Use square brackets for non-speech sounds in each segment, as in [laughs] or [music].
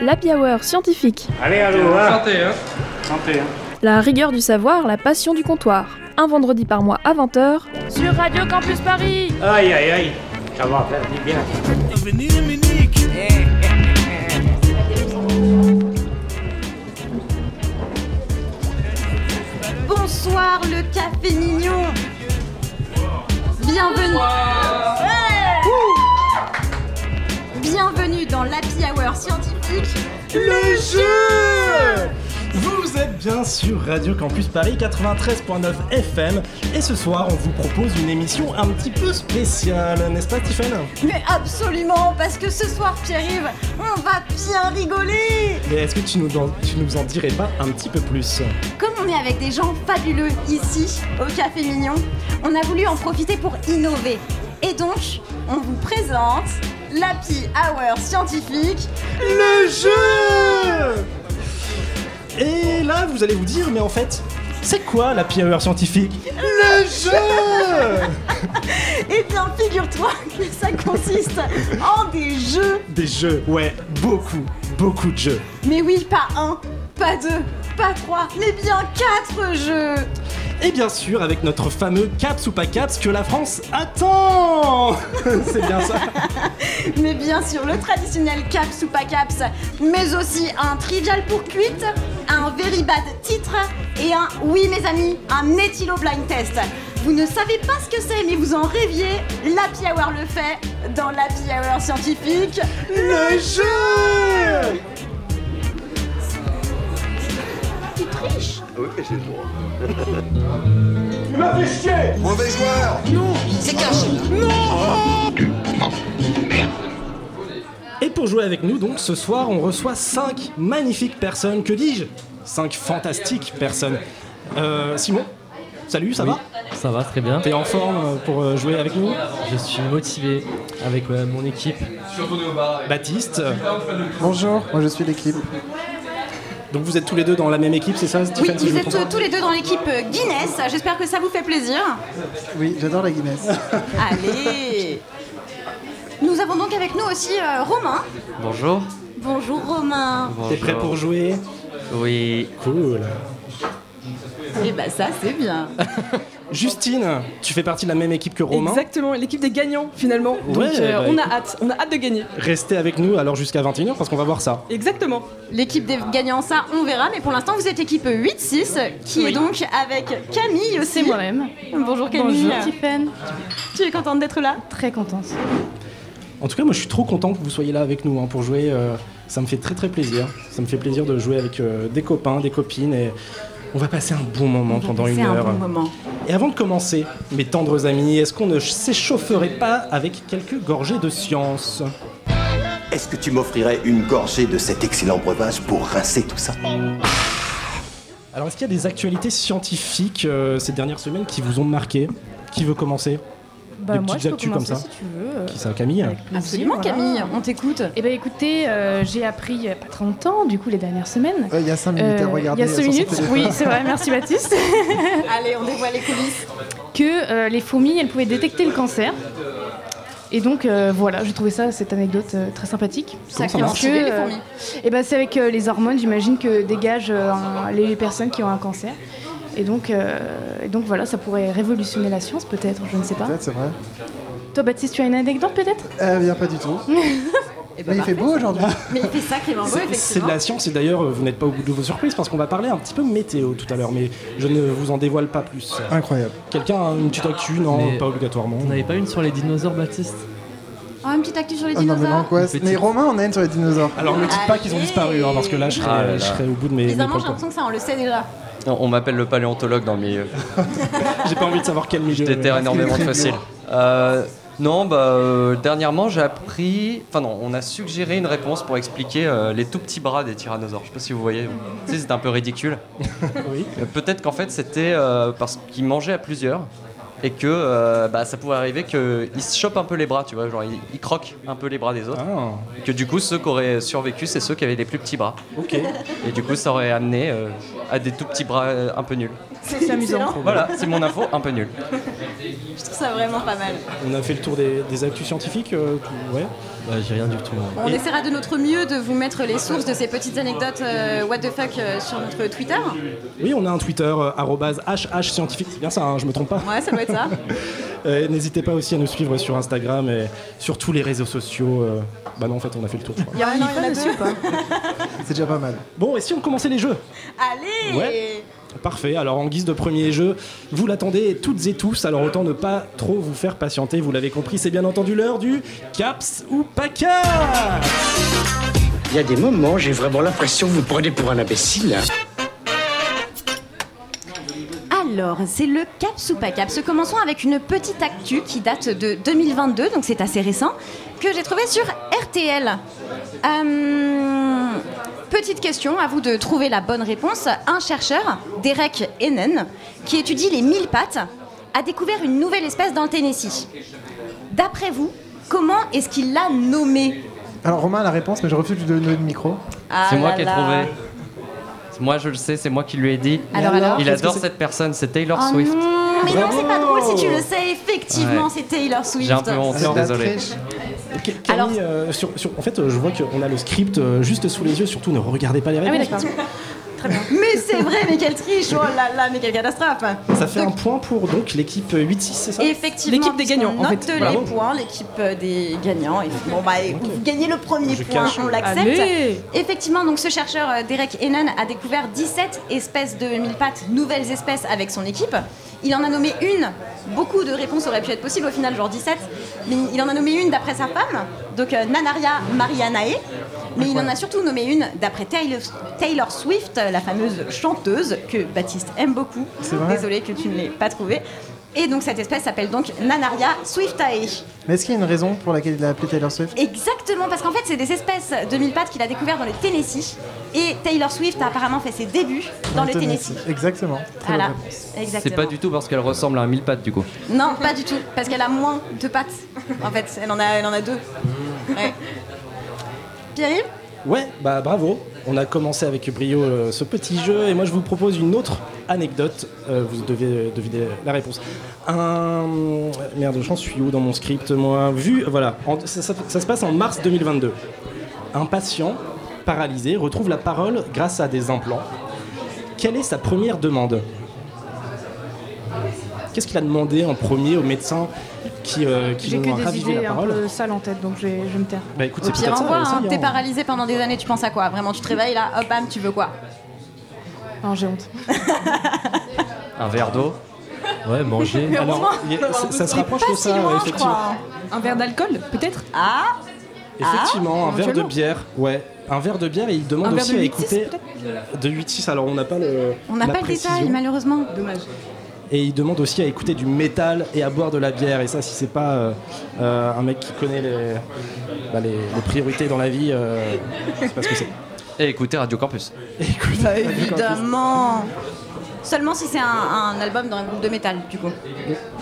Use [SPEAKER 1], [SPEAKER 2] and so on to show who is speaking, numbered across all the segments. [SPEAKER 1] L'Happy Hour scientifique.
[SPEAKER 2] Allez, allô,
[SPEAKER 3] Santé, hein
[SPEAKER 2] santé.
[SPEAKER 1] La rigueur du savoir, la passion du comptoir. Un vendredi par mois à 20h
[SPEAKER 4] Sur Radio Campus Paris
[SPEAKER 2] Aïe, aïe, aïe, ça va faire du bien.
[SPEAKER 5] Bonsoir le café mignon Bienvenue Ouais. Ouh. Bienvenue dans l'Happy Hour scientifique
[SPEAKER 6] Le jeu Vous êtes bien sur Radio Campus Paris 93.9 FM et ce soir on vous propose une émission un petit peu spéciale, n'est-ce pas Tiffany
[SPEAKER 5] Mais absolument, parce que ce soir Pierre-Yves, on va bien rigoler
[SPEAKER 6] Mais est-ce que tu nous, en, tu nous en dirais pas un petit peu plus
[SPEAKER 5] Comme on est avec des gens fabuleux ici, au Café Mignon, on a voulu en profiter pour innover. Et donc, on vous présente l'Happy Hour scientifique
[SPEAKER 6] Le jeu Et là vous allez vous dire mais en fait c'est quoi la Hour scientifique Le jeu
[SPEAKER 5] Eh bien, figure-toi que ça consiste en des jeux.
[SPEAKER 6] Des jeux, ouais, beaucoup, beaucoup de jeux.
[SPEAKER 5] Mais oui, pas un, pas deux, pas trois, mais bien quatre jeux.
[SPEAKER 6] Et bien sûr, avec notre fameux caps ou pas caps que la France attend [laughs] C'est bien ça
[SPEAKER 5] Mais bien sûr, le traditionnel caps ou pas caps, mais aussi un trivial pour cuite, un very bad titre et un oui mes amis, un éthylo blind test. Vous ne savez pas ce que c'est, mais vous en rêviez. L'Happy Hour le fait dans l'Happy Hour scientifique.
[SPEAKER 6] Le jeu
[SPEAKER 5] Tu triches
[SPEAKER 7] Ah Oui, mais j'ai le droit.
[SPEAKER 6] Et pour jouer avec nous, donc, ce soir, on reçoit 5 magnifiques personnes. Que dis-je 5 fantastiques personnes. Euh, Simon Salut, ça va
[SPEAKER 8] Ça va très bien.
[SPEAKER 6] T'es en forme euh, pour euh, jouer avec nous
[SPEAKER 8] Je suis motivé avec euh, mon équipe.
[SPEAKER 6] Baptiste.
[SPEAKER 9] Bonjour, moi je suis l'équipe.
[SPEAKER 6] Donc vous êtes tous les deux dans la même équipe, c'est ça
[SPEAKER 5] Oui,
[SPEAKER 6] Stéphane, si je
[SPEAKER 5] vous
[SPEAKER 6] me
[SPEAKER 5] êtes
[SPEAKER 6] trompe
[SPEAKER 5] euh, tous les deux dans l'équipe euh, Guinness. J'espère que ça vous fait plaisir.
[SPEAKER 9] Oui, j'adore la Guinness.
[SPEAKER 5] [laughs] Allez Nous avons donc avec nous aussi euh, Romain.
[SPEAKER 8] Bonjour.
[SPEAKER 5] Bonjour Romain.
[SPEAKER 6] pas T'es prêt pour jouer
[SPEAKER 8] Oui.
[SPEAKER 6] Cool.
[SPEAKER 5] Et bah ça c'est bien.
[SPEAKER 6] Justine, tu fais partie de la même équipe que Romain.
[SPEAKER 10] Exactement, l'équipe des gagnants finalement. Donc
[SPEAKER 6] Ouais,
[SPEAKER 10] euh,
[SPEAKER 6] bah,
[SPEAKER 10] on a
[SPEAKER 6] écoute.
[SPEAKER 10] hâte, on a hâte de gagner.
[SPEAKER 6] Restez avec nous alors jusqu'à 21h parce qu'on va voir ça.
[SPEAKER 10] Exactement.
[SPEAKER 5] L'équipe des gagnants, ça on verra, mais pour l'instant vous êtes équipe 8-6 qui est donc avec Camille aussi.
[SPEAKER 4] C'est moi-même.
[SPEAKER 5] Bonjour Camille.
[SPEAKER 4] Tiffen,
[SPEAKER 5] Tu es contente d'être là
[SPEAKER 4] très contente.
[SPEAKER 6] En tout cas, moi je suis trop content que vous soyez là avec nous hein, pour jouer. euh, ça me fait très très plaisir. Ça me fait plaisir de jouer avec euh, des copains, des copines et on va passer un bon moment pendant une
[SPEAKER 5] C'est un
[SPEAKER 6] heure.
[SPEAKER 5] bon moment.
[SPEAKER 6] Et avant de commencer, mes tendres amis, est-ce qu'on ne s'échaufferait pas avec quelques gorgées de science
[SPEAKER 7] Est-ce que tu m'offrirais une gorgée de cet excellent breuvage pour rincer tout ça
[SPEAKER 6] Alors, est-ce qu'il y a des actualités scientifiques euh, ces dernières semaines qui vous ont marqué Qui veut commencer
[SPEAKER 4] Bah
[SPEAKER 6] Des
[SPEAKER 4] moi
[SPEAKER 6] petites
[SPEAKER 4] je peux
[SPEAKER 6] actus
[SPEAKER 4] commencer
[SPEAKER 6] comme ça.
[SPEAKER 4] si tu veux. euh,
[SPEAKER 6] Qui ça, Camille
[SPEAKER 4] avec plaisir,
[SPEAKER 5] Absolument
[SPEAKER 4] voilà.
[SPEAKER 5] Camille, on t'écoute.
[SPEAKER 4] Eh ben écoutez, euh, j'ai appris il y a pas très longtemps, du coup les dernières semaines.
[SPEAKER 9] Euh, Il y a 5 minutes
[SPEAKER 4] Euh,
[SPEAKER 9] à regarder.
[SPEAKER 4] il y a 5
[SPEAKER 9] euh, sur son
[SPEAKER 4] minutes,
[SPEAKER 9] téléphone.
[SPEAKER 4] oui c'est vrai, merci Baptiste,
[SPEAKER 5] Allez, on dévoile les coulisses.
[SPEAKER 4] que euh, les fourmis elles pouvaient détecter le cancer. Et donc euh, voilà, j'ai trouvé ça, cette anecdote euh, très sympathique.
[SPEAKER 5] Ça
[SPEAKER 4] Parce
[SPEAKER 5] commence
[SPEAKER 4] que,
[SPEAKER 5] les
[SPEAKER 4] euh,
[SPEAKER 5] fourmis.
[SPEAKER 4] Et ben c'est avec euh, les hormones, j'imagine, que dégagent euh, un- les personnes qui ont un cancer. Et donc, euh, et donc voilà, ça pourrait révolutionner la science peut-être, je ne sais pas.
[SPEAKER 9] Peut-être, c'est vrai.
[SPEAKER 4] Toi Baptiste, tu as une anecdote peut-être
[SPEAKER 9] Euh, bien, pas du tout.
[SPEAKER 5] Eh ben,
[SPEAKER 9] Mais il fait beau aujourd'hui.
[SPEAKER 5] Mais il fait sacrément beau
[SPEAKER 6] C'est- C'est de
[SPEAKER 5] effectivement.
[SPEAKER 6] la science et d'ailleurs euh, vous n'êtes pas au bout de vos surprises parce qu'on va parler un petit peu météo tout à l'heure mais je ne vous en dévoile pas plus.
[SPEAKER 9] Incroyable.
[SPEAKER 6] Quelqu'un a une petite actu Non,
[SPEAKER 8] Mais-
[SPEAKER 6] pas obligatoirement.
[SPEAKER 8] On n'avait pas une sur les dinosaures, Baptiste
[SPEAKER 5] Oh, une petite actu sur les
[SPEAKER 9] Oh non, mais
[SPEAKER 5] dinosaures.
[SPEAKER 9] l'angoisse.
[SPEAKER 8] Petite-
[SPEAKER 9] Mais Romain, on a une sur les dinosaures.
[SPEAKER 6] Alors ne me dites pas qu'ils ont disparu hein, parce que là je serais,
[SPEAKER 8] Ah là là.
[SPEAKER 6] je serais au bout de mes, mes
[SPEAKER 5] Bizarrement, j'ai
[SPEAKER 6] propos.
[SPEAKER 5] l'impression que ça, on le sait déjà.
[SPEAKER 11] On, on m'appelle le paléontologue dans le milieu.
[SPEAKER 9] [laughs]
[SPEAKER 6] J'ai pas envie de savoir quel milieu.
[SPEAKER 11] Je déterre énormément de fossiles. Euh, non, bah, euh, dernièrement, j'ai appris. Enfin, non, on a suggéré une réponse pour expliquer euh, les tout petits bras des tyrannosaures. Je sais pas si vous voyez. tu sais, c'était un
[SPEAKER 9] [laughs]
[SPEAKER 11] peu ridicule.
[SPEAKER 6] Oui.
[SPEAKER 11] Euh, Peut-être qu'en fait, c'était euh, parce qu'ils mangeaient à plusieurs et que euh, bah, ça pouvait arriver qu'ils se chopent un peu les bras, tu vois. Genre, ils, ils croquent un peu les bras des autres.
[SPEAKER 6] Ah,
[SPEAKER 11] Et que du coup, ceux qui auraient survécu, c'est ceux qui avaient les plus petits bras.
[SPEAKER 6] ok.
[SPEAKER 11] Et du coup, ça aurait amené euh, à des tout petits bras euh, un peu nuls.
[SPEAKER 5] C'est amusant.
[SPEAKER 11] Voilà, c'est mon info un peu nulle.
[SPEAKER 5] Je trouve ça vraiment pas mal.
[SPEAKER 6] On a fait le tour des, des actus scientifiques. euh, tout- ouais.
[SPEAKER 8] Bah, j'ai rien du tout. moi.
[SPEAKER 5] On essaiera de notre mieux de vous mettre les sources de ces petites anecdotes euh, what the fuck euh, sur notre Twitter.
[SPEAKER 6] Oui, on a un Twitter, euh, arrobase HH scientifique. C'est bien ça, hein, je me trompe pas.
[SPEAKER 5] Ouais, ça doit être ça.
[SPEAKER 6] Euh, N'hésitez pas aussi à nous suivre sur Instagram et sur tous les réseaux sociaux. euh. Bah non, en fait, on a fait le tour, je crois.
[SPEAKER 4] [laughs] [laughs] Il y a un
[SPEAKER 5] non, il y en a
[SPEAKER 4] iPhone aussi
[SPEAKER 5] deux.
[SPEAKER 4] ou pas
[SPEAKER 9] C'est déjà pas mal.
[SPEAKER 6] Bon, et si on commençait les jeux
[SPEAKER 5] Allez
[SPEAKER 6] Ouais. Parfait, alors en guise de premier jeu, vous l'attendez toutes et tous, alors autant ne pas trop vous faire patienter, vous l'avez compris, c'est bien entendu l'heure du Caps ou Paca
[SPEAKER 2] Il y a des moments, j'ai vraiment l'impression que vous prenez pour un imbécile.
[SPEAKER 5] Alors, c'est le Caps ou pas Caps. Commençons avec une petite actu qui date de 2022, donc c'est assez récent, que j'ai trouvé sur RTL. Euh, petite question, à vous de trouver la bonne réponse. Un chercheur, Derek Hennen, qui étudie les mille pattes, a découvert une nouvelle espèce dans le Tennessee. D'après vous, comment est-ce qu'il l'a nommée
[SPEAKER 9] Alors Romain a la réponse, mais je refuse de lui donner le micro.
[SPEAKER 5] Ah
[SPEAKER 11] C'est moi
[SPEAKER 5] là
[SPEAKER 11] qui ai
[SPEAKER 5] là.
[SPEAKER 11] trouvé. C'est Moi, je le sais, c'est moi qui lui ai dit.
[SPEAKER 5] Alors, alors
[SPEAKER 11] Il
[SPEAKER 9] qu'est-ce que
[SPEAKER 11] adore
[SPEAKER 9] c'est
[SPEAKER 11] cette personne, c'est Taylor
[SPEAKER 5] Oh
[SPEAKER 11] Swift.
[SPEAKER 5] non, mais non,
[SPEAKER 9] Bravo
[SPEAKER 5] c'est pas drôle si tu le sais. Effectivement,
[SPEAKER 11] Ouais.
[SPEAKER 5] c'est Taylor Swift.
[SPEAKER 11] J'ai un peu honte,
[SPEAKER 9] Alors, la
[SPEAKER 11] désolé.
[SPEAKER 9] triche.
[SPEAKER 6] Ca- Camille,
[SPEAKER 5] Alors-
[SPEAKER 6] euh, sur- sur- en fait, euh, je vois qu'on a le script euh, juste sous les yeux, surtout ne regardez pas les
[SPEAKER 4] Ah oui,
[SPEAKER 6] réponses.
[SPEAKER 4] d'accord.
[SPEAKER 5] Mais c'est vrai, mais quelle triche Oh là là, mais quelle catastrophe
[SPEAKER 6] Ça fait un point pour donc l'équipe 8-6, c'est ça
[SPEAKER 5] Effectivement,
[SPEAKER 10] L'équipe des
[SPEAKER 5] puisqu'on
[SPEAKER 10] gagnants, en
[SPEAKER 5] note
[SPEAKER 10] fait.
[SPEAKER 5] les
[SPEAKER 6] Bravo.
[SPEAKER 5] points, l'équipe euh, des gagnants. Et bon, bah, vous gagnez le premier
[SPEAKER 6] Je
[SPEAKER 5] point,
[SPEAKER 6] cache.
[SPEAKER 5] on l'accepte.
[SPEAKER 10] Allez
[SPEAKER 5] Effectivement, donc ce chercheur euh, Derek Hennen a découvert 17 espèces de mille pattes, nouvelles espèces avec son équipe. Il en a nommé une. Beaucoup de réponses auraient pu être possibles au final, genre 17. Mais il en a nommé une d'après sa femme, donc euh, Nanaria Marianae. Mais il en a surtout nommé une d'après Taylor, Taylor Swift, euh, la fameuse chanteuse que Baptiste aime beaucoup.
[SPEAKER 9] C'est vrai
[SPEAKER 5] Désolée que tu ne l'aies pas trouvée. Et donc cette espèce s'appelle donc Nanaria swiftae.
[SPEAKER 9] Mais est-ce qu'il y a une raison pour laquelle il a appelé Taylor Swift
[SPEAKER 5] Exactement, parce qu'en fait, c'est des espèces de mille pattes qu'il a découvert dans le Tennessee. Et Taylor Swift a apparemment fait ses débuts dans, le Tennessee.
[SPEAKER 9] Exactement. Très
[SPEAKER 5] Voilà,
[SPEAKER 9] bonne réponse.
[SPEAKER 11] C'est
[SPEAKER 5] exactement.
[SPEAKER 11] pas du tout parce qu'elle ressemble à un mille pattes du coup.
[SPEAKER 5] Non, pas du tout, parce qu'elle a moins de pattes. [laughs] En fait, elle en a, elle en a deux. Ouais. Pierre-Yves
[SPEAKER 6] Ouais, bah bravo. On a commencé avec brio euh, ce petit jeu et moi je vous propose une autre anecdote. Euh, vous devez deviner la réponse. Un merde, j'en suis où dans mon script moi Vu, voilà, en- ça, ça- ça se passe en mars 2022. Un patient paralysé retrouve la parole grâce à des implants. Quelle est sa première demande Qu'est-ce qu'il a demandé en premier au médecin qui, euh, qui
[SPEAKER 4] J'ai
[SPEAKER 6] nous a
[SPEAKER 4] que des
[SPEAKER 6] ravivé
[SPEAKER 4] idées hein,
[SPEAKER 6] la
[SPEAKER 4] un
[SPEAKER 6] parole
[SPEAKER 4] peu sales en tête, donc je vais, je vais me taire.
[SPEAKER 6] Bah écoute,
[SPEAKER 5] Au
[SPEAKER 6] c'est
[SPEAKER 5] pire,
[SPEAKER 6] peut-être ça.
[SPEAKER 5] envoie, hein,
[SPEAKER 6] essaye, hein.
[SPEAKER 5] t'es paralysé pendant des années, tu penses à quoi Vraiment, tu te réveilles là, hop, bam, tu veux quoi
[SPEAKER 4] Non, j'ai honte.
[SPEAKER 11] Un verre d'eau.
[SPEAKER 8] Ouais, manger.
[SPEAKER 5] Mais
[SPEAKER 6] Alors,
[SPEAKER 5] heureusement,
[SPEAKER 6] il y a- ça- ça se rapproche
[SPEAKER 5] pas
[SPEAKER 6] de
[SPEAKER 5] si
[SPEAKER 6] ça,
[SPEAKER 5] loin, je
[SPEAKER 6] effectivement.
[SPEAKER 5] crois. hein.
[SPEAKER 10] Un verre d'alcool, peut-être
[SPEAKER 5] Ah
[SPEAKER 6] Effectivement, un verre de
[SPEAKER 10] éventuellement.
[SPEAKER 6] bière. Ouais, un verre de bière et il demande
[SPEAKER 10] Un verre
[SPEAKER 6] aussi
[SPEAKER 10] de
[SPEAKER 6] à
[SPEAKER 10] 8-6,
[SPEAKER 6] écouter de 8-6. Alors on n'a pas le
[SPEAKER 5] On n'a
[SPEAKER 6] la
[SPEAKER 5] pas le
[SPEAKER 6] précision.
[SPEAKER 5] détail, malheureusement.
[SPEAKER 10] Dommage.
[SPEAKER 6] Et il demande aussi à écouter du métal et à boire de la bière. Et ça, si c'est pas euh, euh, un mec qui connaît les, bah, les, les priorités dans la vie, euh, c'est pas ce que
[SPEAKER 5] [laughs] Bah,
[SPEAKER 6] c'est.
[SPEAKER 11] Et écoutez Radio Campus.
[SPEAKER 6] Écoute,
[SPEAKER 5] Évidemment Seulement si c'est un, un album d'un groupe de métal, du coup.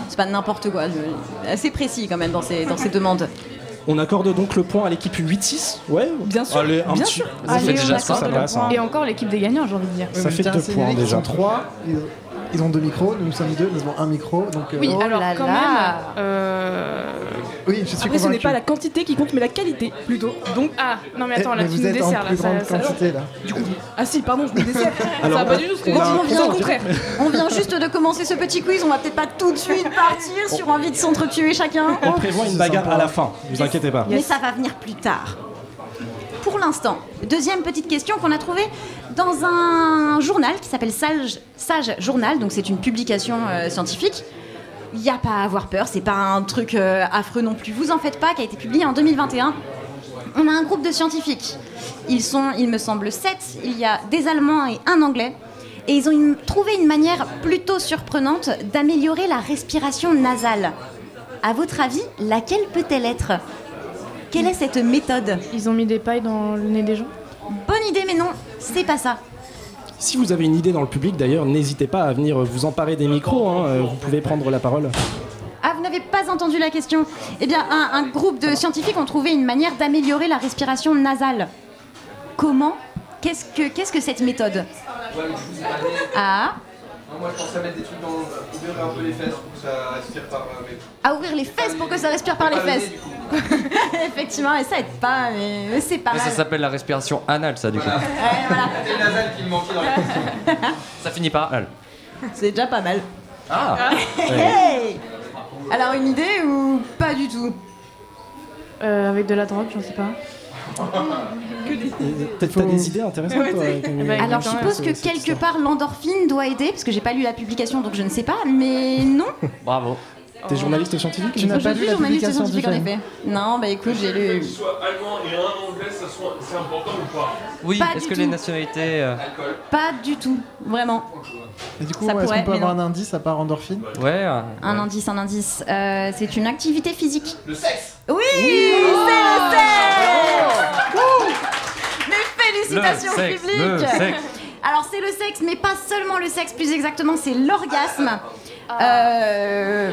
[SPEAKER 5] C'est pas n'importe quoi. je- Assez précis, quand même, dans ses, dans ses demandes.
[SPEAKER 6] on accorde donc le point à l'équipe 8-6. Ouais.
[SPEAKER 10] Bien sûr,
[SPEAKER 6] Allez, un
[SPEAKER 10] bien
[SPEAKER 6] petit-
[SPEAKER 10] sûr.
[SPEAKER 5] Ah,
[SPEAKER 11] Ça fait
[SPEAKER 4] Allez, on
[SPEAKER 11] déjà ça.
[SPEAKER 4] accorde
[SPEAKER 6] ça
[SPEAKER 4] le
[SPEAKER 6] passe,
[SPEAKER 4] point.
[SPEAKER 6] hein.
[SPEAKER 4] Et encore l'équipe des gagnants, j'ai envie de dire.
[SPEAKER 9] Oui,
[SPEAKER 6] Ça
[SPEAKER 9] mais
[SPEAKER 6] fait
[SPEAKER 9] t'as
[SPEAKER 6] deux
[SPEAKER 9] insinué
[SPEAKER 6] points,
[SPEAKER 9] qu'ils
[SPEAKER 6] déjà.
[SPEAKER 9] sont trois. Ils ont, ils ont deux micros. Nous, nous sommes deux. Nous avons un micro. Donc, euh,
[SPEAKER 4] Oui,
[SPEAKER 5] Oh
[SPEAKER 4] alors
[SPEAKER 5] là
[SPEAKER 4] quand
[SPEAKER 5] là.
[SPEAKER 4] même. euh,
[SPEAKER 9] oui, je suis
[SPEAKER 10] Après, ce n'est
[SPEAKER 9] convaincu.
[SPEAKER 10] pas la quantité qui compte, mais la qualité, plutôt. Donc,
[SPEAKER 4] Ah, non mais
[SPEAKER 9] Eh,
[SPEAKER 4] attends,
[SPEAKER 9] mais
[SPEAKER 4] là tu
[SPEAKER 9] vous
[SPEAKER 4] nous
[SPEAKER 9] êtes en
[SPEAKER 4] desserres là.
[SPEAKER 9] plus grande
[SPEAKER 4] Ça, ça-
[SPEAKER 9] quantité là.
[SPEAKER 10] ah si, pardon, je me dessert.
[SPEAKER 6] Alors,
[SPEAKER 10] ça va pas du tout ce que
[SPEAKER 6] on a un
[SPEAKER 10] je dis, au
[SPEAKER 6] compte.
[SPEAKER 10] contraire.
[SPEAKER 4] euh,
[SPEAKER 5] On vient juste de commencer ce petit quiz, on va peut-être pas tout de suite partir sur envie de s'entretuer chacun.
[SPEAKER 6] On prévoit une bagarre à la fin. Vous inquiétez pas.
[SPEAKER 5] Mais ça va venir plus tard. Pour l'instant, deuxième petite question qu'on a trouvée dans un journal qui s'appelle Sage, Sage Journal, donc c'est une publication euh, scientifique. Il n'y a pas à avoir peur, c'est pas un truc euh, affreux non plus. Vous en faites pas, qui a été publié en 2021. On a un groupe de scientifiques. Ils sont, il me semble, sept. Il y a des Allemands et un Anglais. Et ils ont une- trouvé une manière plutôt surprenante d'améliorer la respiration nasale. À votre avis, laquelle peut-elle être Quelle est cette méthode
[SPEAKER 4] Ils ont mis des pailles dans le nez des gens.
[SPEAKER 5] Bonne idée, mais non, c'est pas ça.
[SPEAKER 6] Si vous avez une idée dans le public, d'ailleurs, n'hésitez pas à venir vous emparer des micros. hein, euh, Vous pouvez prendre la parole.
[SPEAKER 5] Ah, vous n'avez pas entendu la question Eh bien, un, un groupe de scientifiques ont trouvé une manière d'améliorer la respiration nasale. Comment Qu'est-ce que, qu'est-ce que cette méthode Ah
[SPEAKER 11] Moi, je pensais mettre des trucs dans ouvrir un peu les fesses pour que ça respire par euh, mes.
[SPEAKER 5] À ouvrir les fesses pour que ça respire par les fesses. [laughs] Effectivement, et ça aide pas, mais mais c'est pas
[SPEAKER 11] ça
[SPEAKER 5] mal.
[SPEAKER 11] s'appelle la respiration anale, ça, du coup.
[SPEAKER 5] Ouais, voilà. [laughs]
[SPEAKER 11] Ça finit par anal.
[SPEAKER 5] C'est déjà pas mal.
[SPEAKER 11] Ah
[SPEAKER 5] Hey Alors une idée ou pas du tout
[SPEAKER 4] Euh, avec de la drogue, j'en sais pas.
[SPEAKER 6] Peut-être t'as des idées intéressantes, toi, avec une-
[SPEAKER 4] Ouais,
[SPEAKER 5] Alors je
[SPEAKER 4] quand même,
[SPEAKER 5] suppose que
[SPEAKER 6] c'est- c'est-
[SPEAKER 5] quelque part l'endorphine doit aider, parce que j'ai pas lu la publication donc je ne sais pas, mais non.
[SPEAKER 11] Bravo.
[SPEAKER 6] T'es journaliste scientifique
[SPEAKER 9] Tu n'as
[SPEAKER 5] Je
[SPEAKER 9] pas
[SPEAKER 5] suis
[SPEAKER 9] lu la
[SPEAKER 5] journaliste
[SPEAKER 9] publication du
[SPEAKER 5] scientifique en
[SPEAKER 9] film.
[SPEAKER 5] effet. Non, bah écoute, j'ai lu.
[SPEAKER 3] soit allemand et un anglais, ça soit- c'est important ou pas
[SPEAKER 11] Oui,
[SPEAKER 5] Pas
[SPEAKER 11] est-ce
[SPEAKER 5] du
[SPEAKER 11] que les
[SPEAKER 5] tout.
[SPEAKER 11] nationalités. euh,
[SPEAKER 5] Pas du tout, vraiment.
[SPEAKER 9] Et du coup,
[SPEAKER 5] Ça
[SPEAKER 9] est-ce
[SPEAKER 5] pourrait,
[SPEAKER 9] qu'on peut
[SPEAKER 5] mais
[SPEAKER 9] avoir un indice à part endorphine
[SPEAKER 11] Ouais. euh,
[SPEAKER 5] Un
[SPEAKER 11] ouais.
[SPEAKER 5] indice, un indice. Euh, c'est une activité physique.
[SPEAKER 3] Le sexe
[SPEAKER 5] Oui, c'est le sexe. Mais félicitations
[SPEAKER 11] Oh. Le sexe,
[SPEAKER 5] public.
[SPEAKER 11] le sexe.
[SPEAKER 5] Alors c'est le sexe, mais pas seulement le sexe. Plus exactement, c'est l'orgasme. Euh,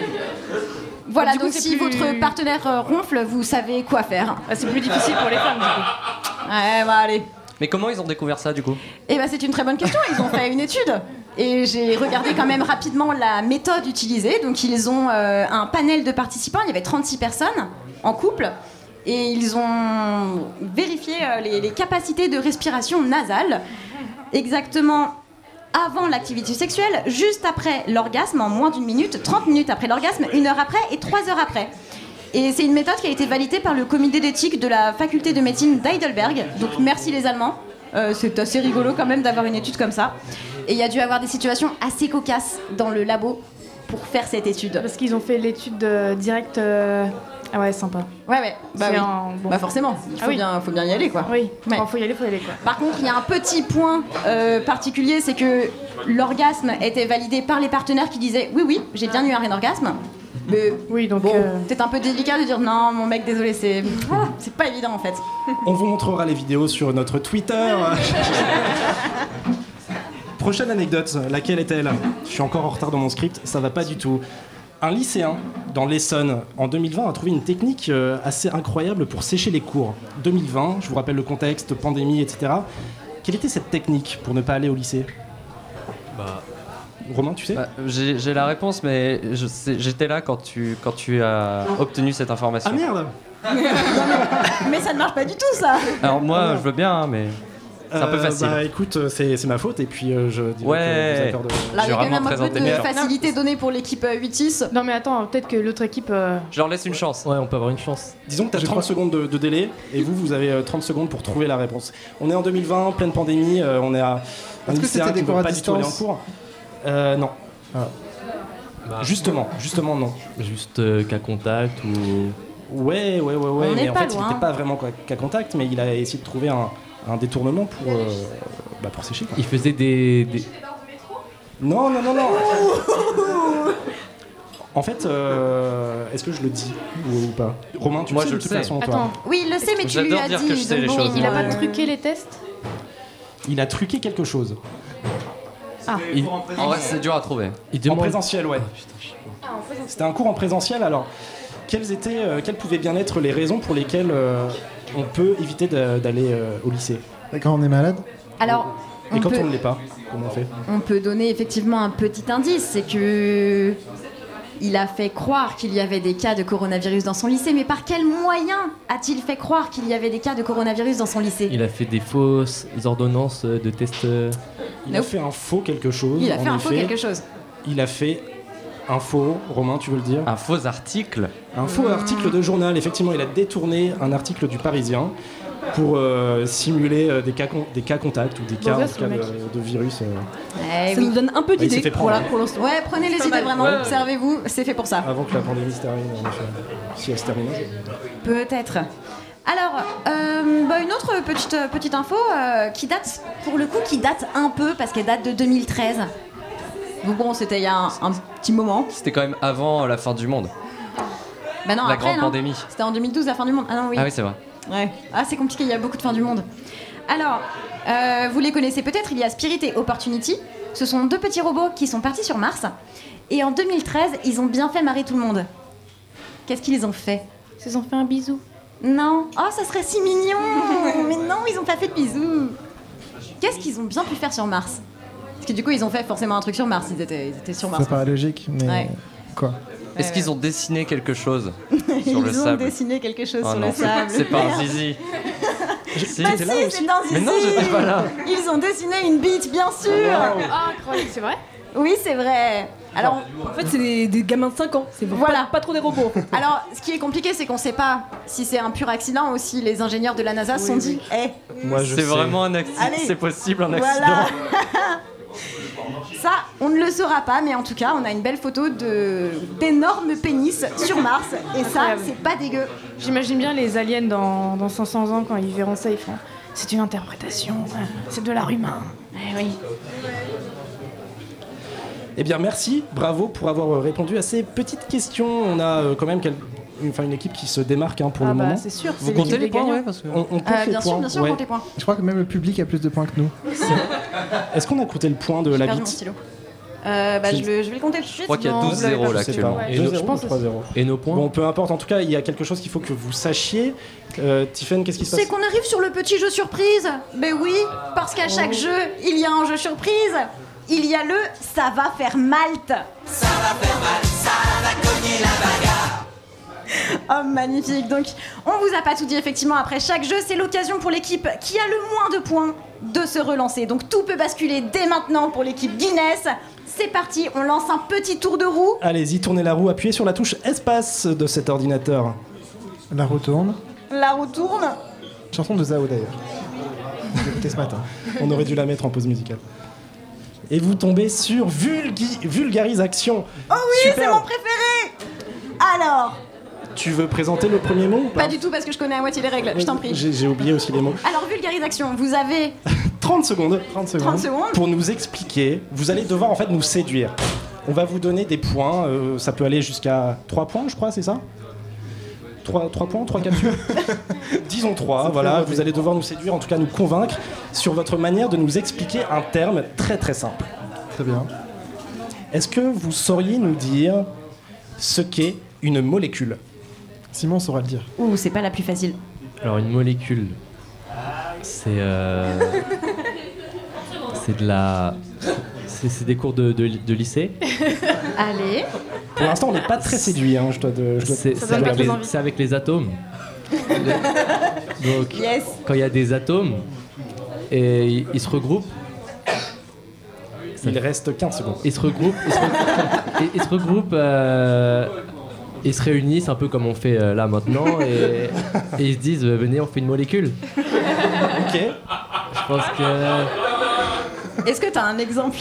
[SPEAKER 5] Voilà,
[SPEAKER 4] Ah. Du coup,
[SPEAKER 5] donc
[SPEAKER 4] c'est
[SPEAKER 5] si
[SPEAKER 4] plus-
[SPEAKER 5] votre partenaire euh, ronfle, vous savez quoi faire.
[SPEAKER 4] Ah, c'est plus difficile pour les femmes, du coup.
[SPEAKER 5] Ouais, bah allez.
[SPEAKER 11] Mais comment ils ont découvert ça, du coup
[SPEAKER 5] Eh ben, c'est une très bonne question. Ils ont fait une étude. Et j'ai regardé quand même rapidement la méthode utilisée. Donc, ils ont euh, un panel de participants. Il y avait 36 personnes en couple. Et ils ont vérifié euh, les, les capacités de respiration nasale exactement avant l'activité sexuelle, juste après l'orgasme, en moins d'une minute, 30 minutes après l'orgasme, une heure après et trois heures après. Et c'est une méthode qui a été validée par le comité d'éthique de la faculté de médecine d'Heidelberg. Donc merci les Allemands. Euh, c'est assez rigolo quand même d'avoir une étude comme ça. Et il y a dû avoir des situations assez cocasses dans le labo pour faire cette étude.
[SPEAKER 4] Parce qu'ils ont fait l'étude euh, directe. euh, Ah ouais, sympa.
[SPEAKER 5] Ouais, ouais. Bah,
[SPEAKER 4] C'est
[SPEAKER 5] oui.
[SPEAKER 4] un- bon.
[SPEAKER 5] Bah forcément, il faut,
[SPEAKER 4] Ah oui.
[SPEAKER 5] bien, faut bien y aller quoi.
[SPEAKER 4] Oui,
[SPEAKER 5] Ouais.
[SPEAKER 4] Enfin, faut y aller, faut y aller quoi.
[SPEAKER 5] Par contre, il y a un petit point euh, particulier, c'est que l'orgasme était validé par les partenaires qui disaient oui, oui, j'ai bien eu un orgasme. Mais
[SPEAKER 4] Oui, donc.
[SPEAKER 5] bon,
[SPEAKER 4] euh,
[SPEAKER 5] peut-être un peu délicat de dire non, mon mec, désolé, c'est Ah, c'est pas évident en fait.
[SPEAKER 6] On vous montrera les vidéos sur notre
[SPEAKER 11] [laughs]
[SPEAKER 6] Twitter. Prochaine anecdote, laquelle est-elle Je suis encore en retard dans mon script, ça va pas du tout. Un lycéen dans l'Essonne en 2020 a trouvé une technique euh, assez incroyable pour sécher les cours. 2020, je vous rappelle le contexte, pandémie, etc. Quelle était cette technique pour ne pas aller au lycée
[SPEAKER 8] Bah,
[SPEAKER 6] Romain, tu sais
[SPEAKER 11] Bah, J'ai j'ai la réponse, mais je sais- j'étais là quand tu, quand tu as obtenu cette
[SPEAKER 6] Ah
[SPEAKER 11] information.
[SPEAKER 6] merde
[SPEAKER 5] Mais ça ne marche pas du tout ça.
[SPEAKER 11] Alors, moi,
[SPEAKER 6] Ah merde.
[SPEAKER 11] je veux bien, hein, mais. C'est un peu
[SPEAKER 6] Euh,
[SPEAKER 11] facile.
[SPEAKER 6] Bah écoute, euh, c'est c'est ma faute et puis euh, je dirais
[SPEAKER 11] Ouais.
[SPEAKER 6] que je vous accorde- euh,
[SPEAKER 5] Là, il
[SPEAKER 11] J'ai
[SPEAKER 5] y a quand
[SPEAKER 11] vraiment
[SPEAKER 5] même un
[SPEAKER 11] très
[SPEAKER 5] peu de
[SPEAKER 11] intelligent.
[SPEAKER 5] facilité donnée pour l'équipe euh, 8-6.
[SPEAKER 4] Non, mais attends, peut-être que l'autre équipe. euh,
[SPEAKER 11] Je leur laisse une chance.
[SPEAKER 8] ouais, on peut avoir une chance.
[SPEAKER 6] Disons que tu as
[SPEAKER 9] Je
[SPEAKER 6] 30
[SPEAKER 9] crois-
[SPEAKER 6] secondes de, de délai et vous, vous avez euh, 30 secondes pour trouver la réponse. On est en 2020, pleine pandémie, euh, on est à un
[SPEAKER 9] Est-ce que
[SPEAKER 6] lycéen
[SPEAKER 9] c'était
[SPEAKER 6] qui
[SPEAKER 9] des
[SPEAKER 6] ne
[SPEAKER 9] cours à
[SPEAKER 6] pas du tout aller en
[SPEAKER 9] distance Ah.
[SPEAKER 6] cours. Euh, non.
[SPEAKER 8] Bah,
[SPEAKER 6] Justement, justement non.
[SPEAKER 8] Juste euh, cas contact ou.
[SPEAKER 6] Ouais, ouais, ouais, ouais.
[SPEAKER 5] On
[SPEAKER 6] mais
[SPEAKER 5] n'est
[SPEAKER 6] en
[SPEAKER 5] pas
[SPEAKER 6] fait, il
[SPEAKER 5] loin.
[SPEAKER 6] n'était pas vraiment quoi- qu'à contact, mais il a essayé de trouver un, un détournement pour, euh, bah, pour sécher. quoi.
[SPEAKER 8] Il faisait des. des-
[SPEAKER 6] Non, non, non, [laughs] non. En fait, euh, est-ce que je le dis ou, ou pas Romain, tu
[SPEAKER 11] Moi,
[SPEAKER 6] sais
[SPEAKER 11] je
[SPEAKER 6] de
[SPEAKER 11] le
[SPEAKER 6] toute
[SPEAKER 11] sais.
[SPEAKER 6] façon, toi.
[SPEAKER 4] Attends,
[SPEAKER 5] Oui, il le sait, mais tu lui
[SPEAKER 11] J'adore
[SPEAKER 5] as
[SPEAKER 11] dire
[SPEAKER 5] dit.
[SPEAKER 11] que je sais
[SPEAKER 5] donc
[SPEAKER 11] les
[SPEAKER 5] bon,
[SPEAKER 11] choses,
[SPEAKER 4] il a
[SPEAKER 11] moi.
[SPEAKER 4] pas
[SPEAKER 5] euh,
[SPEAKER 4] truqué les tests
[SPEAKER 6] Il a truqué quelque chose.
[SPEAKER 8] Il,
[SPEAKER 11] En vrai, c'est dur à trouver.
[SPEAKER 8] il
[SPEAKER 6] En
[SPEAKER 8] demande.
[SPEAKER 6] présentiel, ouais.
[SPEAKER 5] Ah,
[SPEAKER 6] C'était un cours en présentiel, alors quelles, étaient, euh, quelles pouvaient bien être les raisons pour lesquelles euh, on peut éviter d'a- d'aller euh, au lycée
[SPEAKER 9] Quand on est malade
[SPEAKER 5] Alors,
[SPEAKER 6] Et
[SPEAKER 5] on
[SPEAKER 6] quand
[SPEAKER 5] peut-
[SPEAKER 6] on ne l'est pas, comment on fait
[SPEAKER 5] On peut donner effectivement un petit indice, c'est que il a fait croire qu'il y avait des cas de coronavirus dans son lycée, mais par quel moyen a-t-il fait croire qu'il y avait des cas de coronavirus dans son lycée
[SPEAKER 8] Il a fait des fausses ordonnances euh, de tests. euh,
[SPEAKER 6] Il a
[SPEAKER 5] Nope.
[SPEAKER 6] fait un faux quelque chose.
[SPEAKER 5] Il a
[SPEAKER 6] en
[SPEAKER 5] fait un faux
[SPEAKER 6] effet.
[SPEAKER 5] quelque chose.
[SPEAKER 6] Il a fait un faux, Romain, tu veux le dire
[SPEAKER 11] Un faux article
[SPEAKER 6] Un faux article de journal, effectivement, il a détourné un article du Parisien pour euh, simuler euh, des, cas con- des cas contacts ou des cas, en
[SPEAKER 4] gosse,
[SPEAKER 6] tout cas,
[SPEAKER 4] le
[SPEAKER 6] de,
[SPEAKER 4] mec.
[SPEAKER 6] de virus. euh,
[SPEAKER 5] Eh
[SPEAKER 10] Ça
[SPEAKER 5] oui.
[SPEAKER 10] nous donne un
[SPEAKER 9] Bah,
[SPEAKER 10] peu
[SPEAKER 6] il s'est
[SPEAKER 10] d'idées.
[SPEAKER 6] fait prendre.
[SPEAKER 10] Voilà, pour l'instant.
[SPEAKER 5] Ouais, prenez les
[SPEAKER 10] C'est pas
[SPEAKER 5] idées
[SPEAKER 10] mal.
[SPEAKER 5] vraiment,
[SPEAKER 10] Ouais, ouais. Ah.
[SPEAKER 5] observez-vous, c'est fait pour ça.
[SPEAKER 6] Avant que la pandémie se termine, en effet. Si elle se termine.
[SPEAKER 5] Peut-être. Alors, euh, bah, une autre petite, petite info euh, qui date, pour le coup, qui date un peu parce qu'elle date de 2013. Donc bon, c'était il y a un, un petit moment.
[SPEAKER 11] C'était quand même avant la fin du monde.
[SPEAKER 5] Bah non,
[SPEAKER 11] la
[SPEAKER 5] après,
[SPEAKER 11] grande
[SPEAKER 5] non.
[SPEAKER 11] pandémie.
[SPEAKER 5] C'était en 2012, la fin du monde. Ah non, oui.
[SPEAKER 11] Ah oui, c'est vrai.
[SPEAKER 5] Ouais. Ah, c'est compliqué, il y a beaucoup de fins du monde. Alors, euh, vous les connaissez peut-être, il y a Spirit et Opportunity. Ce sont deux petits robots qui sont partis sur Mars. Et en 2013, ils ont bien fait marrer tout le monde. Qu'est-ce qu'ils ont fait
[SPEAKER 4] Ils se sont fait un bisou.
[SPEAKER 5] Non. Oh, ça serait si mignon Mais non, ils ont pas fait de bisous. Qu'est-ce qu'ils ont bien pu faire sur Mars Parce que du coup, ils ont fait forcément un truc sur Mars. Ils étaient, ils étaient sur Mars. hein.
[SPEAKER 12] Ça paraît logique, mais
[SPEAKER 5] Ouais.
[SPEAKER 12] quoi
[SPEAKER 13] Est-ce qu'ils ont dessiné quelque chose
[SPEAKER 5] ils
[SPEAKER 13] sur le
[SPEAKER 5] ont
[SPEAKER 13] sable
[SPEAKER 5] dessiné quelque chose
[SPEAKER 13] Ah
[SPEAKER 5] sur
[SPEAKER 13] non,
[SPEAKER 5] le sable.
[SPEAKER 13] C'est
[SPEAKER 5] [laughs]
[SPEAKER 13] pas un
[SPEAKER 5] Merde.
[SPEAKER 13] zizi. Si.
[SPEAKER 5] Bah si, c'est un zizi.
[SPEAKER 13] Mais non, j'étais pas là.
[SPEAKER 5] [laughs]
[SPEAKER 13] Ah,
[SPEAKER 5] Ils ont dessiné une bite, bien sûr.
[SPEAKER 10] Wow.
[SPEAKER 5] c'est vrai Oui, c'est vrai. Alors,
[SPEAKER 10] En fait, c'est des, des gamins de 5 ans. C'est
[SPEAKER 5] Voilà.
[SPEAKER 10] pas, pas trop des robots.
[SPEAKER 5] [laughs] Alors, ce qui est compliqué, c'est qu'on ne sait pas si c'est un pur accident ou si les ingénieurs de la NASA se sont dit Eh,
[SPEAKER 13] Moi, je C'est vraiment un accident.
[SPEAKER 5] Allez.
[SPEAKER 13] C'est possible un
[SPEAKER 5] Voilà.
[SPEAKER 13] accident.
[SPEAKER 5] ça, on ne le saura pas, mais en tout cas, on a une belle photo de d'énormes pénis sur Mars, et ça,
[SPEAKER 4] Incroyable.
[SPEAKER 5] c'est pas dégueu.
[SPEAKER 4] J'imagine bien les aliens dans, dans 500 ans quand ils verront ça, ils feront c'est une interprétation, hein, c'est de l'art humain. Eh oui.
[SPEAKER 6] Eh bien, merci, bravo pour avoir euh, répondu à ces petites questions. On a euh, quand même quel- une, enfin, une équipe qui se démarque hein, pour
[SPEAKER 4] Ah
[SPEAKER 6] le
[SPEAKER 4] bah,
[SPEAKER 6] moment.
[SPEAKER 4] c'est sûr,
[SPEAKER 6] Vous
[SPEAKER 4] c'est
[SPEAKER 6] comptez
[SPEAKER 4] l'équipe
[SPEAKER 6] les
[SPEAKER 4] des
[SPEAKER 6] points
[SPEAKER 4] gagnants.
[SPEAKER 6] ouais, parce que on, on compte
[SPEAKER 5] Euh,
[SPEAKER 6] les
[SPEAKER 5] bien sûr,
[SPEAKER 6] points,
[SPEAKER 5] bien sûr, on
[SPEAKER 6] ouais.
[SPEAKER 5] compte les points.
[SPEAKER 12] Je crois que même le public a plus de points que nous.
[SPEAKER 6] Est-ce qu'on a compté le point de
[SPEAKER 5] J'ai
[SPEAKER 6] la
[SPEAKER 5] perdu mon
[SPEAKER 6] bite
[SPEAKER 5] stylo. Euh, bah,
[SPEAKER 6] Si.
[SPEAKER 5] je, le- je vais le compter tout de suite. euh,
[SPEAKER 13] crois qu'il y a
[SPEAKER 5] Non,
[SPEAKER 13] 12
[SPEAKER 5] vous l'avez
[SPEAKER 13] zéros,
[SPEAKER 5] pas
[SPEAKER 13] là,
[SPEAKER 5] tous.
[SPEAKER 6] Je sais pas.
[SPEAKER 13] actuellement.
[SPEAKER 5] Ouais.
[SPEAKER 6] Deux
[SPEAKER 11] nos-
[SPEAKER 6] zéros
[SPEAKER 11] je
[SPEAKER 6] ou
[SPEAKER 11] pense
[SPEAKER 6] trois zéros
[SPEAKER 11] Et nos points
[SPEAKER 6] Bon, peu importe. En tout cas, il y a quelque chose qu'il faut que vous sachiez. Euh, Tiffen, qu'est-ce qui se
[SPEAKER 5] C'est
[SPEAKER 6] passe
[SPEAKER 5] qu'on arrive sur le petit jeu surprise. Ben oui, parce qu'à chaque jeu, il y a un jeu surprise. Il y a le ça va faire malte. Ça va faire malte, ça va cogner la bagarre. Oh magnifique. Donc on vous a pas tout dit effectivement après chaque jeu, c'est l'occasion pour l'équipe qui a le moins de points de se relancer. Donc tout peut basculer dès maintenant pour l'équipe Guinness. C'est parti, on lance un petit tour de roue.
[SPEAKER 6] Allez-y, tournez la roue, appuyez sur la touche espace de cet ordinateur.
[SPEAKER 12] La roue tourne.
[SPEAKER 5] La roue tourne.
[SPEAKER 12] Chanson de Zao d'ailleurs. J'ai écouté ce matin.
[SPEAKER 6] On aurait dû la mettre en pause musicale. Et vous tombez sur vulgi- vulgarisation.
[SPEAKER 5] Oh oui,
[SPEAKER 6] Super.
[SPEAKER 5] c'est mon préféré. Alors,
[SPEAKER 6] Tu veux présenter le premier mot ou
[SPEAKER 5] pas du tout parce que je connais à moitié les règles, je t'en prie.
[SPEAKER 6] Euh, J'ai j'ai oublié aussi les mots.
[SPEAKER 5] Alors, vulgarisation, vous avez.
[SPEAKER 6] 30 secondes. 30
[SPEAKER 5] secondes. 30 secondes.
[SPEAKER 6] Pour nous expliquer, vous allez devoir en fait nous séduire. On va vous donner des points, euh, ça peut aller jusqu'à 3 points, je crois, c'est ça 3, points,
[SPEAKER 5] [laughs]
[SPEAKER 6] 3 capsules Disons 3, voilà, vous allez devoir nous séduire, en tout cas nous convaincre sur votre manière de nous expliquer un terme très très simple.
[SPEAKER 12] Très bien.
[SPEAKER 6] Est-ce que vous sauriez nous dire ce qu'est une molécule
[SPEAKER 12] Simon saura le dire.
[SPEAKER 5] Ouh, c'est pas la plus facile.
[SPEAKER 11] Alors une molécule, c'est euh, c'est de la, c'est c'est des cours de, de, de lycée.
[SPEAKER 5] Allez.
[SPEAKER 6] Pour l'instant, on n'est pas très séduit, hein, je dois, de- je dois-
[SPEAKER 11] C'est
[SPEAKER 6] je
[SPEAKER 11] c'est
[SPEAKER 6] dois
[SPEAKER 11] avec,
[SPEAKER 6] l'avouer.
[SPEAKER 11] les- c'est avec les
[SPEAKER 5] [laughs]
[SPEAKER 11] atomes. Donc
[SPEAKER 5] Yes.
[SPEAKER 11] quand il y a des atomes et ils- ils se regroupent,
[SPEAKER 6] Il reste 15 secondes.
[SPEAKER 11] ils se regroupent, ils se regroupent, [laughs] ils- ils se, regroupent, euh, ils se réunissent un peu comme on fait euh, là maintenant et, et ils se disent euh, venez on fait une molécule.
[SPEAKER 6] Ok.
[SPEAKER 11] Je pense que
[SPEAKER 5] Est-ce que t'as un exemple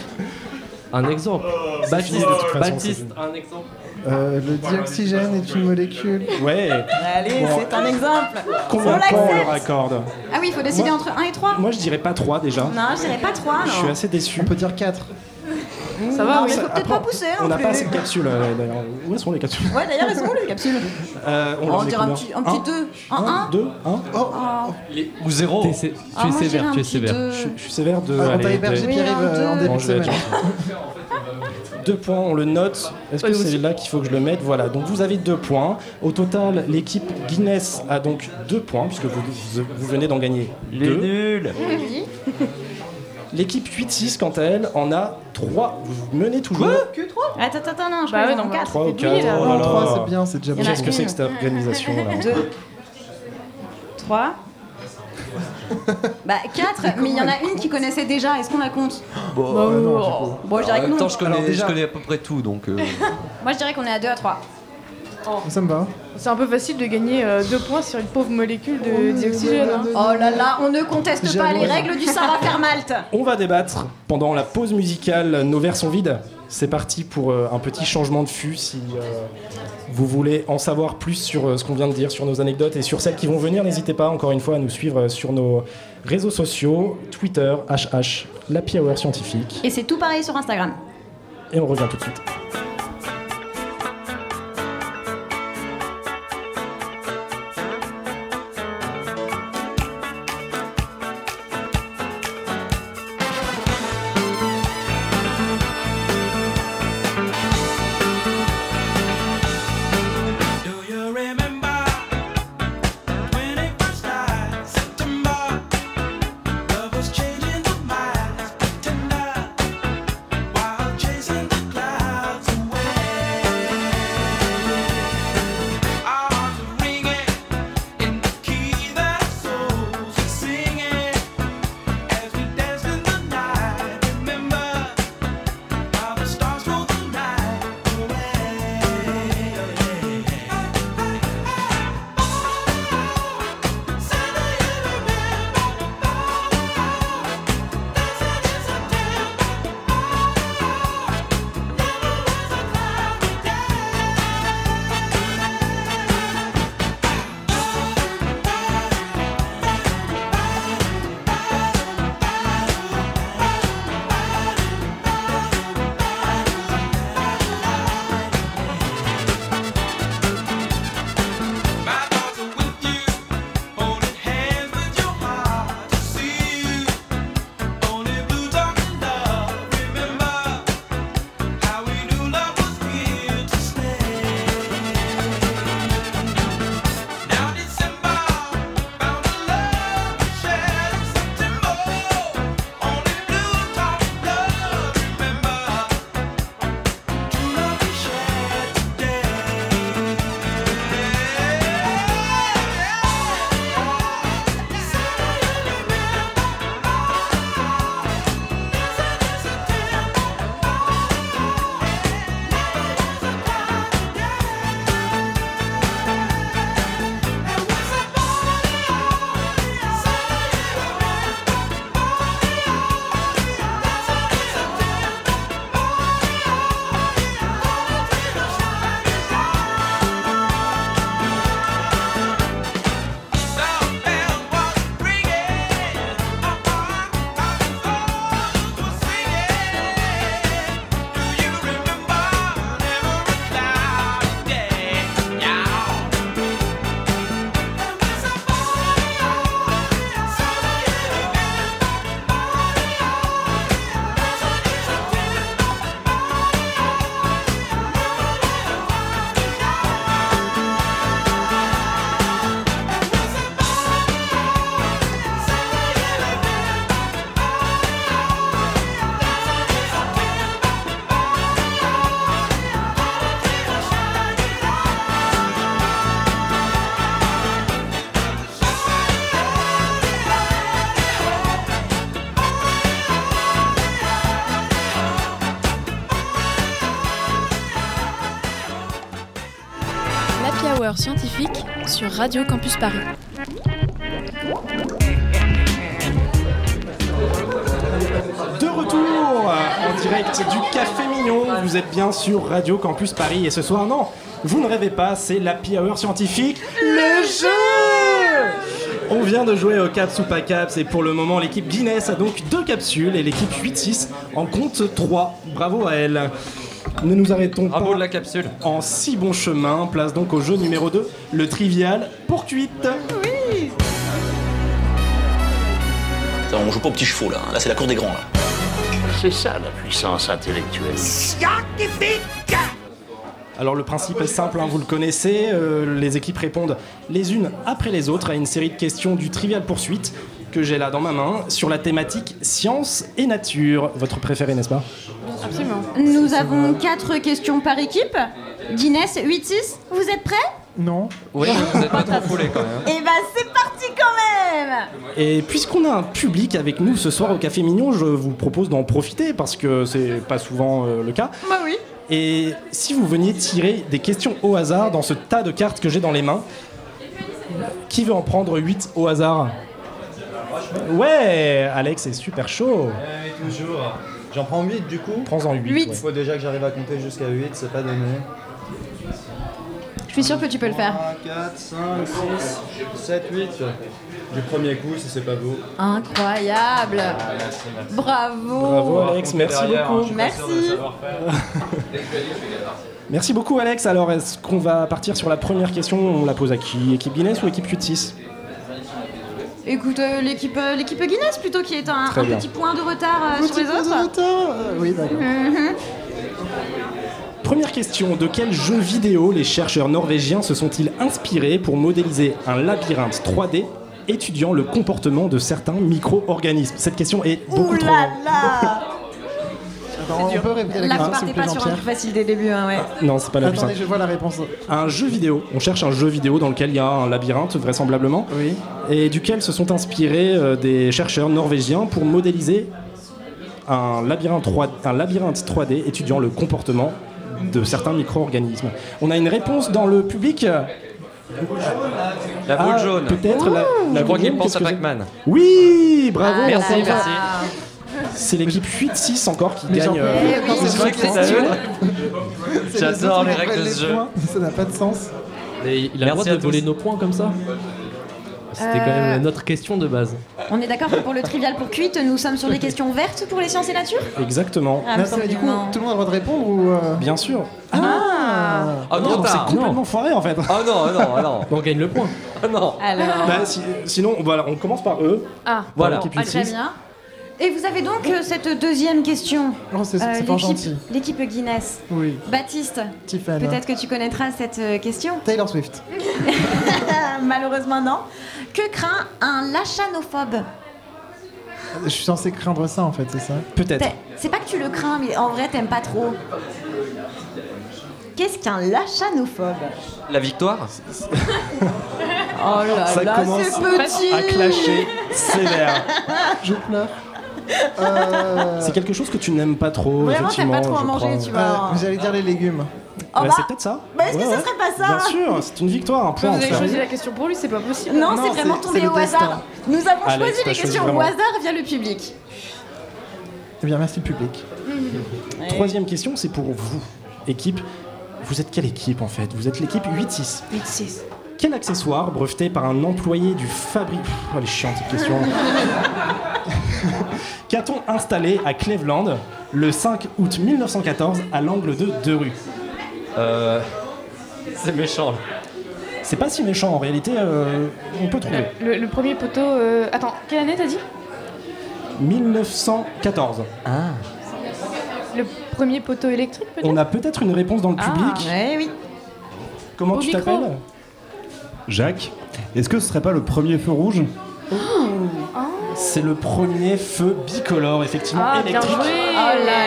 [SPEAKER 11] un exemple.
[SPEAKER 6] fini de
[SPEAKER 11] Baptiste,
[SPEAKER 6] toute façon, c'est
[SPEAKER 11] Baptiste,
[SPEAKER 6] fini.
[SPEAKER 11] un exemple.
[SPEAKER 12] Euh, le dioxygène est une molécule.
[SPEAKER 6] Ouais,
[SPEAKER 5] Allez,
[SPEAKER 6] Bon.
[SPEAKER 5] c'est un exemple.
[SPEAKER 6] combien
[SPEAKER 5] On
[SPEAKER 6] de points on leur
[SPEAKER 5] l'accepte.
[SPEAKER 6] accorde
[SPEAKER 5] Ah oui, il faut décider
[SPEAKER 6] Moi-
[SPEAKER 5] entre 1 et 3.
[SPEAKER 6] Moi, je dirais pas 3 déjà.
[SPEAKER 5] Non, je dirais pas 3.
[SPEAKER 6] Je suis assez déçu.
[SPEAKER 12] On peut dire 4.
[SPEAKER 5] Mmh. Ça va, mais faut peut-être
[SPEAKER 6] Après,
[SPEAKER 5] pas pousser
[SPEAKER 6] On
[SPEAKER 5] non
[SPEAKER 6] n'a
[SPEAKER 5] plus.
[SPEAKER 6] pas assez de capsules euh, d'ailleurs. Où sont les capsules
[SPEAKER 5] Ouais, d'ailleurs, elles sont où les capsules
[SPEAKER 6] Euh,
[SPEAKER 5] On,
[SPEAKER 6] leur met
[SPEAKER 5] dira un
[SPEAKER 6] combien
[SPEAKER 5] petit, un petit 2. Un Ah, 1
[SPEAKER 6] 2, 1. Oh,
[SPEAKER 13] Ou zéro.
[SPEAKER 11] T'es sé- tu es sévère, tu es sévère.
[SPEAKER 6] je, je suis sévère de.
[SPEAKER 12] Alors, Ah, on t'a
[SPEAKER 6] allez,
[SPEAKER 12] hébergé
[SPEAKER 6] de-
[SPEAKER 5] Oui,
[SPEAKER 12] Pierre-Yves
[SPEAKER 5] un,
[SPEAKER 12] euh, en
[SPEAKER 5] deux.
[SPEAKER 12] début
[SPEAKER 6] Bon,
[SPEAKER 12] de
[SPEAKER 6] je vais
[SPEAKER 12] semaine.
[SPEAKER 6] être Deux points, on le note. Est-ce que c'est là qu'il faut que je le mette Voilà, donc vous avez deux points. Au total, l'équipe Guinness a donc deux points, puisque vous, vous- vous venez d'en gagner
[SPEAKER 13] Il est
[SPEAKER 6] deux.
[SPEAKER 13] nul.
[SPEAKER 5] Oui.
[SPEAKER 6] L'équipe 8-6, quant à elle, en a trois. Vous menez toujours.
[SPEAKER 5] Que 3 Attends, attends, attends, non, je
[SPEAKER 4] Bah
[SPEAKER 5] peux
[SPEAKER 4] ouais,
[SPEAKER 5] dans
[SPEAKER 4] non,
[SPEAKER 5] 4.
[SPEAKER 6] Trois ou
[SPEAKER 4] fait douiller,
[SPEAKER 6] quatre,
[SPEAKER 4] là.
[SPEAKER 6] oh là là.
[SPEAKER 12] 3, c'est bien, c'est déjà bien.
[SPEAKER 5] en a
[SPEAKER 6] Qu'est-ce que c'est que
[SPEAKER 5] une.
[SPEAKER 6] cette organisation là
[SPEAKER 5] 2, 3. Bah 4, mais il y en a une qui connaissait déjà, est-ce qu'on la compte
[SPEAKER 6] Bah,
[SPEAKER 11] Bah,
[SPEAKER 13] Bon,
[SPEAKER 12] Ah
[SPEAKER 6] euh,
[SPEAKER 12] non,
[SPEAKER 11] oh.
[SPEAKER 12] du coup.
[SPEAKER 5] Bon, je dirais
[SPEAKER 13] en
[SPEAKER 5] que
[SPEAKER 13] même
[SPEAKER 5] non.
[SPEAKER 13] temps, je connais,
[SPEAKER 12] Alors, déjà-
[SPEAKER 13] je connais à peu près tout, donc. euh,
[SPEAKER 5] Moi je dirais qu'on est à 2 à 3.
[SPEAKER 12] Ça me va.
[SPEAKER 4] C'est un peu facile de gagner euh, deux points sur une pauvre molécule de dioxygène. hein.
[SPEAKER 5] Oh là là, on ne conteste pas
[SPEAKER 12] Jaloux.
[SPEAKER 5] les règles du Sarah Fermalt.
[SPEAKER 6] On va débattre pendant la pause musicale. Nos verres sont vides. C'est parti pour euh, un petit changement de fût. Si euh, vous voulez en savoir plus sur euh, ce qu'on vient de dire, sur nos anecdotes et sur celles qui vont venir, n'hésitez pas encore une fois à nous suivre euh, sur nos réseaux sociaux Twitter, HH, l'Happy Hour Scientifique.
[SPEAKER 5] Et c'est tout pareil sur Instagram.
[SPEAKER 6] Et on revient tout de suite.
[SPEAKER 14] September, love was changing the minds, pretender.
[SPEAKER 1] L'heure scientifique sur Radio Campus Paris.
[SPEAKER 6] De retour en direct du Café Mignon, vous êtes bien sur Radio Campus Paris et ce soir, non, vous ne rêvez pas, c'est l'Happy Hour scientifique, le jeu On vient de jouer au Caps ou pas Caps et pour le moment, l'équipe Guinness a donc deux capsules et l'équipe 8-6 en compte 3. Bravo à elle ne nous arrêtons pas de la
[SPEAKER 11] capsule.
[SPEAKER 6] en si bon chemin. Place donc au jeu numéro 2, le trivial pour cuite. Oui
[SPEAKER 15] Ça, on joue pas aux petits chevaux là, hein. là c'est la cour des grands là. C'est ça la puissance intellectuelle.
[SPEAKER 16] Scientifique
[SPEAKER 6] Alors le principe est simple, hein, vous le connaissez, euh, les équipes répondent les unes après les autres à une série de questions du Trivial Poursuite que j'ai là dans ma main sur la thématique science et nature. Votre préféré, n'est-ce pas
[SPEAKER 4] Absolument.
[SPEAKER 5] Nous avons quatre questions par équipe. Guinness, 8-6, vous êtes prêts
[SPEAKER 9] Non.
[SPEAKER 11] Oui, vous êtes pas trop foulés quand même.
[SPEAKER 5] Eh ben c'est parti quand même
[SPEAKER 6] Et puisqu'on a un public avec nous ce soir au Café Mignon, je vous propose d'en profiter parce que c'est pas souvent euh, le cas.
[SPEAKER 5] Bah oui.
[SPEAKER 6] Et si vous veniez tirer des questions au hasard dans ce tas de cartes que j'ai dans les mains, qui veut en prendre 8 au hasard Ouais, Alex est super chaud.
[SPEAKER 17] toujours. J'en prends 8 du coup.
[SPEAKER 6] Prends-en 8.
[SPEAKER 17] Il faut déjà que j'arrive à compter jusqu'à 8, c'est pas donné.
[SPEAKER 4] Je suis sûre que tu peux le faire.
[SPEAKER 17] 1, 4, 5, 6, 7, 8. Du premier coup, si c'est pas beau.
[SPEAKER 16] Incroyable Bravo
[SPEAKER 6] Bravo, Alex, merci
[SPEAKER 5] Oh, hein.
[SPEAKER 6] beaucoup.
[SPEAKER 16] Merci
[SPEAKER 6] Merci beaucoup Alex. Alors est-ce qu'on va partir sur la première question On la pose à qui Équipe Guinness ou équipe Q6
[SPEAKER 5] Écoute, euh, l'équipe euh, l'équipe Guinness plutôt qui est un,
[SPEAKER 6] Très
[SPEAKER 5] un
[SPEAKER 6] bien.
[SPEAKER 5] petit point de retard euh, sur les autres.
[SPEAKER 9] oui, d'accord.
[SPEAKER 5] Mhm.
[SPEAKER 6] Première question, de quel jeu vidéo les chercheurs norvégiens se sont-ils inspirés pour modéliser un labyrinthe 3D étudiant le comportement de certains micro-organismes Cette question est beaucoup trop longue.
[SPEAKER 5] Là
[SPEAKER 9] Attends, on peut répéter la
[SPEAKER 5] Là, vous
[SPEAKER 9] question, s'il
[SPEAKER 5] partez
[SPEAKER 9] vous plaît,
[SPEAKER 5] pas sur un
[SPEAKER 9] Jean-Pierre
[SPEAKER 5] truc facile dès le début, hein, ouais.
[SPEAKER 6] Non, c'est pas la plus
[SPEAKER 9] Attendez,
[SPEAKER 6] simple.
[SPEAKER 9] je vois la réponse.
[SPEAKER 6] Un jeu vidéo, on cherche un jeu vidéo dans lequel il y a un labyrinthe vraisemblablement, et duquel se sont inspirés euh, des chercheurs norvégiens pour modéliser un labyrinthe, 3, un labyrinthe 3D étudiant le comportement de certains micro-organismes. On a une réponse dans le public
[SPEAKER 11] La boule
[SPEAKER 6] Ah,
[SPEAKER 11] jaune.
[SPEAKER 6] Peut-être la, la
[SPEAKER 11] Je crois
[SPEAKER 6] boule
[SPEAKER 11] qu'il
[SPEAKER 6] jaune,
[SPEAKER 11] pense
[SPEAKER 6] qu'est-ce
[SPEAKER 11] à
[SPEAKER 6] que c'est
[SPEAKER 11] Pac-Man.
[SPEAKER 6] Oui, bravo.
[SPEAKER 11] Ah, merci,
[SPEAKER 6] encore une fois.
[SPEAKER 11] merci.
[SPEAKER 6] C'est l'équipe 8-6 encore qui
[SPEAKER 9] Mais
[SPEAKER 6] gagne. euh,
[SPEAKER 9] j'en peux plus, quand c'est vrai que c'est
[SPEAKER 6] C'est
[SPEAKER 9] sûr.
[SPEAKER 6] C'est
[SPEAKER 11] J'adore
[SPEAKER 9] autres
[SPEAKER 11] les
[SPEAKER 9] qui
[SPEAKER 11] règles de
[SPEAKER 9] prennent
[SPEAKER 11] ce
[SPEAKER 9] les
[SPEAKER 11] jeu.
[SPEAKER 9] points. Ça n'a pas de sens.
[SPEAKER 8] Et il a le droit
[SPEAKER 11] Merci
[SPEAKER 8] de
[SPEAKER 11] à tous.
[SPEAKER 8] voler nos points comme ça C'était quand
[SPEAKER 5] Euh.
[SPEAKER 8] même notre question de base.
[SPEAKER 5] On est d'accord que pour le trivial pour cuite, nous sommes sur des questions vertes pour les sciences et nature
[SPEAKER 6] Exactement.
[SPEAKER 9] Ah, Mais attends, mais du coup, tout le monde a le droit de répondre ou. euh,
[SPEAKER 6] Bien sûr. Ah,
[SPEAKER 11] Ah,
[SPEAKER 6] non,
[SPEAKER 11] trop
[SPEAKER 6] c'est
[SPEAKER 11] tard.
[SPEAKER 6] complètement foiré en fait.
[SPEAKER 11] Ah non, ah non, ah non.
[SPEAKER 8] On gagne le point.
[SPEAKER 11] Ah non.
[SPEAKER 5] Alors.
[SPEAKER 6] Bah, si- sinon, voilà, on commence par E. eux.
[SPEAKER 5] Ah,
[SPEAKER 6] Voilà.
[SPEAKER 5] bon,
[SPEAKER 6] L'équipe
[SPEAKER 5] ah, très
[SPEAKER 6] Ulysses.
[SPEAKER 5] bien. Et vous avez donc euh, cette deuxième question.
[SPEAKER 9] Oh,
[SPEAKER 5] Euh,
[SPEAKER 9] c'est- c'est pas
[SPEAKER 5] l'équipe-
[SPEAKER 9] gentil.
[SPEAKER 5] L'équipe Guinness.
[SPEAKER 9] Oui.
[SPEAKER 5] Baptiste,
[SPEAKER 9] Tiffany.
[SPEAKER 5] peut-être que tu connaîtras cette euh, question.
[SPEAKER 9] Taylor Swift. Ah,
[SPEAKER 5] Malheureusement, non. Que craint un lachanophobe
[SPEAKER 9] Je suis censé craindre ça en fait, c'est ça
[SPEAKER 6] Peut-être.
[SPEAKER 5] T'es- C'est pas que tu le crains, mais en vrai, t'aimes pas trop. Qu'est-ce qu'un lachanophobe
[SPEAKER 11] La victoire
[SPEAKER 5] Oh là
[SPEAKER 6] Ça
[SPEAKER 5] là,
[SPEAKER 6] commence
[SPEAKER 5] c'est petit
[SPEAKER 6] à clasher sévère.
[SPEAKER 9] Je pleure. Euh,
[SPEAKER 6] C'est quelque chose que tu n'aimes pas trop.
[SPEAKER 5] Vraiment,
[SPEAKER 6] effectivement,
[SPEAKER 5] t'aimes pas trop en
[SPEAKER 6] je
[SPEAKER 5] manger,
[SPEAKER 6] crois.
[SPEAKER 5] tu vois.
[SPEAKER 9] Euh, Vous allez dire les légumes.
[SPEAKER 5] Oh
[SPEAKER 6] Ouais,
[SPEAKER 5] bah,
[SPEAKER 6] c'est peut-être ça.
[SPEAKER 5] bah, est-ce que
[SPEAKER 6] Ouais,
[SPEAKER 5] ça
[SPEAKER 6] ouais.
[SPEAKER 5] serait pas ça
[SPEAKER 6] Bien sûr, c'est une victoire, un
[SPEAKER 4] Vous
[SPEAKER 6] point. en
[SPEAKER 4] avez
[SPEAKER 6] fait.
[SPEAKER 4] choisi la question pour lui, c'est pas possible.
[SPEAKER 5] Non, c'est vraiment
[SPEAKER 9] c'est
[SPEAKER 5] tombé
[SPEAKER 9] le
[SPEAKER 5] au
[SPEAKER 9] destin.
[SPEAKER 5] hasard. Nous avons
[SPEAKER 6] Alex,
[SPEAKER 5] choisi
[SPEAKER 6] t'as
[SPEAKER 5] les
[SPEAKER 6] choisi
[SPEAKER 5] questions au
[SPEAKER 6] vraiment.
[SPEAKER 5] hasard via le public.
[SPEAKER 9] Eh bien, merci le public.
[SPEAKER 6] Troisième question, c'est pour vous, équipe. Vous êtes quelle équipe en fait Vous êtes l'équipe 8-6.
[SPEAKER 4] 8-6.
[SPEAKER 6] Quel accessoire breveté par un employé du fabricant. Oh, elle est chiante cette question. Qu'a-t-on installé à Cleveland le 5 août 1914 à l'angle de deux rues
[SPEAKER 11] Euh, C'est méchant. là.
[SPEAKER 6] C'est pas si méchant en réalité, euh, on peut trouver.
[SPEAKER 4] Le, le premier poteau. euh, Attends, quelle année t'as dit
[SPEAKER 6] 1914.
[SPEAKER 4] Le premier poteau électrique peut-être
[SPEAKER 6] On a peut-être une réponse dans le public.
[SPEAKER 5] Eh oui.
[SPEAKER 6] Comment
[SPEAKER 4] Au
[SPEAKER 6] tu
[SPEAKER 4] micro.
[SPEAKER 6] t'appelles
[SPEAKER 18] Jacques, est-ce que ce serait pas le premier feu rouge
[SPEAKER 4] Oh.
[SPEAKER 6] Ah. C'est le premier feu bicolore, effectivement,
[SPEAKER 4] Ah, bien
[SPEAKER 6] électrique.
[SPEAKER 4] joué
[SPEAKER 5] Oh là là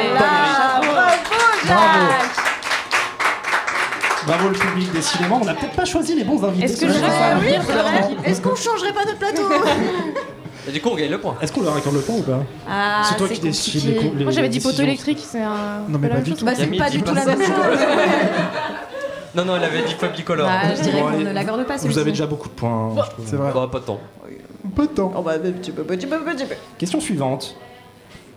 [SPEAKER 5] Bravo, Jacques
[SPEAKER 6] Bravo le public, décidément, on n'a peut-être pas choisi les bons invités.
[SPEAKER 4] Est-ce que
[SPEAKER 6] ce
[SPEAKER 4] je
[SPEAKER 6] soir.
[SPEAKER 4] reste
[SPEAKER 5] Oui, c'est vrai. Est-ce qu'on changerait pas de plateau
[SPEAKER 11] Et du coup, on gagne le point.
[SPEAKER 6] Est-ce qu'on leur accorde le point ou pas
[SPEAKER 5] Ah,
[SPEAKER 6] C'est toi
[SPEAKER 5] c'est
[SPEAKER 6] qui décides
[SPEAKER 5] compliqué.
[SPEAKER 6] les, co- les-
[SPEAKER 4] Moi j'avais
[SPEAKER 6] les
[SPEAKER 4] dit poteau
[SPEAKER 6] décisions.
[SPEAKER 4] électrique, c'est un.
[SPEAKER 9] Non, mais pas
[SPEAKER 5] Ah,
[SPEAKER 4] la même
[SPEAKER 9] du
[SPEAKER 4] chose.
[SPEAKER 9] tout.
[SPEAKER 5] Bah,
[SPEAKER 11] Il y a [laughs]
[SPEAKER 5] c'est
[SPEAKER 11] mis
[SPEAKER 5] pas
[SPEAKER 11] dix
[SPEAKER 5] du tout la
[SPEAKER 11] personnes.
[SPEAKER 5] même chose.
[SPEAKER 11] Non, non, elle avait dit pas bicolore.
[SPEAKER 5] Ah, je dirais
[SPEAKER 6] Bon,
[SPEAKER 5] qu'on
[SPEAKER 6] allez,
[SPEAKER 5] ne l'accorde pas
[SPEAKER 6] Vous
[SPEAKER 5] celui-ci.
[SPEAKER 6] avez déjà beaucoup de points. hein, je trouve.
[SPEAKER 11] Bah, pas tant.
[SPEAKER 10] Peu de temps.
[SPEAKER 6] Question suivante.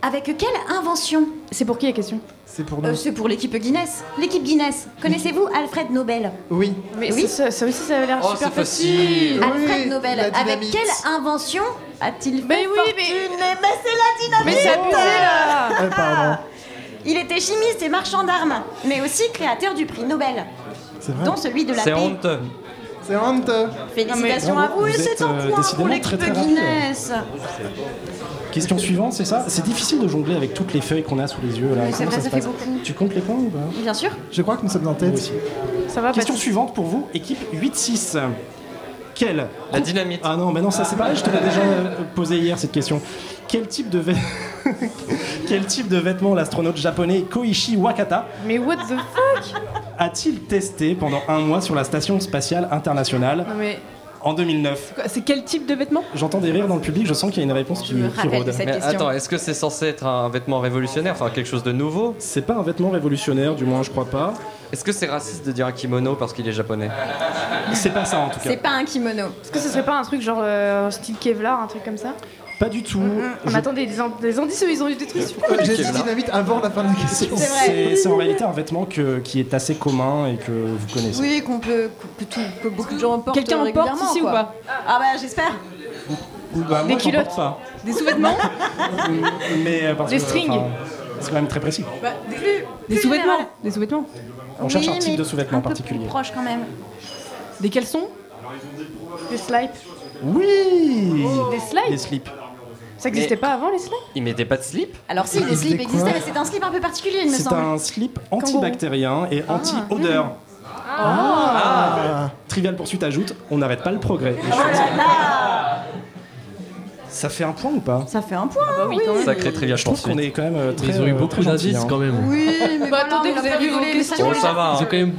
[SPEAKER 5] Avec quelle invention
[SPEAKER 4] C'est pour qui la question
[SPEAKER 6] C'est pour
[SPEAKER 5] Euh, C'est pour l'équipe Guinness. L'équipe Guinness. Connaissez-vous Alfred Nobel
[SPEAKER 10] Oui.
[SPEAKER 4] Mais
[SPEAKER 5] Oui.
[SPEAKER 4] ça, ça aussi, ça avait l'air
[SPEAKER 5] Oh,
[SPEAKER 4] super
[SPEAKER 5] c'est
[SPEAKER 4] facile.
[SPEAKER 5] Alfred Nobel. Avec quelle invention a-t-il fait fortune mais... c'est la dynamite Ah.
[SPEAKER 4] Mais c'est abusé,
[SPEAKER 6] Ah,
[SPEAKER 4] là
[SPEAKER 10] Eh, pardon.
[SPEAKER 5] Il était chimiste et marchand d'armes, mais aussi créateur du prix Nobel,
[SPEAKER 6] C'est
[SPEAKER 5] dont celui de la
[SPEAKER 11] C'est
[SPEAKER 5] paix.
[SPEAKER 11] honteux.
[SPEAKER 10] C'est honteux.
[SPEAKER 5] Félicitations
[SPEAKER 6] Non, mais
[SPEAKER 5] à vous,
[SPEAKER 6] vous
[SPEAKER 5] et
[SPEAKER 6] êtes,
[SPEAKER 5] c'est un
[SPEAKER 6] euh,
[SPEAKER 5] point pour
[SPEAKER 6] décidément très,
[SPEAKER 5] l'équipe
[SPEAKER 6] très rapide.
[SPEAKER 5] Guinness.
[SPEAKER 6] Euh, Question suivante, c'est ça C'est difficile de jongler avec toutes les feuilles qu'on a sous les yeux là.
[SPEAKER 5] Oui, c'est
[SPEAKER 6] Comment
[SPEAKER 5] vrai,
[SPEAKER 6] se
[SPEAKER 5] ça fait
[SPEAKER 6] passe
[SPEAKER 5] beaucoup.
[SPEAKER 6] Tu comptes les points ou pas
[SPEAKER 5] Bien sûr.
[SPEAKER 10] Je crois que nous sommes en tête.
[SPEAKER 4] Ça va,
[SPEAKER 6] Question suivante pour vous, équipe 8-6. Quelle
[SPEAKER 11] La dynamite.
[SPEAKER 6] Ah non, mais non, ça c'est pareil, je te l'ai déjà euh, posé hier cette question. Quel type de, vêt- [laughs] Quel type de vêtement l'astronaute japonais Koichi Wakata
[SPEAKER 4] Mais what the fuck
[SPEAKER 6] a-t-il testé pendant un mois sur la station spatiale internationale
[SPEAKER 4] Non mais
[SPEAKER 6] en 2009
[SPEAKER 19] Quoi, C'est quel type de vêtements
[SPEAKER 6] J'entends des rires dans le public, je sens qu'il y a une réponse qui, qui rôde.
[SPEAKER 11] Mais attends, est-ce que c'est censé être un vêtement révolutionnaire, enfin quelque chose de nouveau
[SPEAKER 6] C'est pas un vêtement révolutionnaire, du moins je crois pas.
[SPEAKER 11] Est-ce que c'est raciste de dire un kimono parce qu'il est japonais
[SPEAKER 6] C'est pas ça en tout
[SPEAKER 5] C'est pas un kimono.
[SPEAKER 4] Est-ce que ce serait pas un truc genre euh, style Kevlar, un truc comme ça
[SPEAKER 6] Pas du tout.
[SPEAKER 4] On attendait des, in- des indices, eux, ils ont eu des trucs sur
[SPEAKER 10] J'ai dit dynamite avant la fin de la question.
[SPEAKER 4] C'est vrai.
[SPEAKER 6] C'est c'est en réalité un vêtement que- qui est assez commun et que vous connaissez.
[SPEAKER 5] Oui, qu'on peut, que, tout- que beaucoup de gens portent
[SPEAKER 19] Quelqu'un en porte
[SPEAKER 5] régulièrement,
[SPEAKER 19] ici ou
[SPEAKER 5] quoi.
[SPEAKER 19] pas
[SPEAKER 5] Ah bah j'espère.
[SPEAKER 6] Bah,
[SPEAKER 19] Des
[SPEAKER 6] moi, j'en porte
[SPEAKER 19] culottes.
[SPEAKER 6] pas.
[SPEAKER 19] Des sous-vêtements
[SPEAKER 6] Mais euh, parce
[SPEAKER 19] Des
[SPEAKER 6] que,
[SPEAKER 19] strings.
[SPEAKER 6] enfin, C'est quand même très précis.
[SPEAKER 5] Bah,
[SPEAKER 19] Des sous-vêtements Des sous-vêtements
[SPEAKER 6] On cherche
[SPEAKER 5] Oui,
[SPEAKER 6] un type
[SPEAKER 5] mais
[SPEAKER 6] de sous-vêtement
[SPEAKER 5] un peu
[SPEAKER 6] particulier.
[SPEAKER 5] Proche quand même.
[SPEAKER 19] Des caleçons
[SPEAKER 4] Des slips.
[SPEAKER 6] Oui
[SPEAKER 4] Des slips
[SPEAKER 6] Des slips.
[SPEAKER 4] Ça existait
[SPEAKER 11] Mais-
[SPEAKER 4] pas avant les slips
[SPEAKER 11] Il mettait pas de slip
[SPEAKER 5] Alors si, les
[SPEAKER 6] Des
[SPEAKER 5] slips
[SPEAKER 6] quoi
[SPEAKER 5] existaient, mais c'est un slip un peu particulier, il me
[SPEAKER 6] C'est
[SPEAKER 5] semble.
[SPEAKER 6] un slip antibactérien et anti-odeur. Ah. Trivial poursuite ajoute, on n'arrête pas le progrès. Et je pense que- Ça fait un point ou pas
[SPEAKER 5] Ça fait un point, oui.
[SPEAKER 11] Sacré trivial
[SPEAKER 6] Je trouve qu'on
[SPEAKER 11] poursuite.
[SPEAKER 6] est quand même euh, très
[SPEAKER 20] Ils ont eu
[SPEAKER 6] euh,
[SPEAKER 20] beaucoup
[SPEAKER 6] très gentils,
[SPEAKER 20] d'indices
[SPEAKER 6] hein.
[SPEAKER 20] quand même.
[SPEAKER 5] Oui, mais
[SPEAKER 19] Bah,
[SPEAKER 5] voilà,
[SPEAKER 19] attendez,
[SPEAKER 5] on
[SPEAKER 19] vous
[SPEAKER 5] a
[SPEAKER 19] avez
[SPEAKER 5] pas
[SPEAKER 19] vu vos
[SPEAKER 5] rigolé,
[SPEAKER 19] questions
[SPEAKER 5] laissez-le.
[SPEAKER 11] Bon, Oh, ça va. hein.
[SPEAKER 20] Ils ont quand même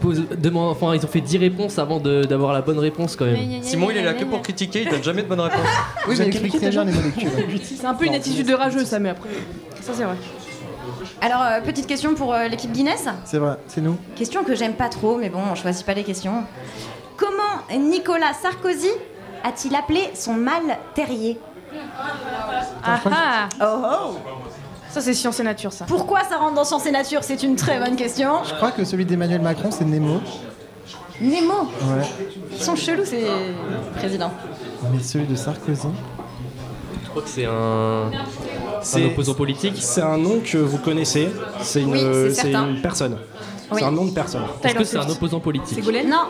[SPEAKER 20] posé- demandé- enfin, ils ont fait 10 réponses avant de- d'avoir la bonne réponse quand même.
[SPEAKER 11] Simon, il est là que pour critiquer, il donne jamais de bonnes réponses.
[SPEAKER 10] Oui, mais expliquez bien les molécules.
[SPEAKER 19] C'est un peu une attitude de rageux, ça, mais après.
[SPEAKER 4] Ça c'est vrai.
[SPEAKER 5] Alors, euh, petite question pour euh, l'équipe Guinness.
[SPEAKER 10] C'est vrai, c'est nous.
[SPEAKER 5] Question que j'aime pas trop, mais bon, on choisit pas les questions. Comment Nicolas Sarkozy a-t-il appelé son mal terrier
[SPEAKER 4] Ah ah
[SPEAKER 5] Oh oh
[SPEAKER 4] Ça c'est science et nature ça.
[SPEAKER 5] Pourquoi ça rentre dans Science et Nature C'est une très bonne question.
[SPEAKER 10] Je crois que celui d'Emmanuel Macron, c'est Nemo.
[SPEAKER 5] Nemo,
[SPEAKER 10] Ouais.
[SPEAKER 5] ils sont chelous ces présidents.
[SPEAKER 10] Mais celui de Sarkozy.
[SPEAKER 20] Je crois que c'est un...
[SPEAKER 6] C'est-
[SPEAKER 20] un opposant politique.
[SPEAKER 6] C'est un nom que vous connaissez, c'est une, euh,
[SPEAKER 5] Oui, c'est
[SPEAKER 6] c'est
[SPEAKER 5] certain.
[SPEAKER 6] une personne.
[SPEAKER 5] Oui.
[SPEAKER 6] C'est un nom de personne.
[SPEAKER 20] Est-ce que c'est un opposant politique
[SPEAKER 5] Non,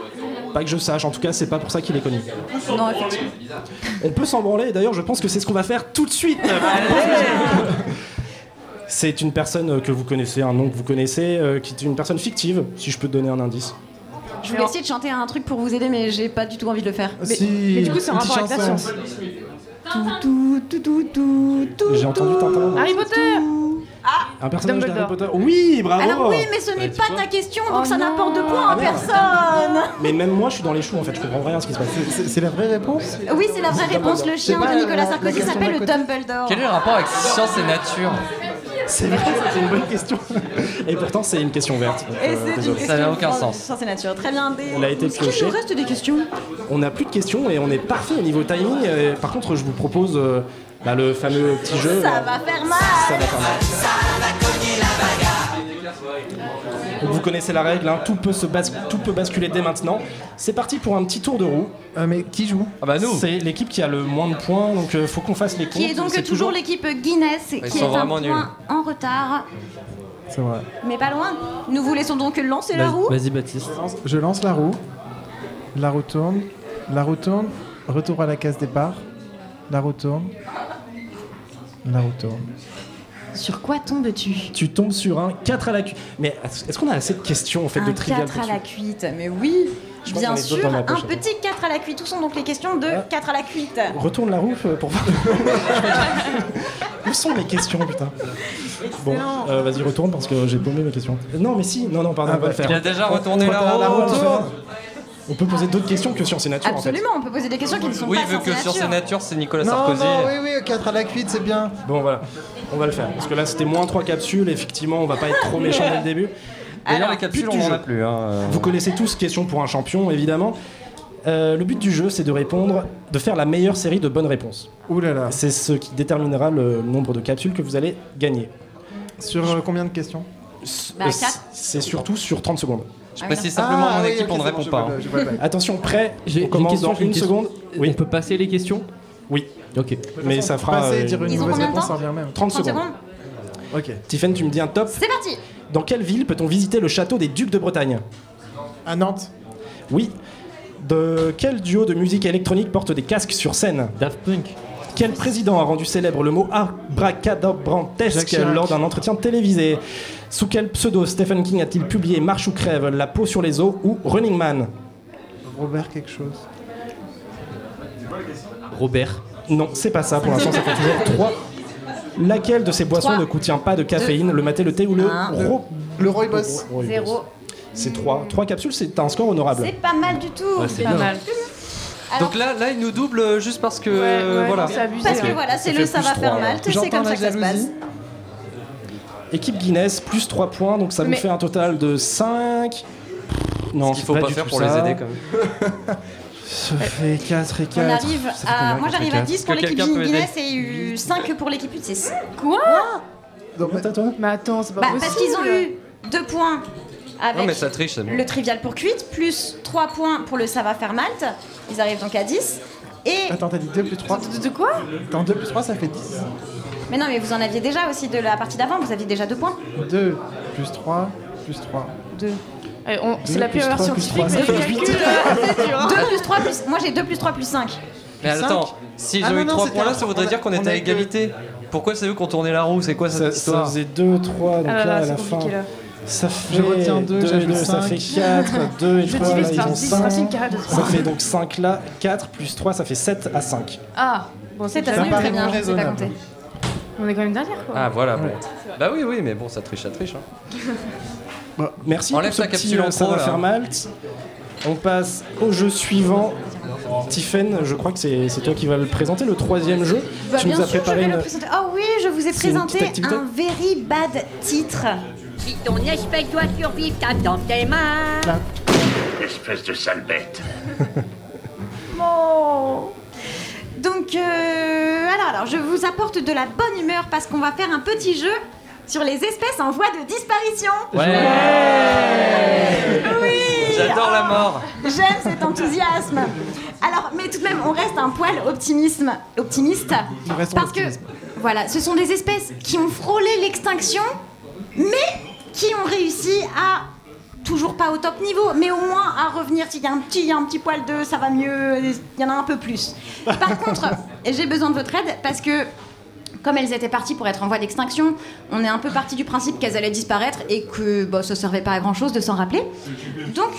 [SPEAKER 6] Pas que je sache, en tout cas, c'est pas pour ça qu'il est connu.
[SPEAKER 5] non, effectivement.
[SPEAKER 6] On peut s'en branler, et d'ailleurs, je pense que c'est ce qu'on va faire tout de suite. [laughs] C'est une personne euh, que vous connaissez, un nom que vous connaissez, euh, qui est une personne fictive, si je peux te donner un indice.
[SPEAKER 5] Je voulais essayer de chanter un truc pour vous aider, mais j'ai pas du tout envie de le faire.
[SPEAKER 4] Mais, mais du coup c'est en
[SPEAKER 10] une
[SPEAKER 4] rapport avec la
[SPEAKER 10] chanson.
[SPEAKER 4] science.
[SPEAKER 5] Tout, tout, tout, tout, tout,
[SPEAKER 6] J'ai entendu Tintin.
[SPEAKER 4] Harry Potter
[SPEAKER 6] Un personnage d'Harry
[SPEAKER 4] Ah Dumbledore.
[SPEAKER 6] Potter. Oui, bravo
[SPEAKER 5] Alors oui, mais ce n'est pas ta question, donc ça n'apporte de points
[SPEAKER 6] Ah,
[SPEAKER 5] à
[SPEAKER 6] merde.
[SPEAKER 5] personne.
[SPEAKER 6] Mais même moi, je suis dans les choux, en fait, je comprends rien à ce qui se passe.
[SPEAKER 10] C'est c'est la vraie réponse
[SPEAKER 5] Oui, c'est la vraie réponse. Le chien
[SPEAKER 10] C'est pas
[SPEAKER 5] de
[SPEAKER 10] la-
[SPEAKER 5] Nicolas
[SPEAKER 10] la
[SPEAKER 5] Sarkozy
[SPEAKER 10] question
[SPEAKER 5] s'appelle
[SPEAKER 10] d'à
[SPEAKER 5] le
[SPEAKER 10] côté.
[SPEAKER 5] Dumbledore.
[SPEAKER 11] Quel est le rapport avec science et nature
[SPEAKER 6] C'est vrai, c'est une bonne question. Et pourtant, c'est une question verte. donc,
[SPEAKER 5] Et
[SPEAKER 6] euh,
[SPEAKER 5] c'est une
[SPEAKER 6] désolé.
[SPEAKER 11] Ça n'a
[SPEAKER 5] question
[SPEAKER 11] aucun
[SPEAKER 5] de
[SPEAKER 11] sens.
[SPEAKER 5] Science et nature. Très bien. Des...
[SPEAKER 6] On a été
[SPEAKER 5] Est-ce qu'il
[SPEAKER 6] pioché.
[SPEAKER 5] nous reste des questions
[SPEAKER 6] On n'a plus de questions et on est parfait au niveau timing. Euh, par contre, je vous propose euh, bah, le fameux petit jeu.
[SPEAKER 5] Ça
[SPEAKER 6] là.
[SPEAKER 5] va faire mal.
[SPEAKER 6] Ça va faire mal. Donc, vous connaissez la règle, hein, tout, peut se bas- tout peut basculer dès maintenant. C'est parti pour un petit tour de roue.
[SPEAKER 10] Euh, mais qui joue
[SPEAKER 11] Ah bah nous
[SPEAKER 6] C'est l'équipe qui a le moins de points, donc euh, faut qu'on fasse les comptes.
[SPEAKER 5] Qui est donc
[SPEAKER 6] C'est
[SPEAKER 5] toujours l'équipe Guinness, qui est
[SPEAKER 11] sont
[SPEAKER 5] un
[SPEAKER 11] vraiment
[SPEAKER 5] point
[SPEAKER 11] nuls.
[SPEAKER 5] en retard,
[SPEAKER 10] C'est vrai.
[SPEAKER 5] mais pas loin. Nous Bah vous laissons donc lancer la
[SPEAKER 20] Vas-
[SPEAKER 5] roue.
[SPEAKER 20] Vas-y Baptiste.
[SPEAKER 10] Je lance la roue. La retourne. La retourne. Retour à la case départ. La retourne. La retourne.
[SPEAKER 5] Sur quoi tombes-tu
[SPEAKER 6] Tu tombes sur un 4 à la cu... Mais est-ce qu'on a assez de questions en fait de
[SPEAKER 5] Un
[SPEAKER 6] trivial
[SPEAKER 5] 4 à
[SPEAKER 6] Pursuit
[SPEAKER 5] la cuite, mais oui,
[SPEAKER 6] Je pense qu'on
[SPEAKER 5] bien
[SPEAKER 6] est deux
[SPEAKER 5] sûr,
[SPEAKER 6] dans la
[SPEAKER 5] un
[SPEAKER 6] poche,
[SPEAKER 5] petit 4 à la cuite. Où sont donc les questions de 4 à la cuite
[SPEAKER 6] Retourne la roue euh, pour voir. [laughs] Où sont mes questions, putain Bon, euh, vas-y, retourne parce que j'ai paumé mes questions. Non, mais si, non, non, pardon,
[SPEAKER 10] Ah
[SPEAKER 6] on
[SPEAKER 10] bah,
[SPEAKER 6] va le faire.
[SPEAKER 11] Il a déjà retourné la roue.
[SPEAKER 6] On va le faire. On peut poser d'autres questions que science et nature
[SPEAKER 5] Absolument, on peut poser des questions qui ne sont
[SPEAKER 11] Oui,
[SPEAKER 5] pas
[SPEAKER 11] vu que
[SPEAKER 5] science
[SPEAKER 11] science
[SPEAKER 5] et
[SPEAKER 11] et
[SPEAKER 5] nature.
[SPEAKER 11] nature, c'est Nicolas
[SPEAKER 10] Non,
[SPEAKER 11] Sarkozy.
[SPEAKER 10] non, oui, oui, 4 à la cuite, c'est bien.
[SPEAKER 6] en fait. Bon, voilà, on va le faire. Parce que là, c'était moins 3 capsules, effectivement, on va pas être trop méchant dès le début.
[SPEAKER 11] Et là,
[SPEAKER 6] Alors,
[SPEAKER 11] les capsules,
[SPEAKER 6] but
[SPEAKER 11] on
[SPEAKER 6] du
[SPEAKER 11] n'en a
[SPEAKER 6] jeu.
[SPEAKER 11] plus. hein, euh.
[SPEAKER 6] Vous connaissez tous Question pour un champion, évidemment. Euh, le but du jeu, c'est de répondre, de faire la meilleure série de bonnes réponses.
[SPEAKER 10] Ouh là là.
[SPEAKER 6] C'est ce qui déterminera le nombre de capsules que vous allez gagner.
[SPEAKER 10] Sur euh, combien de questions
[SPEAKER 6] Euh, c- C'est surtout sur 30 secondes.
[SPEAKER 11] Je précise simplement à mon équipe, on ne répond pas. hein.
[SPEAKER 6] Attention, prêt
[SPEAKER 21] J'ai- j'ai
[SPEAKER 6] On
[SPEAKER 21] une
[SPEAKER 6] commence
[SPEAKER 21] question,
[SPEAKER 6] dans
[SPEAKER 21] j'ai une
[SPEAKER 6] une
[SPEAKER 21] question.
[SPEAKER 6] seconde. Oui.
[SPEAKER 21] On peut passer les questions
[SPEAKER 6] Oui.
[SPEAKER 21] Ok.
[SPEAKER 6] Mais ça fera.
[SPEAKER 10] Passer et
[SPEAKER 6] euh,
[SPEAKER 10] dire une
[SPEAKER 6] une
[SPEAKER 10] mauvaise
[SPEAKER 6] mauvaise
[SPEAKER 10] réponse,
[SPEAKER 6] réponse.
[SPEAKER 10] ça revient au même.
[SPEAKER 6] 30 secondes.
[SPEAKER 10] Ok.
[SPEAKER 6] Tiffen, tu me dis un top.
[SPEAKER 5] C'est parti
[SPEAKER 6] Dans quelle ville peut-on visiter le château des Ducs de Bretagne
[SPEAKER 10] À Nantes.
[SPEAKER 6] Oui. De quel duo de musique électronique porte des casques sur scène
[SPEAKER 21] Daft Punk.
[SPEAKER 6] Quel président a rendu célèbre le mot
[SPEAKER 10] Jacques
[SPEAKER 6] abracadabrantesque
[SPEAKER 10] Chirac.
[SPEAKER 6] lors d'un entretien télévisé Sous quel pseudo Stephen King a-t-il publié Marche ou crève, La peau sur les os ou Running Man
[SPEAKER 10] Robert quelque chose.
[SPEAKER 21] Robert.
[SPEAKER 6] Non, c'est pas ça. Pour l'instant, ça fait toujours 3. Laquelle de ces boissons
[SPEAKER 5] Trois.
[SPEAKER 6] ne contient pas de caféine Le maté, le thé ou le
[SPEAKER 5] Un.
[SPEAKER 6] ro-
[SPEAKER 10] Le Roy Boss.
[SPEAKER 6] Ro- Roy Boss.
[SPEAKER 5] Zéro.
[SPEAKER 6] C'est 3. 3 capsules, c'est un score honorable.
[SPEAKER 5] C'est pas mal du tout.
[SPEAKER 6] Ouais, c'est Pas bien. mal.
[SPEAKER 11] Donc là, là, il nous double euh, juste parce que.
[SPEAKER 5] ouais,
[SPEAKER 11] voilà.
[SPEAKER 5] c'est abusé, Parce que ouais. voilà, c'est le ça va faire mal, c'est comme ça que ça se passe.
[SPEAKER 6] Équipe Guinness, plus 3 points, donc ça vous
[SPEAKER 5] Mais-
[SPEAKER 6] fait un total de 5. Non,
[SPEAKER 11] Ce qu'il
[SPEAKER 6] c'est
[SPEAKER 11] faut pas
[SPEAKER 6] du
[SPEAKER 11] faire
[SPEAKER 6] tout
[SPEAKER 11] pour les
[SPEAKER 6] ça.
[SPEAKER 11] aider, quand même.
[SPEAKER 10] Ça fait 4 et 4.
[SPEAKER 5] On arrive
[SPEAKER 10] Ça fait
[SPEAKER 5] à.
[SPEAKER 10] combien, quatre
[SPEAKER 5] Moi
[SPEAKER 10] et
[SPEAKER 5] j'arrive à
[SPEAKER 10] quatre
[SPEAKER 5] 10 pour
[SPEAKER 10] Que
[SPEAKER 5] l'équipe
[SPEAKER 10] quelqu'un peut
[SPEAKER 5] Guinness et 5 pour l'équipe U6.
[SPEAKER 10] Bah,
[SPEAKER 4] Quoi
[SPEAKER 10] Donc,
[SPEAKER 6] attends, toi
[SPEAKER 4] Mais attends, c'est pas
[SPEAKER 5] Bah,
[SPEAKER 4] possible.
[SPEAKER 5] parce qu'ils ont eu 2 points avec
[SPEAKER 11] Non, mais ça triche, c'est bon.
[SPEAKER 5] le trivial pour cuite, plus 3 points pour le ça va faire malte. Ils arrivent donc à 10. Et.
[SPEAKER 10] Attends, t'as dit 2 plus 3.
[SPEAKER 5] De quoi
[SPEAKER 10] Attends, 2 plus 3, ça fait 10.
[SPEAKER 5] Mais non, mais vous en aviez déjà aussi de la partie d'avant, vous aviez déjà
[SPEAKER 10] [laughs]
[SPEAKER 5] 2 points.
[SPEAKER 10] 2 plus 3 plus 3.
[SPEAKER 5] 2.
[SPEAKER 4] C'est la
[SPEAKER 10] Deux plus
[SPEAKER 4] pure erreur
[SPEAKER 10] trois plus
[SPEAKER 4] scientifique,
[SPEAKER 10] trois,
[SPEAKER 4] mais
[SPEAKER 10] ça
[SPEAKER 4] le
[SPEAKER 10] fait
[SPEAKER 4] calcul,
[SPEAKER 10] huit.
[SPEAKER 4] euh, c'est dur. hein.
[SPEAKER 5] 2 plus 3 plus. Moi j'ai 2 plus 3 plus 5.
[SPEAKER 11] Mais
[SPEAKER 10] Cinq.
[SPEAKER 11] attends, s'ils
[SPEAKER 10] Ah
[SPEAKER 11] ont
[SPEAKER 10] non,
[SPEAKER 11] eu
[SPEAKER 10] non,
[SPEAKER 11] 3
[SPEAKER 10] c'était
[SPEAKER 11] points là,
[SPEAKER 10] un-
[SPEAKER 11] ça
[SPEAKER 10] on
[SPEAKER 11] voudrait
[SPEAKER 10] a-
[SPEAKER 11] dire qu'on
[SPEAKER 10] on
[SPEAKER 11] était
[SPEAKER 10] a
[SPEAKER 11] à
[SPEAKER 10] eu
[SPEAKER 11] égalité. Pourquoi c'est eux qui ont tourné la roue C'est quoi
[SPEAKER 6] Ça,
[SPEAKER 11] cette
[SPEAKER 6] ça
[SPEAKER 11] histoire
[SPEAKER 6] faisait 2, 3, donc
[SPEAKER 4] Ah là
[SPEAKER 6] là,
[SPEAKER 4] là,
[SPEAKER 6] à
[SPEAKER 4] c'est
[SPEAKER 6] la fin.
[SPEAKER 4] compliqué, là.
[SPEAKER 6] Ça fait
[SPEAKER 10] Je retiens deux,
[SPEAKER 6] deux,
[SPEAKER 10] j'ajoute
[SPEAKER 6] deux, ça
[SPEAKER 10] cinq.
[SPEAKER 6] fait 4, 2 et
[SPEAKER 4] Je
[SPEAKER 6] 3, là,
[SPEAKER 4] divise
[SPEAKER 6] ils
[SPEAKER 4] par
[SPEAKER 6] ont
[SPEAKER 4] 10,
[SPEAKER 6] 5.
[SPEAKER 4] racine carrée de trois.
[SPEAKER 6] Ça fait donc 5 là, 4 plus 3, ça fait 7 à 5.
[SPEAKER 4] Ah, bon, c'est
[SPEAKER 5] Ça
[SPEAKER 4] t'as vu,
[SPEAKER 10] paraît
[SPEAKER 4] très bien,
[SPEAKER 10] moins
[SPEAKER 4] je sais pas
[SPEAKER 10] raisonnable.
[SPEAKER 4] compter. On est quand même derrière quoi.
[SPEAKER 11] Ah voilà, bon. Bah oui, oui, mais bon, ça triche, ça triche. hein.
[SPEAKER 6] Merci
[SPEAKER 11] Bah, Enlève
[SPEAKER 6] pour ce
[SPEAKER 11] ta
[SPEAKER 6] petit
[SPEAKER 11] capsule en
[SPEAKER 6] euh, ça
[SPEAKER 11] pro,
[SPEAKER 6] va
[SPEAKER 11] là.
[SPEAKER 6] faire Malte. On passe au jeu suivant. Tiffen, je crois que c'est c'est toi qui vas le présenter, le troisième jeu.
[SPEAKER 5] Bah,
[SPEAKER 6] tu
[SPEAKER 5] bien
[SPEAKER 6] nous as
[SPEAKER 5] sûr, je
[SPEAKER 6] préparé
[SPEAKER 5] vais
[SPEAKER 6] une...
[SPEAKER 5] le présenter. Oh oui, je vous ai
[SPEAKER 6] C'est une
[SPEAKER 5] présenté
[SPEAKER 6] petite activité.
[SPEAKER 5] un very bad titre.
[SPEAKER 22] Si ton espèce doit survivre, tape dans tes mains.
[SPEAKER 2] Espèce de sale bête.
[SPEAKER 5] Donc, euh, alors, alors, je vous apporte de la bonne humeur parce qu'on va faire un petit jeu sur les espèces en voie de
[SPEAKER 6] [laughs]
[SPEAKER 5] disparition. Oui
[SPEAKER 11] J'adore la mort
[SPEAKER 5] J'aime cet enthousiasme. Alors, mais tout de même, on reste un poil optimisme, optimiste.
[SPEAKER 10] Nous restons
[SPEAKER 5] Parce que, voilà, ce sont des espèces qui ont frôlé l'extinction, mais qui ont réussi à, toujours pas au top niveau, mais au moins à revenir. S'il y a un petit, il y a un petit poil de ça va mieux, il y en a un peu plus. Par contre, j'ai besoin de votre aide parce que comme elles étaient parties pour être en voie d'extinction, on est un peu parti du principe qu'elles allaient disparaître et que bah, ça servait pas à grand chose de s'en rappeler. Donc,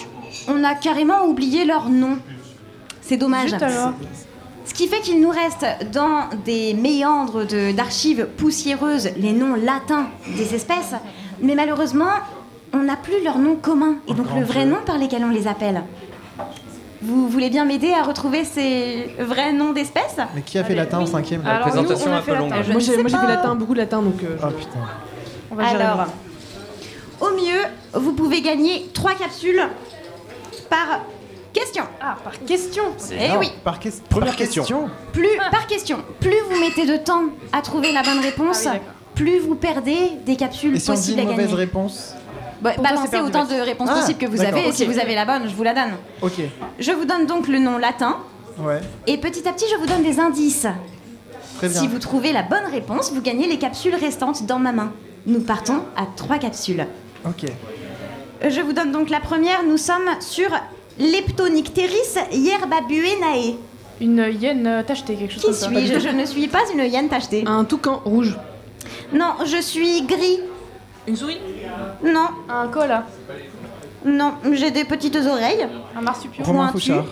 [SPEAKER 5] on a carrément oublié leur nom. C'est dommage.
[SPEAKER 4] Zut alors.
[SPEAKER 5] Ce qui fait qu'il nous reste dans des méandres de- d'archives poussiéreuses les noms latins des espèces, mais malheureusement, on n'a plus leur nom commun et donc le vrai nom par lesquels on les appelle. Vous voulez bien m'aider à retrouver ces vrais noms d'espèces
[SPEAKER 10] Mais qui a fait latin en 5ème
[SPEAKER 11] La
[SPEAKER 1] Alors, nous,
[SPEAKER 11] présentation
[SPEAKER 1] on a
[SPEAKER 11] un
[SPEAKER 1] fait
[SPEAKER 11] peu
[SPEAKER 1] latin.
[SPEAKER 11] longue.
[SPEAKER 1] Moi,
[SPEAKER 5] Je
[SPEAKER 1] j'ai
[SPEAKER 5] sais
[SPEAKER 1] moi, j'ai fait
[SPEAKER 5] pas.
[SPEAKER 1] latin, beaucoup latin, donc euh,
[SPEAKER 10] Ah putain.
[SPEAKER 1] on va gérer.
[SPEAKER 5] Alors.
[SPEAKER 1] voilà.
[SPEAKER 5] Au mieux, vous pouvez gagner 3 capsules par question.
[SPEAKER 4] Ah, par question
[SPEAKER 5] Eh oui,
[SPEAKER 10] Par question.
[SPEAKER 6] Première
[SPEAKER 10] par
[SPEAKER 6] question.
[SPEAKER 5] plus par question. Plus vous mettez de temps à trouver la bonne réponse,
[SPEAKER 4] Ah oui, d'accord.
[SPEAKER 5] plus vous perdez des capsules
[SPEAKER 10] Et si on dit
[SPEAKER 5] possibles à
[SPEAKER 10] une mauvaise
[SPEAKER 5] gagner.
[SPEAKER 10] réponse
[SPEAKER 5] Bah,
[SPEAKER 4] Pour toi, c'est
[SPEAKER 5] balancez
[SPEAKER 4] perdu,
[SPEAKER 5] autant
[SPEAKER 4] vas-y.
[SPEAKER 5] de réponses
[SPEAKER 10] Ah,
[SPEAKER 5] possibles que vous
[SPEAKER 10] d'accord,
[SPEAKER 5] avez, et
[SPEAKER 10] ok.
[SPEAKER 5] si vous avez la bonne, je vous la donne.
[SPEAKER 10] Ok.
[SPEAKER 5] Je vous donne donc le nom latin,
[SPEAKER 10] Ouais.
[SPEAKER 5] et petit à petit, je vous donne des indices.
[SPEAKER 10] Très bien.
[SPEAKER 5] Si vous trouvez la bonne réponse, vous gagnez les capsules restantes dans ma main. Nous partons à 3 capsules.
[SPEAKER 10] Ok.
[SPEAKER 5] Je vous donne donc la première. Nous sommes sur Leptonicteris hierbabuenae.
[SPEAKER 4] Une euh, hyène euh, tachetée, quelque chose
[SPEAKER 5] Qui
[SPEAKER 4] comme ça.
[SPEAKER 5] suis-je Je ne suis pas une hyène tachetée.
[SPEAKER 1] Un toucan rouge.
[SPEAKER 5] Non, je suis gris.
[SPEAKER 1] Une souris
[SPEAKER 5] Non,
[SPEAKER 4] Un col, là.
[SPEAKER 5] non, j'ai des petites oreilles.
[SPEAKER 4] un marsupial.
[SPEAKER 10] Romain
[SPEAKER 5] pointu.
[SPEAKER 10] Fouchard.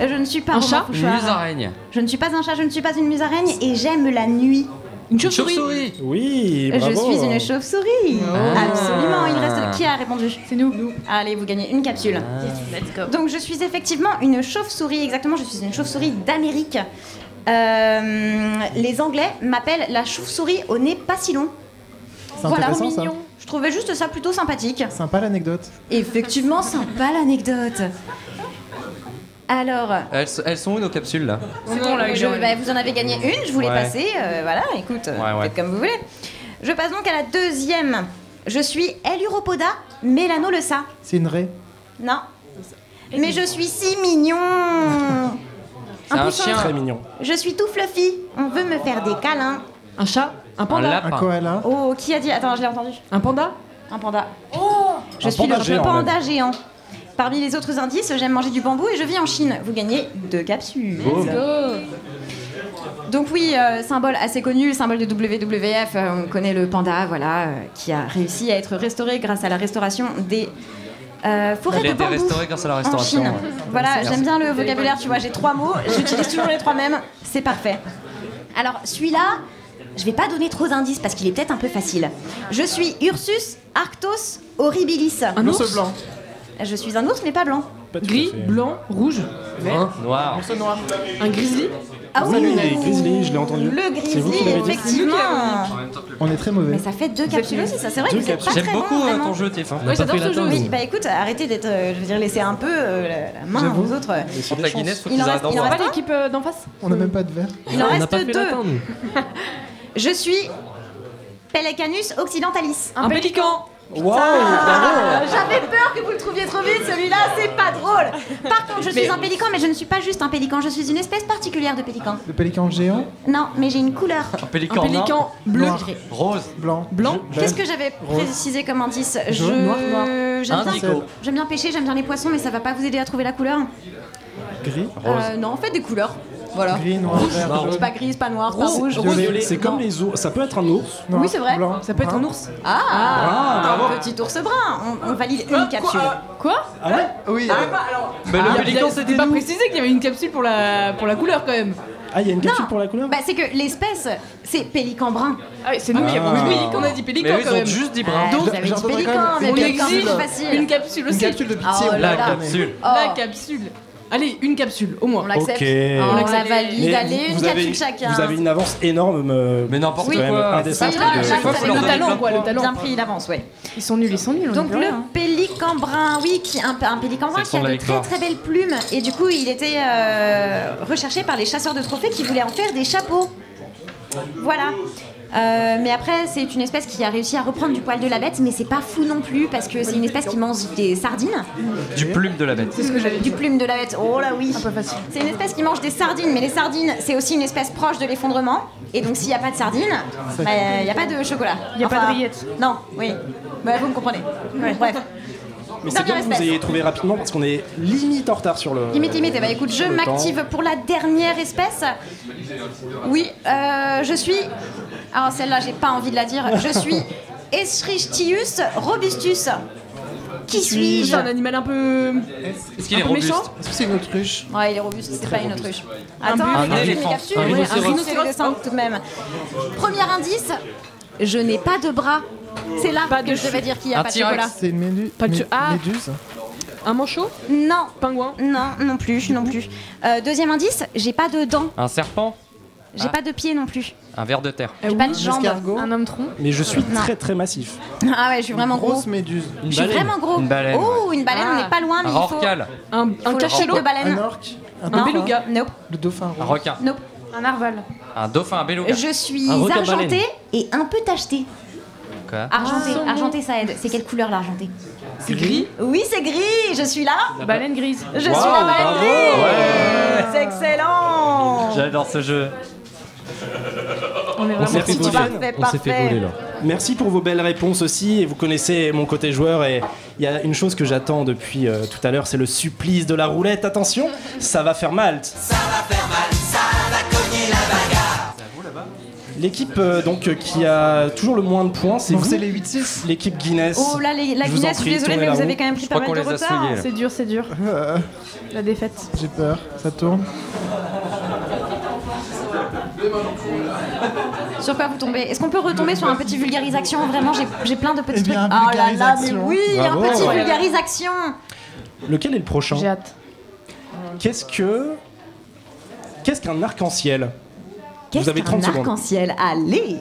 [SPEAKER 5] Euh, Je ne suis pas
[SPEAKER 1] Un
[SPEAKER 5] Romain
[SPEAKER 1] chat
[SPEAKER 11] Une
[SPEAKER 5] Fouchard.
[SPEAKER 11] musaraigne.
[SPEAKER 5] Je ne suis pas un chat, je ne suis pas une musaraigne et j'aime la nuit.
[SPEAKER 1] Une
[SPEAKER 11] Une
[SPEAKER 1] chauve-souris
[SPEAKER 11] chauve-souris
[SPEAKER 6] Oui,
[SPEAKER 5] je
[SPEAKER 6] bravo.
[SPEAKER 5] suis une chauve-souris. Absolument, il reste qui a répondu
[SPEAKER 4] C'est nous.
[SPEAKER 5] Allez, vous gagnez une capsule.
[SPEAKER 4] Let's go.
[SPEAKER 5] Donc je suis effectivement une chauve-souris, exactement, je suis une chauve-souris d'Amérique. Euh, les Anglais m'appellent la chauve-souris au nez pas si long.
[SPEAKER 10] C'est
[SPEAKER 5] Voilà,
[SPEAKER 10] intéressant ça.
[SPEAKER 5] Je trouvais juste ça plutôt sympathique.
[SPEAKER 9] Sympa l'anecdote.
[SPEAKER 5] Effectivement, sympa l'anecdote. Alors,
[SPEAKER 11] Elles, s- elles sont où nos capsules là
[SPEAKER 5] C'est bon, là, je- bah, vous en avez gagné une, je vous l'ai
[SPEAKER 11] Ouais.
[SPEAKER 5] passée. euh, voilà, écoute, euh,
[SPEAKER 11] Ouais, ouais.
[SPEAKER 5] faites comme vous voulez. Je passe donc à la deuxième. Je suis Eluropoda Mélano le ça.
[SPEAKER 9] C'est une raie.
[SPEAKER 5] Non. Mais je suis si mignon.
[SPEAKER 6] C'est un
[SPEAKER 5] poussin.
[SPEAKER 6] chien. Très mignon.
[SPEAKER 5] Je suis tout fluffy. On veut me faire des câlins. Un chat Un
[SPEAKER 6] panda lapin.
[SPEAKER 11] Ah.
[SPEAKER 6] Un koala.
[SPEAKER 5] Oh, qui a dit Attends, je l'ai entendu. Un panda Un panda. Oh Je
[SPEAKER 6] Un
[SPEAKER 5] suis
[SPEAKER 6] panda
[SPEAKER 5] le
[SPEAKER 6] géant,
[SPEAKER 5] panda
[SPEAKER 6] même.
[SPEAKER 5] géant. Parmi les autres indices, j'aime manger du bambou et je vis en Chine. Vous gagnez deux capsules.
[SPEAKER 16] Go.
[SPEAKER 5] Let's go. Donc oui, euh, symbole assez connu, le symbole de WWF. euh, on connaît le panda, voilà, euh, qui a réussi à être restauré grâce à la restauration des euh, forêts
[SPEAKER 11] Elle a
[SPEAKER 5] de
[SPEAKER 11] été
[SPEAKER 5] bambou
[SPEAKER 11] restaurée grâce à la
[SPEAKER 5] en
[SPEAKER 11] restauration.
[SPEAKER 5] Chine.
[SPEAKER 11] ouais.
[SPEAKER 5] Voilà,
[SPEAKER 11] Merci.
[SPEAKER 5] j'aime bien le vocabulaire, tu vois, j'ai trois mots, j'utilise toujours les trois mêmes, c'est parfait. Alors, celui-là, je vais pas donner trop d'indices parce qu'il est peut-être un peu facile. Je suis Ursus Arctos Horribilis. Un
[SPEAKER 10] ours Ours blanc.
[SPEAKER 5] Je suis un ours, mais pas blanc.
[SPEAKER 10] Gris, blanc, rouge, vert.
[SPEAKER 11] Hein Noir.
[SPEAKER 10] Un grizzly
[SPEAKER 5] Ah
[SPEAKER 6] oui, les grizzlies, je l'ai entendu.
[SPEAKER 5] Le
[SPEAKER 6] C'est vous
[SPEAKER 5] grizzly,
[SPEAKER 6] qui l'avez dit.
[SPEAKER 5] effectivement.
[SPEAKER 6] On est très mauvais.
[SPEAKER 5] Mais ça fait deux capsules aussi, ça c'est vrai que
[SPEAKER 6] Deux
[SPEAKER 5] vous êtes pas
[SPEAKER 6] capsules.
[SPEAKER 5] très
[SPEAKER 11] J'aime
[SPEAKER 5] bon,
[SPEAKER 11] beaucoup euh,
[SPEAKER 5] vraiment.
[SPEAKER 11] ton jeu, TF1.
[SPEAKER 5] Oui, j'adore ce jeu. Oui, bah écoute, arrêtez d'être, euh, je veux dire, laissez un peu euh, la, la main
[SPEAKER 9] J'avoue.
[SPEAKER 5] aux autres.
[SPEAKER 11] Contre la Guinness, faut
[SPEAKER 5] Il
[SPEAKER 11] qu'ils
[SPEAKER 5] en
[SPEAKER 11] arrêtent
[SPEAKER 5] reste, il en
[SPEAKER 11] d'en
[SPEAKER 5] reste
[SPEAKER 11] voir.
[SPEAKER 5] l'équipe euh, d'en face.
[SPEAKER 9] On n'a même pas de verre.
[SPEAKER 5] Il en
[SPEAKER 11] On n'a
[SPEAKER 5] reste
[SPEAKER 11] pas fait
[SPEAKER 5] deux.
[SPEAKER 11] l'attendre.
[SPEAKER 5] Je suis Pelecanus occidentalis.
[SPEAKER 11] Ah,
[SPEAKER 5] Un, pélican.
[SPEAKER 6] Wow, bravo.
[SPEAKER 5] Euh, J'avais peur que vous le trouviez trop vite, celui-là, c'est pas drôle. Par contre, je suis un pélican, mais je ne suis pas juste un pélican, je suis une espèce particulière de pélican.
[SPEAKER 9] Le pélican géant.
[SPEAKER 5] Non, mais j'ai une couleur.
[SPEAKER 11] Un pélican, Un pélican noir.
[SPEAKER 9] bleu.
[SPEAKER 11] Rose.
[SPEAKER 9] Blanc.
[SPEAKER 10] Blanc.
[SPEAKER 5] Qu'est-ce que j'avais
[SPEAKER 9] Rose.
[SPEAKER 5] précisé comme indice Je
[SPEAKER 9] Jaune. Noir, noir.
[SPEAKER 5] j'aime bien,
[SPEAKER 9] Indigo.
[SPEAKER 5] j'aime bien pêcher, j'aime bien les poissons, mais ça va pas vous aider à trouver la couleur.
[SPEAKER 6] Gris.
[SPEAKER 5] Euh, non, en fait des couleurs. Voilà.
[SPEAKER 6] Gris, noir,
[SPEAKER 5] Rouge,
[SPEAKER 6] vert, jaune.
[SPEAKER 5] C'est pas grise, pas noir, pas rouge.
[SPEAKER 6] C'est comme les ours. Ça peut être un ours.
[SPEAKER 5] Oui, c'est vrai.
[SPEAKER 10] Ça peut être un ours.
[SPEAKER 5] Ah,
[SPEAKER 6] Ah,
[SPEAKER 5] Un petit ours brun. On, on valide une capsule.
[SPEAKER 10] Euh, Quoi
[SPEAKER 6] Ah ouais
[SPEAKER 9] Oui.
[SPEAKER 10] Ah, bah, alors.
[SPEAKER 6] Mais le
[SPEAKER 10] Ah,
[SPEAKER 6] pélican,
[SPEAKER 10] il y a-
[SPEAKER 6] c'était
[SPEAKER 10] T'as pas
[SPEAKER 6] nous.
[SPEAKER 10] précisé qu'il y avait une capsule pour la, pour la couleur quand même.
[SPEAKER 6] Ah, il y a une capsule
[SPEAKER 5] Non.
[SPEAKER 6] pour la couleur
[SPEAKER 5] Bah, c'est que l'espèce, c'est pélican brun.
[SPEAKER 10] Ah, c'est nous qui avons dit pélican, on a dit pélican quand même.
[SPEAKER 5] Ah,
[SPEAKER 10] Donc,
[SPEAKER 5] vous avez dit pélican, mais
[SPEAKER 10] on
[SPEAKER 5] pélican,
[SPEAKER 10] exige
[SPEAKER 5] c'est facile.
[SPEAKER 10] une capsule aussi.
[SPEAKER 5] Ah, oh là là.
[SPEAKER 10] La capsule. Allez, une capsule, au moins. On
[SPEAKER 5] l'accepte.
[SPEAKER 6] Ok.
[SPEAKER 5] On l'accepte.
[SPEAKER 10] la valide.
[SPEAKER 5] Il allait une capsule
[SPEAKER 6] avez,
[SPEAKER 5] chacun.
[SPEAKER 6] Oh. vous avez une avance énorme. euh,
[SPEAKER 11] Mais n'importe
[SPEAKER 6] c'est quand
[SPEAKER 11] quoi.
[SPEAKER 6] même
[SPEAKER 11] C'est
[SPEAKER 6] indécent.
[SPEAKER 11] ça, là, chaque fois, faut leur
[SPEAKER 5] Le
[SPEAKER 11] donner plein
[SPEAKER 5] talent,
[SPEAKER 11] de
[SPEAKER 5] quoi, le
[SPEAKER 11] points.
[SPEAKER 5] talent. Bien pris d'avance, ouais.
[SPEAKER 10] Ils sont nuls, ils sont nuls. on
[SPEAKER 5] Donc
[SPEAKER 10] est plus
[SPEAKER 5] le
[SPEAKER 10] là, hein.
[SPEAKER 5] pélican brun, oui, qui un, un pélican brun
[SPEAKER 10] C'est le
[SPEAKER 5] qui
[SPEAKER 10] son
[SPEAKER 5] a
[SPEAKER 10] de la
[SPEAKER 5] de très
[SPEAKER 10] victoire.
[SPEAKER 5] très belles plumes et du coup il était euh, recherché par les chasseurs de trophées qui voulaient en faire des chapeaux. Voilà. Euh, mais après, c'est une espèce qui a réussi à reprendre du poil de la bête, mais c'est pas fou non plus parce que c'est une espèce qui mange des sardines.
[SPEAKER 11] Du plume de la bête.
[SPEAKER 5] C'est ce que j'avais Du plume de la bête. Oh là oui. C'est une espèce qui mange des sardines, mais les sardines, c'est aussi une espèce proche de l'effondrement. Et donc s'il n'y a pas de sardines, bah, il n'y a pas de chocolat.
[SPEAKER 10] Il y a pas de rillettes.
[SPEAKER 5] Non, oui. Bah, vous me comprenez. Bref.
[SPEAKER 6] Mais c'est bien que vous
[SPEAKER 5] espèce.
[SPEAKER 6] ayez trouvé rapidement parce qu'on est limite en retard sur le.
[SPEAKER 5] Limite, limite. Eh ben, écoute, je
[SPEAKER 6] sur le temps.
[SPEAKER 5] m'active pour la dernière espèce. Oui, euh, je suis. Alors celle-là, j'ai pas envie de la dire. Je suis
[SPEAKER 10] [laughs]
[SPEAKER 5] Eschrichtius robustus. Qui suis-je
[SPEAKER 10] C'est un animal un peu.
[SPEAKER 11] Est-ce
[SPEAKER 10] un peu méchant
[SPEAKER 9] Est-ce que c'est une autruche
[SPEAKER 5] Ouais, il est robuste, c'est pas une autruche.
[SPEAKER 10] Un
[SPEAKER 5] Attends,
[SPEAKER 10] bœuf. Un
[SPEAKER 5] mais il y a une
[SPEAKER 10] éléphant.
[SPEAKER 5] capsule,
[SPEAKER 10] Un
[SPEAKER 5] ouais,
[SPEAKER 10] rhinocéros.
[SPEAKER 5] rhinocéros tout de même. Premier indice, je n'ai pas de bras. C'est là que je devais dire qu'il n'y a pas de chocolat.
[SPEAKER 9] C'est une médu-
[SPEAKER 10] Pas de
[SPEAKER 9] mé-
[SPEAKER 10] che- Ah.
[SPEAKER 9] méduse.
[SPEAKER 10] Un manchot
[SPEAKER 5] Non.
[SPEAKER 10] Pingouin
[SPEAKER 5] Non, non plus, non plus. Euh, deuxième indice, j'ai pas de dents,
[SPEAKER 11] Un serpent.
[SPEAKER 5] j'ai
[SPEAKER 11] Ah.
[SPEAKER 5] pas de pieds non plus.
[SPEAKER 11] Un ver de terre.
[SPEAKER 5] J'ai pas de jambes.
[SPEAKER 10] Un homme tronc
[SPEAKER 6] Mais je suis
[SPEAKER 5] bah- Non.
[SPEAKER 6] très très massif.
[SPEAKER 5] Ah ouais, je suis vraiment gros.
[SPEAKER 9] Grosse méduse.
[SPEAKER 5] Je suis vraiment gros.
[SPEAKER 6] Une baleine,
[SPEAKER 5] Oh, une baleine, on n'est pas loin, mais il faut.
[SPEAKER 10] Un,
[SPEAKER 5] faut
[SPEAKER 10] un
[SPEAKER 5] le
[SPEAKER 10] cachalot
[SPEAKER 5] type de baleine.
[SPEAKER 9] Un orque. Un
[SPEAKER 5] Non.
[SPEAKER 9] dauphin.
[SPEAKER 5] Nope,
[SPEAKER 9] Le dauphin.
[SPEAKER 11] Un
[SPEAKER 9] rouge.
[SPEAKER 11] requin.
[SPEAKER 5] nope.
[SPEAKER 10] Un narval.
[SPEAKER 11] Un dauphin, un beluga.
[SPEAKER 5] Je suis
[SPEAKER 11] Un requin
[SPEAKER 5] argentée
[SPEAKER 11] baleine.
[SPEAKER 5] et un peu tachetée.
[SPEAKER 6] euh,
[SPEAKER 11] Quoi
[SPEAKER 5] Argenté,
[SPEAKER 10] Ah.
[SPEAKER 5] argenté ça aide. C'est quelle couleur l'argenté
[SPEAKER 10] C'est gris
[SPEAKER 5] Oui, c'est gris, je suis là.
[SPEAKER 10] Baleine grise.
[SPEAKER 5] Je suis la baleine grise C'est excellent
[SPEAKER 11] J'adore ce jeu.
[SPEAKER 10] On est
[SPEAKER 6] On s'est fait voler.
[SPEAKER 5] Parfait,
[SPEAKER 6] On s'est
[SPEAKER 5] parfait.
[SPEAKER 6] Merci pour vos belles réponses aussi. Et vous connaissez mon côté joueur. Et il y a une chose que j'attends depuis euh, tout à l'heure c'est le supplice de la roulette. Attention, ça va faire mal. L'équipe euh, donc euh, qui a toujours le moins de points, c'est
[SPEAKER 9] Donc
[SPEAKER 6] vous.
[SPEAKER 9] c'est les 8-6.
[SPEAKER 6] L'équipe Guinness.
[SPEAKER 5] Oh là, les- la
[SPEAKER 6] Je vous en
[SPEAKER 5] Guinness, je suis
[SPEAKER 6] prie,
[SPEAKER 5] désolée,
[SPEAKER 6] tournez
[SPEAKER 5] mais
[SPEAKER 6] la
[SPEAKER 5] vous avez
[SPEAKER 6] roue.
[SPEAKER 5] quand même pris
[SPEAKER 6] Je
[SPEAKER 5] pas
[SPEAKER 6] crois
[SPEAKER 5] mal
[SPEAKER 6] qu'on
[SPEAKER 5] de
[SPEAKER 6] les a
[SPEAKER 5] retard.
[SPEAKER 6] souillés, là.
[SPEAKER 10] C'est dur, c'est dur.
[SPEAKER 9] Euh,
[SPEAKER 10] La défaite.
[SPEAKER 9] J'ai peur. Ça tourne.
[SPEAKER 5] Sur quoi vous tombez Est-ce qu'on peut retomber sur un petit vulgarisation Vraiment, j'ai- j'ai plein de petits
[SPEAKER 9] Eh bien,
[SPEAKER 5] trucs. Oh là là, mais
[SPEAKER 9] vulgarisation.
[SPEAKER 5] oui,
[SPEAKER 6] Bravo.
[SPEAKER 5] un petit
[SPEAKER 6] Incroyable.
[SPEAKER 5] vulgarisation
[SPEAKER 6] Lequel est le prochain
[SPEAKER 10] J'ai hâte.
[SPEAKER 6] Qu'est-ce que. Qu'est-ce qu'un arc-en-ciel Vous
[SPEAKER 5] Qu'est-ce
[SPEAKER 6] avez 30
[SPEAKER 5] qu'un
[SPEAKER 6] secondes
[SPEAKER 5] arc-en-ciel Allez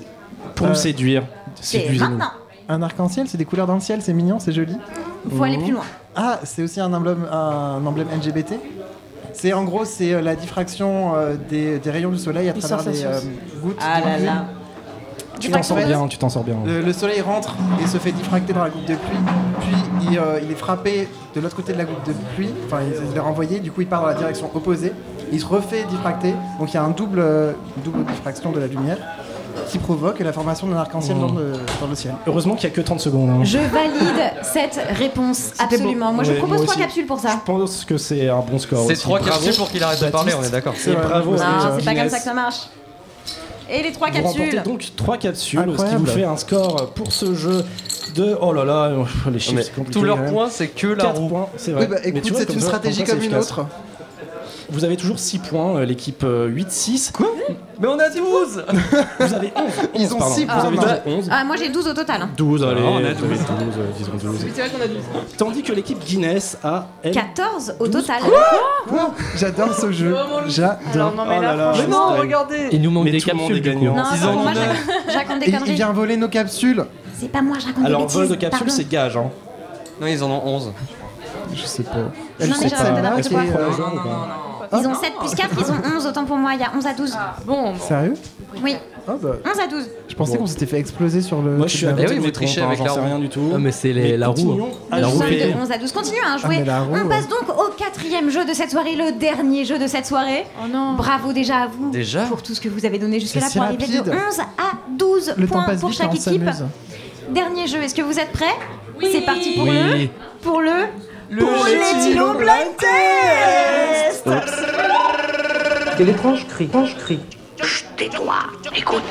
[SPEAKER 6] pour
[SPEAKER 9] Euh,
[SPEAKER 6] nous séduire.
[SPEAKER 5] C'est
[SPEAKER 6] Séduisez-nous.
[SPEAKER 5] maintenant
[SPEAKER 4] Un arc-en-ciel, c'est des couleurs dans le ciel, c'est mignon, c'est joli.
[SPEAKER 5] Faut aller plus loin.
[SPEAKER 6] Mm.
[SPEAKER 4] Ah, c'est aussi un emblème, un emblème LGBT c'est en gros c'est euh, la diffraction euh, des, des rayons du soleil à
[SPEAKER 5] Il
[SPEAKER 4] travers
[SPEAKER 5] sort sa
[SPEAKER 4] des euh,
[SPEAKER 5] sauce.
[SPEAKER 4] gouttes.
[SPEAKER 5] Ah
[SPEAKER 4] de
[SPEAKER 5] là
[SPEAKER 4] pluie.
[SPEAKER 5] là.
[SPEAKER 6] Tu t'en sors bien, tu t'en sors bien.
[SPEAKER 5] Euh.
[SPEAKER 4] Le, le soleil rentre et se fait diffracter dans la goutte de pluie. Puis il, euh, il est frappé de l'autre côté de la goutte de pluie. Enfin, il, il est renvoyé. Du coup, il part dans la direction opposée. Il se refait diffracter. Donc il y a un double, euh, double diffraction de la lumière qui provoque la formation d'un arc-en-ciel
[SPEAKER 6] Mm.
[SPEAKER 4] dans, le, dans le ciel.
[SPEAKER 6] Heureusement qu'il n'y a que 30 secondes. hein.
[SPEAKER 5] Je valide cette réponse, absolument. Moi, je
[SPEAKER 6] Ouais,
[SPEAKER 5] propose
[SPEAKER 6] moi
[SPEAKER 5] trois
[SPEAKER 6] aussi.
[SPEAKER 5] capsules pour ça.
[SPEAKER 6] Je pense que c'est un bon score.
[SPEAKER 11] C'est
[SPEAKER 6] aussi.
[SPEAKER 11] trois
[SPEAKER 6] Bravo,
[SPEAKER 11] capsules pour qu'il arrête de
[SPEAKER 6] Baptiste.
[SPEAKER 11] parler, on est d'accord.
[SPEAKER 6] Et bravo.
[SPEAKER 5] Non,
[SPEAKER 6] euh,
[SPEAKER 5] c'est pas comme
[SPEAKER 6] Guinness.
[SPEAKER 5] ça que ça marche. Et les trois
[SPEAKER 6] Vous remportez
[SPEAKER 5] capsules.
[SPEAKER 6] donc trois capsules, ce qui
[SPEAKER 4] Incroyable.
[SPEAKER 6] vous fait un score pour ce jeu de. Oh là là, euh, les chiffres,
[SPEAKER 11] Mais
[SPEAKER 6] c'est compliqué.
[SPEAKER 11] tous leurs
[SPEAKER 6] quand même.
[SPEAKER 11] points, c'est que la
[SPEAKER 6] Quatre
[SPEAKER 11] roue.
[SPEAKER 6] points, c'est vrai.
[SPEAKER 4] Oui, bah,
[SPEAKER 6] Mais
[SPEAKER 4] écoute,
[SPEAKER 6] tu vois,
[SPEAKER 4] c'est
[SPEAKER 6] comme
[SPEAKER 4] une
[SPEAKER 6] ça-
[SPEAKER 4] stratégie
[SPEAKER 6] ça, c'est
[SPEAKER 4] comme une
[SPEAKER 6] efficace.
[SPEAKER 4] autre.
[SPEAKER 6] Vous avez toujours 6 points, euh, l'équipe euh, 8-6. Quoi
[SPEAKER 11] Mais on a 12
[SPEAKER 6] Vous avez 11
[SPEAKER 4] Ils ont six
[SPEAKER 6] Vous avez
[SPEAKER 4] points.
[SPEAKER 6] toujours 11
[SPEAKER 5] Ah, moi j'ai 12 au total.
[SPEAKER 6] 12, allez.
[SPEAKER 23] on a
[SPEAKER 6] vous avez 12, euh, disons 12.
[SPEAKER 10] C'est vrai qu'on a 12.
[SPEAKER 6] Tandis que l'équipe Guinness a. elle,
[SPEAKER 5] 14 au total.
[SPEAKER 4] Quoi [laughs] J'adore ce jeu. J'adore.
[SPEAKER 5] non, mais Oh là,
[SPEAKER 4] franchement-
[SPEAKER 5] non,
[SPEAKER 4] Einstein.
[SPEAKER 5] regardez.
[SPEAKER 24] Il nous manque
[SPEAKER 6] Mais
[SPEAKER 24] des
[SPEAKER 6] tout le monde
[SPEAKER 24] capsules.
[SPEAKER 6] est gagnant.
[SPEAKER 5] Non,
[SPEAKER 6] Ils
[SPEAKER 5] non,
[SPEAKER 6] ont-
[SPEAKER 5] moi je raconte- je raconte des
[SPEAKER 4] Il, il
[SPEAKER 5] conneries.
[SPEAKER 4] vient voler nos capsules.
[SPEAKER 5] C'est pas moi, je raconte
[SPEAKER 6] Alors,
[SPEAKER 5] des
[SPEAKER 6] vol
[SPEAKER 5] bêtises.
[SPEAKER 6] de capsule,
[SPEAKER 5] pardon.
[SPEAKER 6] c'est gage. Hein.
[SPEAKER 11] Non, ils en ont 11.
[SPEAKER 4] Je sais pas.
[SPEAKER 5] mais
[SPEAKER 6] Je sais
[SPEAKER 5] j'ai
[SPEAKER 6] pas.
[SPEAKER 5] raconté n'importe
[SPEAKER 6] Est-ce
[SPEAKER 5] quoi.
[SPEAKER 6] qu'il y a
[SPEAKER 5] Non,
[SPEAKER 6] un genre ou
[SPEAKER 4] Ah.
[SPEAKER 6] pas
[SPEAKER 4] euh,
[SPEAKER 5] Ils ont 7 plus 4, ils ont 11, autant pour moi, il y a 11 à 12.
[SPEAKER 10] Ah, Bon,
[SPEAKER 4] Sérieux
[SPEAKER 5] Oui,
[SPEAKER 4] Ah bah,
[SPEAKER 5] 11 à douze.
[SPEAKER 4] Je pensais
[SPEAKER 6] Bon.
[SPEAKER 4] qu'on s'était fait exploser sur le.
[SPEAKER 6] Moi, je suis à
[SPEAKER 4] Ah,
[SPEAKER 11] Eh
[SPEAKER 6] côté
[SPEAKER 11] oui,
[SPEAKER 6] de
[SPEAKER 11] vous
[SPEAKER 6] l'écran,
[SPEAKER 11] trichez
[SPEAKER 6] enfin,
[SPEAKER 11] avec la
[SPEAKER 6] J'en sais
[SPEAKER 11] roue.
[SPEAKER 6] rien du tout.
[SPEAKER 24] Ah, mais c'est les-
[SPEAKER 6] Mais
[SPEAKER 24] la roue.
[SPEAKER 6] continuons Ah,
[SPEAKER 24] hein.
[SPEAKER 6] à
[SPEAKER 24] La
[SPEAKER 5] Nous
[SPEAKER 24] roue
[SPEAKER 5] sommes
[SPEAKER 24] pétée.
[SPEAKER 5] de 11 à 12. Continue à jouer.
[SPEAKER 4] Ah, mais la roue,
[SPEAKER 5] On passe
[SPEAKER 4] ouais.
[SPEAKER 5] donc au quatrième jeu de cette soirée, le dernier jeu de cette soirée.
[SPEAKER 10] Oh non.
[SPEAKER 5] Bravo déjà à vous
[SPEAKER 11] Déjà
[SPEAKER 5] pour tout ce que vous avez donné jusque-là
[SPEAKER 4] C'est
[SPEAKER 5] pour
[SPEAKER 4] si
[SPEAKER 5] arriver de
[SPEAKER 4] rapide.
[SPEAKER 5] 11 à 12
[SPEAKER 4] Le temps
[SPEAKER 5] points
[SPEAKER 4] passe
[SPEAKER 5] pour
[SPEAKER 4] vite
[SPEAKER 5] chaque
[SPEAKER 4] quand on
[SPEAKER 5] équipe.
[SPEAKER 4] s'amuse.
[SPEAKER 5] Dernier jeu, est-ce que vous êtes prêts C'est parti pour le.
[SPEAKER 24] Oui.
[SPEAKER 5] Pour le. pour
[SPEAKER 25] Gétilo Blind Test
[SPEAKER 26] Quel étrange cri, étrange cri.
[SPEAKER 27] Tais-toi, écoute.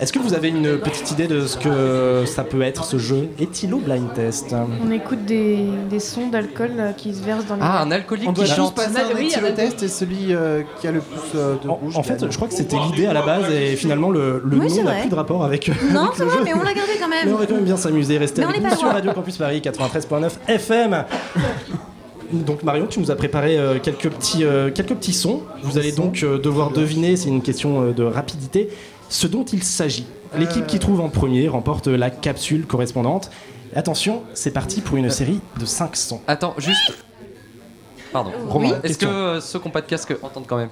[SPEAKER 6] Est-ce que vous avez une petite idée de ce que ça peut être ce jeu Ethylo Blind Test
[SPEAKER 28] On écoute des, des sons d'alcool euh, qui se versent dans les.
[SPEAKER 11] Ah, un alcoolique
[SPEAKER 4] On doit
[SPEAKER 11] qui
[SPEAKER 4] juste
[SPEAKER 11] chante.
[SPEAKER 4] passer un
[SPEAKER 10] Oui,
[SPEAKER 4] éthylo
[SPEAKER 10] avec-
[SPEAKER 4] test et celui euh, qui a le plus euh, de
[SPEAKER 6] En,
[SPEAKER 4] rouge.
[SPEAKER 6] en fait, je crois que c'était l'idée à la base et finalement le, le
[SPEAKER 5] Oui, c'est
[SPEAKER 6] nom n'a
[SPEAKER 5] vrai.
[SPEAKER 6] plus de rapport avec. [laughs]
[SPEAKER 5] Non,
[SPEAKER 6] avec
[SPEAKER 5] c'est
[SPEAKER 6] le
[SPEAKER 5] vrai,
[SPEAKER 6] jeu.
[SPEAKER 5] mais on l'a gardé quand
[SPEAKER 6] Mais on
[SPEAKER 5] même.
[SPEAKER 6] va quand même bien s'amuser. Restez
[SPEAKER 5] Mais on
[SPEAKER 6] avec
[SPEAKER 5] est pas
[SPEAKER 6] nous sur
[SPEAKER 5] loin.
[SPEAKER 6] Radio Campus Paris 93.9 FM. Donc Marion, tu nous as préparé euh, quelques, petits, euh, quelques petits sons. Vous allez donc euh, devoir deviner, c'est une question euh, de rapidité, ce dont il s'agit. L'équipe qui trouve en premier remporte la capsule correspondante. Attention, c'est parti pour une série de 5 sons.
[SPEAKER 11] Attends, juste. Pardon.
[SPEAKER 6] Romain,
[SPEAKER 11] Est-ce que
[SPEAKER 6] question.
[SPEAKER 11] euh, ceux qui n'ont pas de casque entendent quand même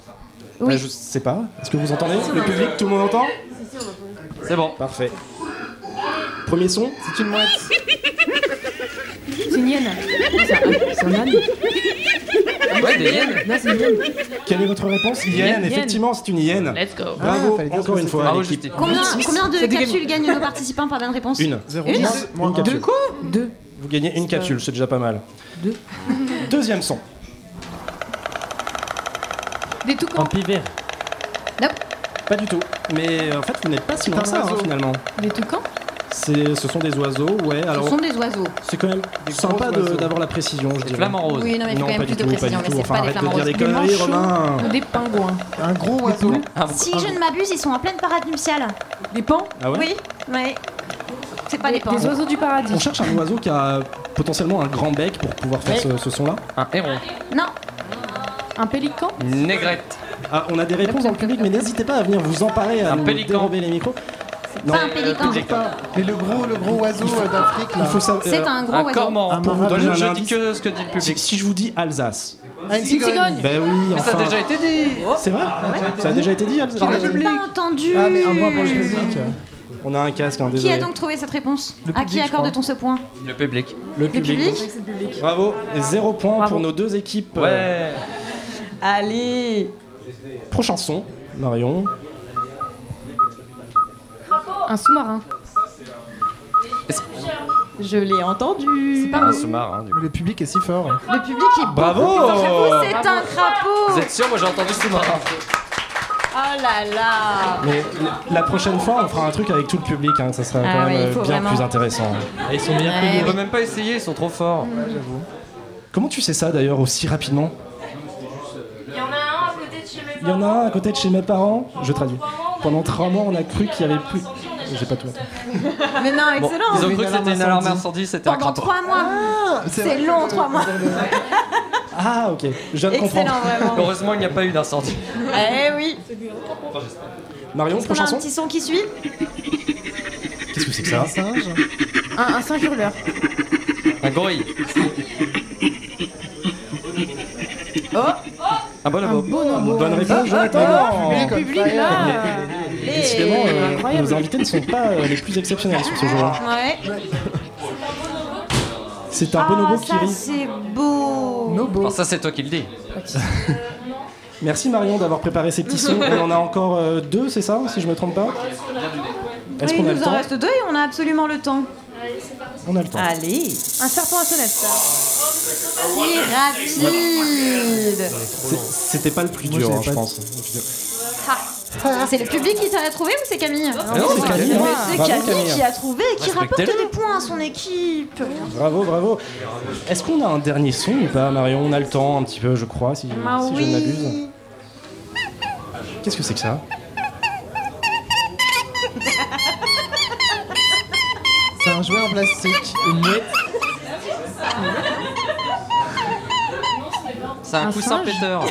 [SPEAKER 5] Oui.
[SPEAKER 6] Bah, je sais pas. Est-ce que vous entendez Le public, tout le monde entend
[SPEAKER 11] C'est bon.
[SPEAKER 6] Parfait. Premier son,
[SPEAKER 4] C'est une mouette.
[SPEAKER 10] C'est une hyène. C'est un- c'est un âne.
[SPEAKER 11] Ouais, des hyènes.
[SPEAKER 10] Non, c'est une hyène.
[SPEAKER 6] quelle est votre réponse
[SPEAKER 10] Hyène,
[SPEAKER 6] Hyène, effectivement, c'est une hyène.
[SPEAKER 10] Let's go.
[SPEAKER 4] Ah,
[SPEAKER 6] Bravo,
[SPEAKER 4] fallait dire
[SPEAKER 6] encore
[SPEAKER 4] que
[SPEAKER 6] une fois,
[SPEAKER 11] Bravo,
[SPEAKER 6] à l'équipe.
[SPEAKER 11] Justine.
[SPEAKER 5] Combien, combien de
[SPEAKER 10] C'est des
[SPEAKER 5] capsules gagnent nos participants par bonne réponse
[SPEAKER 6] Une.
[SPEAKER 4] Zéro.
[SPEAKER 5] Une.
[SPEAKER 4] Moins- moins un.
[SPEAKER 6] capsule.
[SPEAKER 10] quoi Deux.
[SPEAKER 6] Vous gagnez une capsule, c'est déjà pas mal.
[SPEAKER 10] Deux.
[SPEAKER 6] Deuxième son.
[SPEAKER 10] Des toucans.
[SPEAKER 24] pivert.
[SPEAKER 6] Pas du tout. Mais euh, en fait, vous n'êtes pas si loin
[SPEAKER 4] C'est
[SPEAKER 6] que
[SPEAKER 4] un
[SPEAKER 6] ça, hein,
[SPEAKER 4] oiseau.
[SPEAKER 6] finalement.
[SPEAKER 10] Des toucans
[SPEAKER 6] C'est, ce sont des oiseaux, ouais.
[SPEAKER 5] Ce
[SPEAKER 6] Alors,
[SPEAKER 5] sont des oiseaux.
[SPEAKER 6] c'est quand même sympa
[SPEAKER 4] gros
[SPEAKER 6] de-
[SPEAKER 4] oiseaux.
[SPEAKER 6] d'avoir la précision, je
[SPEAKER 11] Des
[SPEAKER 6] dirais.
[SPEAKER 11] flamants roses.
[SPEAKER 5] Oui, non, mais il faut
[SPEAKER 6] non,
[SPEAKER 5] quand même
[SPEAKER 6] pas
[SPEAKER 5] plus de
[SPEAKER 6] du tout, pas
[SPEAKER 5] précision,
[SPEAKER 6] du
[SPEAKER 5] mais
[SPEAKER 6] tout.
[SPEAKER 5] c'est
[SPEAKER 6] Enfin,
[SPEAKER 5] pas des
[SPEAKER 6] arrête de
[SPEAKER 5] flamants
[SPEAKER 6] dire
[SPEAKER 5] roses.
[SPEAKER 6] des conneries,
[SPEAKER 28] manchots.
[SPEAKER 6] Romain.
[SPEAKER 10] Ou des pingouins.
[SPEAKER 4] Un gros oiseau.
[SPEAKER 11] Un-
[SPEAKER 5] Si je ne m'abuse, ils sont en pleine parade nuptiale.
[SPEAKER 10] Des pans
[SPEAKER 6] Ah ouais
[SPEAKER 5] Oui, oui. C'est pas
[SPEAKER 10] Des
[SPEAKER 5] les pans.
[SPEAKER 10] des oiseaux du paradis.
[SPEAKER 6] On cherche un oiseau qui a potentiellement un grand bec pour pouvoir faire ce, ce son-là.
[SPEAKER 11] Un héron.
[SPEAKER 5] Non,
[SPEAKER 10] Un pélican
[SPEAKER 11] Une négrette.
[SPEAKER 6] Ah, on a des réponses dans le public, mais n'hésitez pas à venir vous emparer, à
[SPEAKER 11] Un
[SPEAKER 6] nous
[SPEAKER 11] pélican.
[SPEAKER 6] dérober les micros. Non, euh,
[SPEAKER 5] pas un pélican.
[SPEAKER 11] Toujours pas.
[SPEAKER 4] Mais le gros, le gros oiseau euh, d'Afrique
[SPEAKER 6] il
[SPEAKER 4] là.
[SPEAKER 6] faut savoir.
[SPEAKER 5] C'est
[SPEAKER 6] euh,
[SPEAKER 5] un gros
[SPEAKER 11] Un
[SPEAKER 5] oiseau.
[SPEAKER 11] cormoran.
[SPEAKER 4] Un
[SPEAKER 11] Moi, je,
[SPEAKER 4] marin.
[SPEAKER 6] Donne
[SPEAKER 11] je
[SPEAKER 6] un
[SPEAKER 11] dis
[SPEAKER 6] indice.
[SPEAKER 11] que ce que dit le
[SPEAKER 6] Si,
[SPEAKER 11] public.
[SPEAKER 6] si je vous dis Alsace.
[SPEAKER 4] Ah, une cigogne.
[SPEAKER 6] Ben oui,
[SPEAKER 11] Mais ça a
[SPEAKER 6] enfin.
[SPEAKER 11] déjà été dit.
[SPEAKER 6] C'est vrai Ça a déjà été dit, Alsace
[SPEAKER 5] Ah Qui n'a même pas entendu
[SPEAKER 4] Ah mais un point pour le public.
[SPEAKER 6] On a un casque, hein,
[SPEAKER 5] Qui
[SPEAKER 6] désolé.
[SPEAKER 5] a donc trouvé cette réponse
[SPEAKER 4] Le
[SPEAKER 5] À
[SPEAKER 4] public,
[SPEAKER 5] qui
[SPEAKER 4] je
[SPEAKER 5] accorde-t-on ce point
[SPEAKER 11] Le public.
[SPEAKER 6] Le
[SPEAKER 5] Le
[SPEAKER 6] public.
[SPEAKER 5] public
[SPEAKER 6] Bravo, zéro point pour
[SPEAKER 10] Bravo.
[SPEAKER 6] nos deux équipes. Euh,
[SPEAKER 11] Ouais.
[SPEAKER 5] Allez
[SPEAKER 6] prochain son, Marion.
[SPEAKER 10] Un sous-marin.
[SPEAKER 5] Je l'ai entendu
[SPEAKER 10] C'est pas
[SPEAKER 11] Un
[SPEAKER 10] un
[SPEAKER 11] sous-marin. hein, du coup.
[SPEAKER 4] Le public est si fort.
[SPEAKER 5] Le public est
[SPEAKER 6] Bravo.
[SPEAKER 5] beaucoup plus fort que vous, C'est un
[SPEAKER 11] Vous
[SPEAKER 5] crapaud
[SPEAKER 11] êtes sûr Moi j'ai entendu sous-marin.
[SPEAKER 5] Oh là là
[SPEAKER 6] Mais la- la prochaine fois, on fera un truc avec tout le public, hein, ça sera
[SPEAKER 5] Ah
[SPEAKER 6] quand
[SPEAKER 5] ouais,
[SPEAKER 6] même
[SPEAKER 5] il
[SPEAKER 6] euh,
[SPEAKER 5] faut
[SPEAKER 6] bien
[SPEAKER 5] vraiment.
[SPEAKER 6] plus intéressant.
[SPEAKER 24] Ah, Ils sont bien
[SPEAKER 5] Ouais,
[SPEAKER 24] connus.
[SPEAKER 11] On peut même pas essayer, ils sont trop forts.
[SPEAKER 6] Comment tu sais ça d'ailleurs aussi rapidement Il y en a un à côté de chez mes parents. Je traduis. Pendant trois mois, on a cru qu'il y avait plus. J'ai pas tout.
[SPEAKER 5] Mais non,
[SPEAKER 11] Bon,
[SPEAKER 5] excellent
[SPEAKER 11] ils ont
[SPEAKER 4] Une
[SPEAKER 11] cru que
[SPEAKER 4] alarme
[SPEAKER 11] c'était une alarme
[SPEAKER 4] incendie.
[SPEAKER 11] incendie, c'était un
[SPEAKER 5] Pendant
[SPEAKER 11] crapaud.
[SPEAKER 5] trois mois
[SPEAKER 4] Ah,
[SPEAKER 5] C'est long, trois mois
[SPEAKER 6] Ah, ok. Je viens de
[SPEAKER 5] Excellent, [laughs]
[SPEAKER 6] comprendre.
[SPEAKER 5] vraiment.
[SPEAKER 11] Heureusement, il n'y a pas eu d'incendie.
[SPEAKER 5] Eh oui.
[SPEAKER 6] Marion,
[SPEAKER 5] Est-ce qu'on a
[SPEAKER 6] prochaine
[SPEAKER 5] un
[SPEAKER 6] chanson
[SPEAKER 5] petit son qui suit
[SPEAKER 6] Qu'est-ce que c'est que ça
[SPEAKER 5] hein,
[SPEAKER 6] Ah,
[SPEAKER 4] Un, un singe hurleur.
[SPEAKER 11] Un gorille.
[SPEAKER 4] Oh
[SPEAKER 11] Un bonobo.
[SPEAKER 6] bonobo. Bonne
[SPEAKER 5] Ah,
[SPEAKER 6] réponse, Jonathan. Ah,
[SPEAKER 4] Le public là
[SPEAKER 6] Décidément, euh,
[SPEAKER 4] Incroyable.
[SPEAKER 6] nos invités ne sont pas euh, les plus exceptionnels sur ce jour-là.
[SPEAKER 5] Ouais.
[SPEAKER 6] C'est un
[SPEAKER 5] Ah,
[SPEAKER 6] bonobo qui
[SPEAKER 5] ça
[SPEAKER 6] rit.
[SPEAKER 5] c'est beau.
[SPEAKER 11] Enfin, ça, c'est toi qui le dis.
[SPEAKER 6] Merci Marion d'avoir préparé ces petits sons. On en a encore euh, deux, c'est ça, si je me trompe pas Est-ce
[SPEAKER 5] Oui,
[SPEAKER 6] qu'on a
[SPEAKER 5] il
[SPEAKER 6] le
[SPEAKER 5] nous en
[SPEAKER 6] temps
[SPEAKER 5] reste deux et on a absolument le temps.
[SPEAKER 6] On a le temps.
[SPEAKER 5] Allez. Un serpent à sonnette. ça. C'est rapide.
[SPEAKER 6] C'est- C'était pas le plus dur, hein, je pense.
[SPEAKER 5] Ah. C'est le public qui s'en a trouvé ou c'est Camille
[SPEAKER 6] non, c'est Camille,
[SPEAKER 5] Mais
[SPEAKER 6] hein.
[SPEAKER 5] Ah, c'est
[SPEAKER 6] Bravo,
[SPEAKER 5] Camille
[SPEAKER 6] Camille.
[SPEAKER 5] qui a trouvé et
[SPEAKER 11] Bah,
[SPEAKER 5] qui rapporte
[SPEAKER 6] Respectez-le.
[SPEAKER 5] des points à son équipe.
[SPEAKER 6] Bravo, bravo. Est-ce qu'on a un dernier son ou pas, Marion On a le temps un petit peu, je crois, si,
[SPEAKER 5] Ah
[SPEAKER 6] si je ne
[SPEAKER 5] oui.
[SPEAKER 6] m'abuse. Qu'est-ce que c'est que ça
[SPEAKER 9] C'est un joueur plastique.
[SPEAKER 6] Une mouette.
[SPEAKER 11] C'est un,
[SPEAKER 9] Un
[SPEAKER 11] coussin
[SPEAKER 9] singe
[SPEAKER 11] péteur.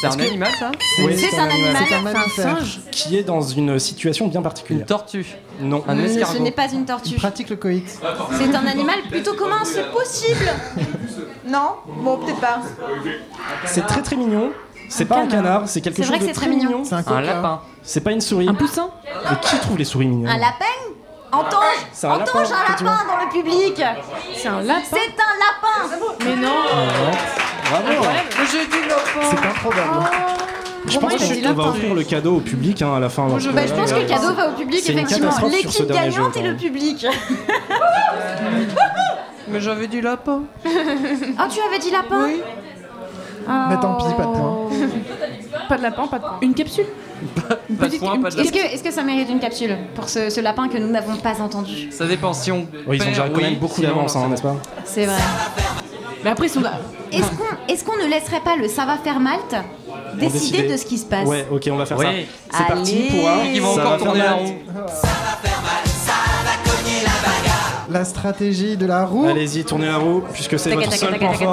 [SPEAKER 11] C'est un animal, ça
[SPEAKER 6] Oui,
[SPEAKER 5] C'est un animal,
[SPEAKER 9] c'est un
[SPEAKER 5] c'est un
[SPEAKER 9] mammifère.
[SPEAKER 5] singe.
[SPEAKER 6] Qui est dans une situation bien particulière. Une
[SPEAKER 11] tortue
[SPEAKER 6] Non. Mm,
[SPEAKER 5] Un Mais ce escargot. n'est pas une tortue.
[SPEAKER 6] Il pratique le coït.
[SPEAKER 5] C'est un animal plutôt commun, c'est possible. Non Bon, peut-être pas.
[SPEAKER 6] C'est très très mignon. C'est pas un canard, c'est quelque
[SPEAKER 5] C'est
[SPEAKER 6] chose
[SPEAKER 5] vrai
[SPEAKER 6] de
[SPEAKER 5] que c'est très mignon. C'est un
[SPEAKER 6] coquin.
[SPEAKER 11] lapin.
[SPEAKER 6] C'est pas une souris. Un
[SPEAKER 5] poussin
[SPEAKER 6] Mais qui trouve les souris mignonnes
[SPEAKER 5] Un lapin Entends-je
[SPEAKER 6] C'est un lapin,
[SPEAKER 5] Entends-je un
[SPEAKER 6] effectivement.
[SPEAKER 5] lapin dans le public C'est un lapin C'est un lapin Mais non
[SPEAKER 6] Bravo
[SPEAKER 5] Le jeu du lapin
[SPEAKER 6] C'est
[SPEAKER 5] Oh.
[SPEAKER 6] improbable. Je pense
[SPEAKER 5] Romain, il a dit
[SPEAKER 6] qu'on on va
[SPEAKER 5] lapin.
[SPEAKER 6] offrir le cadeau au public hein, à la fin.
[SPEAKER 5] Bon, je, bah, je pense que le cadeau va au public,
[SPEAKER 6] C'est une
[SPEAKER 5] effectivement.
[SPEAKER 6] catastrophe sur ce
[SPEAKER 5] L'équipe
[SPEAKER 6] dernier
[SPEAKER 5] gagnante
[SPEAKER 6] jeu,
[SPEAKER 5] et
[SPEAKER 6] quand
[SPEAKER 5] le
[SPEAKER 6] même.
[SPEAKER 5] public.
[SPEAKER 11] Mais j'avais dit lapin.
[SPEAKER 5] Ah, tu avais dit lapin Oh. Oui.
[SPEAKER 9] Bah tant pis, pas de point.
[SPEAKER 5] [laughs]
[SPEAKER 4] Pas de lapin, pas de point. Une capsule
[SPEAKER 11] Pas de point, pas de
[SPEAKER 5] Est-ce que, est-ce que ça mérite une capsule pour ce, ce lapin que nous n'avons pas entendu
[SPEAKER 11] Ça dépend si on.
[SPEAKER 6] Oui, ils ont
[SPEAKER 11] perd,
[SPEAKER 6] déjà quand
[SPEAKER 11] oui,
[SPEAKER 6] même beaucoup
[SPEAKER 11] sinon,
[SPEAKER 6] d'avance, hein,
[SPEAKER 11] c'est
[SPEAKER 6] n'est-ce pas
[SPEAKER 5] C'est vrai.
[SPEAKER 10] Mais après, ils sont là.
[SPEAKER 5] Est-ce qu'on, est-ce qu'on ne laisserait pas le ça va faire Malte
[SPEAKER 6] On
[SPEAKER 5] décider
[SPEAKER 6] décidait.
[SPEAKER 5] de ce qui se passe
[SPEAKER 6] Ouais, ok, on va faire
[SPEAKER 11] Oui.
[SPEAKER 6] ça. C'est parti
[SPEAKER 5] Allez.
[SPEAKER 6] pour un.
[SPEAKER 11] Ils vont
[SPEAKER 6] Ça
[SPEAKER 11] encore
[SPEAKER 6] va faire
[SPEAKER 11] tourner la
[SPEAKER 6] mal.
[SPEAKER 11] roue.
[SPEAKER 9] La stratégie de la roue.
[SPEAKER 6] Allez-y, tournez la roue, puisque c'est votre seul point fort.
[SPEAKER 4] Sur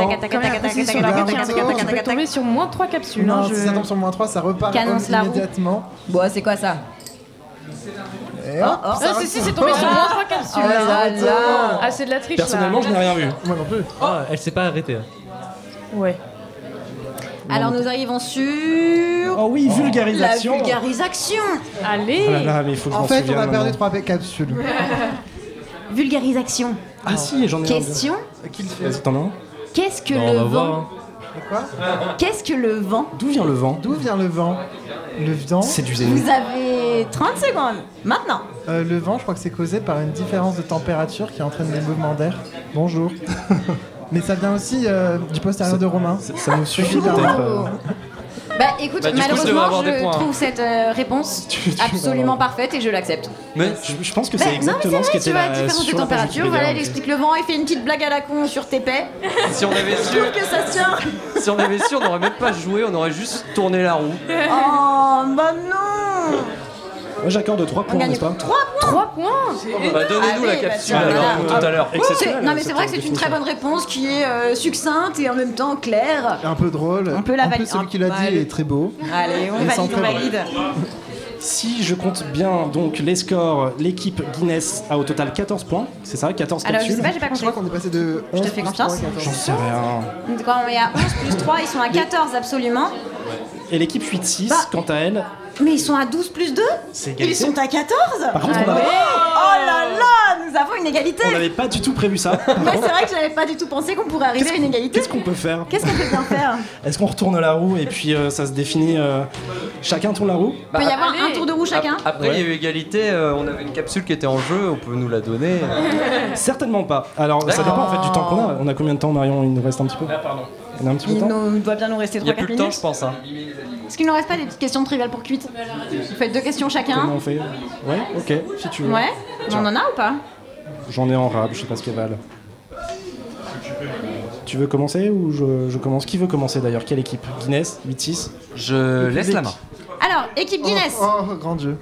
[SPEAKER 4] la route, il y a un score, Eh ben, tu peux tomber sur moins 3 capsules. hein,
[SPEAKER 9] Non,
[SPEAKER 4] je-
[SPEAKER 9] si ça tombe sur moins 3, ça repart
[SPEAKER 4] Qu'annonce la roue. Oh,
[SPEAKER 9] immédiatement.
[SPEAKER 5] Bon, c'est quoi ça
[SPEAKER 9] Et hop,
[SPEAKER 4] Ah,
[SPEAKER 9] ça
[SPEAKER 4] si, si,
[SPEAKER 9] repart.
[SPEAKER 4] c'est tombé sur moins 3 capsules.
[SPEAKER 9] Ah là là.
[SPEAKER 4] Ah, c'est de la triche.
[SPEAKER 6] Personnellement, je n'ai rien vu.
[SPEAKER 9] Moi non plus.
[SPEAKER 11] Oh.
[SPEAKER 8] Ah, elle s'est pas arrêtée.
[SPEAKER 4] Ouais.
[SPEAKER 5] Alors nous arrivons sur.
[SPEAKER 6] Oh oui, vulgarisation.
[SPEAKER 5] La vulgarisation
[SPEAKER 4] Allez
[SPEAKER 6] Oh là là, mais il faut que je
[SPEAKER 9] en
[SPEAKER 6] m'en
[SPEAKER 9] fait,
[SPEAKER 6] souvienne
[SPEAKER 9] on a perdu
[SPEAKER 6] maintenant.
[SPEAKER 9] 3 capsules.
[SPEAKER 5] Vulgarisation.
[SPEAKER 6] Ah si, j'en ai un.
[SPEAKER 5] Question
[SPEAKER 6] Vas-y, t'en as un
[SPEAKER 5] Qu'est-ce que
[SPEAKER 6] Non, on
[SPEAKER 5] le
[SPEAKER 6] va
[SPEAKER 5] vent
[SPEAKER 6] voir, hein.
[SPEAKER 5] Qu'est-ce que le vent
[SPEAKER 6] D'où vient le vent
[SPEAKER 9] D'où vient le vent Le vent.
[SPEAKER 6] C'est du
[SPEAKER 5] Vous avez 30 secondes maintenant.
[SPEAKER 9] Euh, le vent, je crois que c'est causé par une différence de température qui entraîne des mouvements d'air.
[SPEAKER 6] [laughs]
[SPEAKER 9] Bonjour. Mais ça vient aussi euh, du postérieur de Romain.
[SPEAKER 6] Ça nous suffit peut-être. euh,
[SPEAKER 5] Bah écoute,
[SPEAKER 6] Bah, du coup, je devrais
[SPEAKER 5] malheureusement,
[SPEAKER 6] avoir
[SPEAKER 5] je
[SPEAKER 6] des points, hein.
[SPEAKER 5] trouve cette euh, réponse [laughs] absolument parfaite et je l'accepte.
[SPEAKER 6] Mais je, je pense que
[SPEAKER 5] Bah, non,
[SPEAKER 6] c'est
[SPEAKER 5] mais
[SPEAKER 6] exactement ce
[SPEAKER 5] c'est vrai, tu
[SPEAKER 6] qui était
[SPEAKER 5] vois,
[SPEAKER 6] la
[SPEAKER 5] la différence de
[SPEAKER 6] sur la page
[SPEAKER 5] température,
[SPEAKER 6] Wikipédia.
[SPEAKER 5] voilà, il explique le vent, il fait une petite blague à la con sur tes paix.
[SPEAKER 11] Si on avait
[SPEAKER 5] Je
[SPEAKER 11] su,
[SPEAKER 5] trouve que ça tient.
[SPEAKER 11] si on avait su, on n'aurait même pas joué, on aurait juste tourné la roue.
[SPEAKER 5] Oh, bah non
[SPEAKER 6] Moi j'accorde 3 points, n'est-ce pas
[SPEAKER 5] 3 points 3 points
[SPEAKER 11] Bah, donnez-nous la capsule alors,
[SPEAKER 6] euh,
[SPEAKER 11] tout à l'heure.
[SPEAKER 6] Oui, c'est-
[SPEAKER 5] C'est- Non mais c'est
[SPEAKER 6] cette
[SPEAKER 5] vrai que c'est une très
[SPEAKER 6] définition.
[SPEAKER 5] bonne réponse qui est euh, succincte et en même temps claire.
[SPEAKER 9] Un peu drôle.
[SPEAKER 5] On peut la
[SPEAKER 9] En plus,
[SPEAKER 5] valider.
[SPEAKER 9] Celui qui l'a
[SPEAKER 5] Ah,
[SPEAKER 9] dit
[SPEAKER 5] allez.
[SPEAKER 9] est très beau.
[SPEAKER 5] Allez, on
[SPEAKER 9] Et sans
[SPEAKER 5] valide, on
[SPEAKER 9] prévoir.
[SPEAKER 5] valide.
[SPEAKER 6] Si je compte bien donc les scores, l'équipe Guinness a au total 14 points, c'est ça 14
[SPEAKER 5] Alors je
[SPEAKER 6] capsules
[SPEAKER 5] sais pas, j'ai pas
[SPEAKER 9] Je
[SPEAKER 5] compris.
[SPEAKER 9] crois qu'on est passé de.
[SPEAKER 5] Je te fais confiance.
[SPEAKER 6] J'en sais rien.
[SPEAKER 5] Quand on est à 11 plus 3, ils sont à 14 absolument.
[SPEAKER 6] Et l'équipe 8-6,
[SPEAKER 5] Bah.
[SPEAKER 6] quant à elle,
[SPEAKER 5] Mais ils sont à 12 plus 2
[SPEAKER 6] c'est
[SPEAKER 5] Ils
[SPEAKER 6] égalité.
[SPEAKER 5] sont à 14
[SPEAKER 6] Par contre, on a-
[SPEAKER 5] Oh là là, nous avons une égalité
[SPEAKER 6] On n'avait pas du tout
[SPEAKER 5] [laughs]
[SPEAKER 6] prévu ça.
[SPEAKER 5] Ouais, Bah, c'est vrai que j'avais pas du tout pensé qu'on pourrait arriver à une égalité.
[SPEAKER 6] Qu'est-ce qu'on peut faire
[SPEAKER 5] Qu'est-ce qu'on peut bien faire
[SPEAKER 6] Est-ce qu'on retourne la roue et puis euh, ça se définit euh, Chacun tourne la roue
[SPEAKER 5] Il peut y avoir un tour de roue chacun
[SPEAKER 11] Après, il y a eu égalité, euh, on avait une capsule qui était en jeu, on peut nous la donner.
[SPEAKER 5] Bah.
[SPEAKER 6] Certainement pas. Alors ça dépend en fait du temps qu'on a. On a combien de temps Marion Il nous reste un petit peu. Ah pardon. On a un petit peu de
[SPEAKER 5] Il
[SPEAKER 6] temps
[SPEAKER 5] nous- doit bien nous rester
[SPEAKER 11] Il n'y a
[SPEAKER 5] 3-4
[SPEAKER 11] plus le
[SPEAKER 5] minutes.
[SPEAKER 11] temps, je pense. hein.
[SPEAKER 5] Est-ce qu'il nous reste pas des petites questions triviales pour cuite Vous faites deux questions chacun.
[SPEAKER 6] Comment on fait Ouais, ok, si tu veux.
[SPEAKER 5] Ouais
[SPEAKER 6] Tiens.
[SPEAKER 5] On en a ou pas
[SPEAKER 6] J'en ai en rab, je sais pas ce qu'elle valent. Tu veux commencer ou je, je commence Qui veut commencer d'ailleurs Quelle équipe Guinness 8-6
[SPEAKER 11] Je laisse la main.
[SPEAKER 4] oh.
[SPEAKER 5] Alors, équipe Guinness
[SPEAKER 9] Oh, oh, grand Dieu.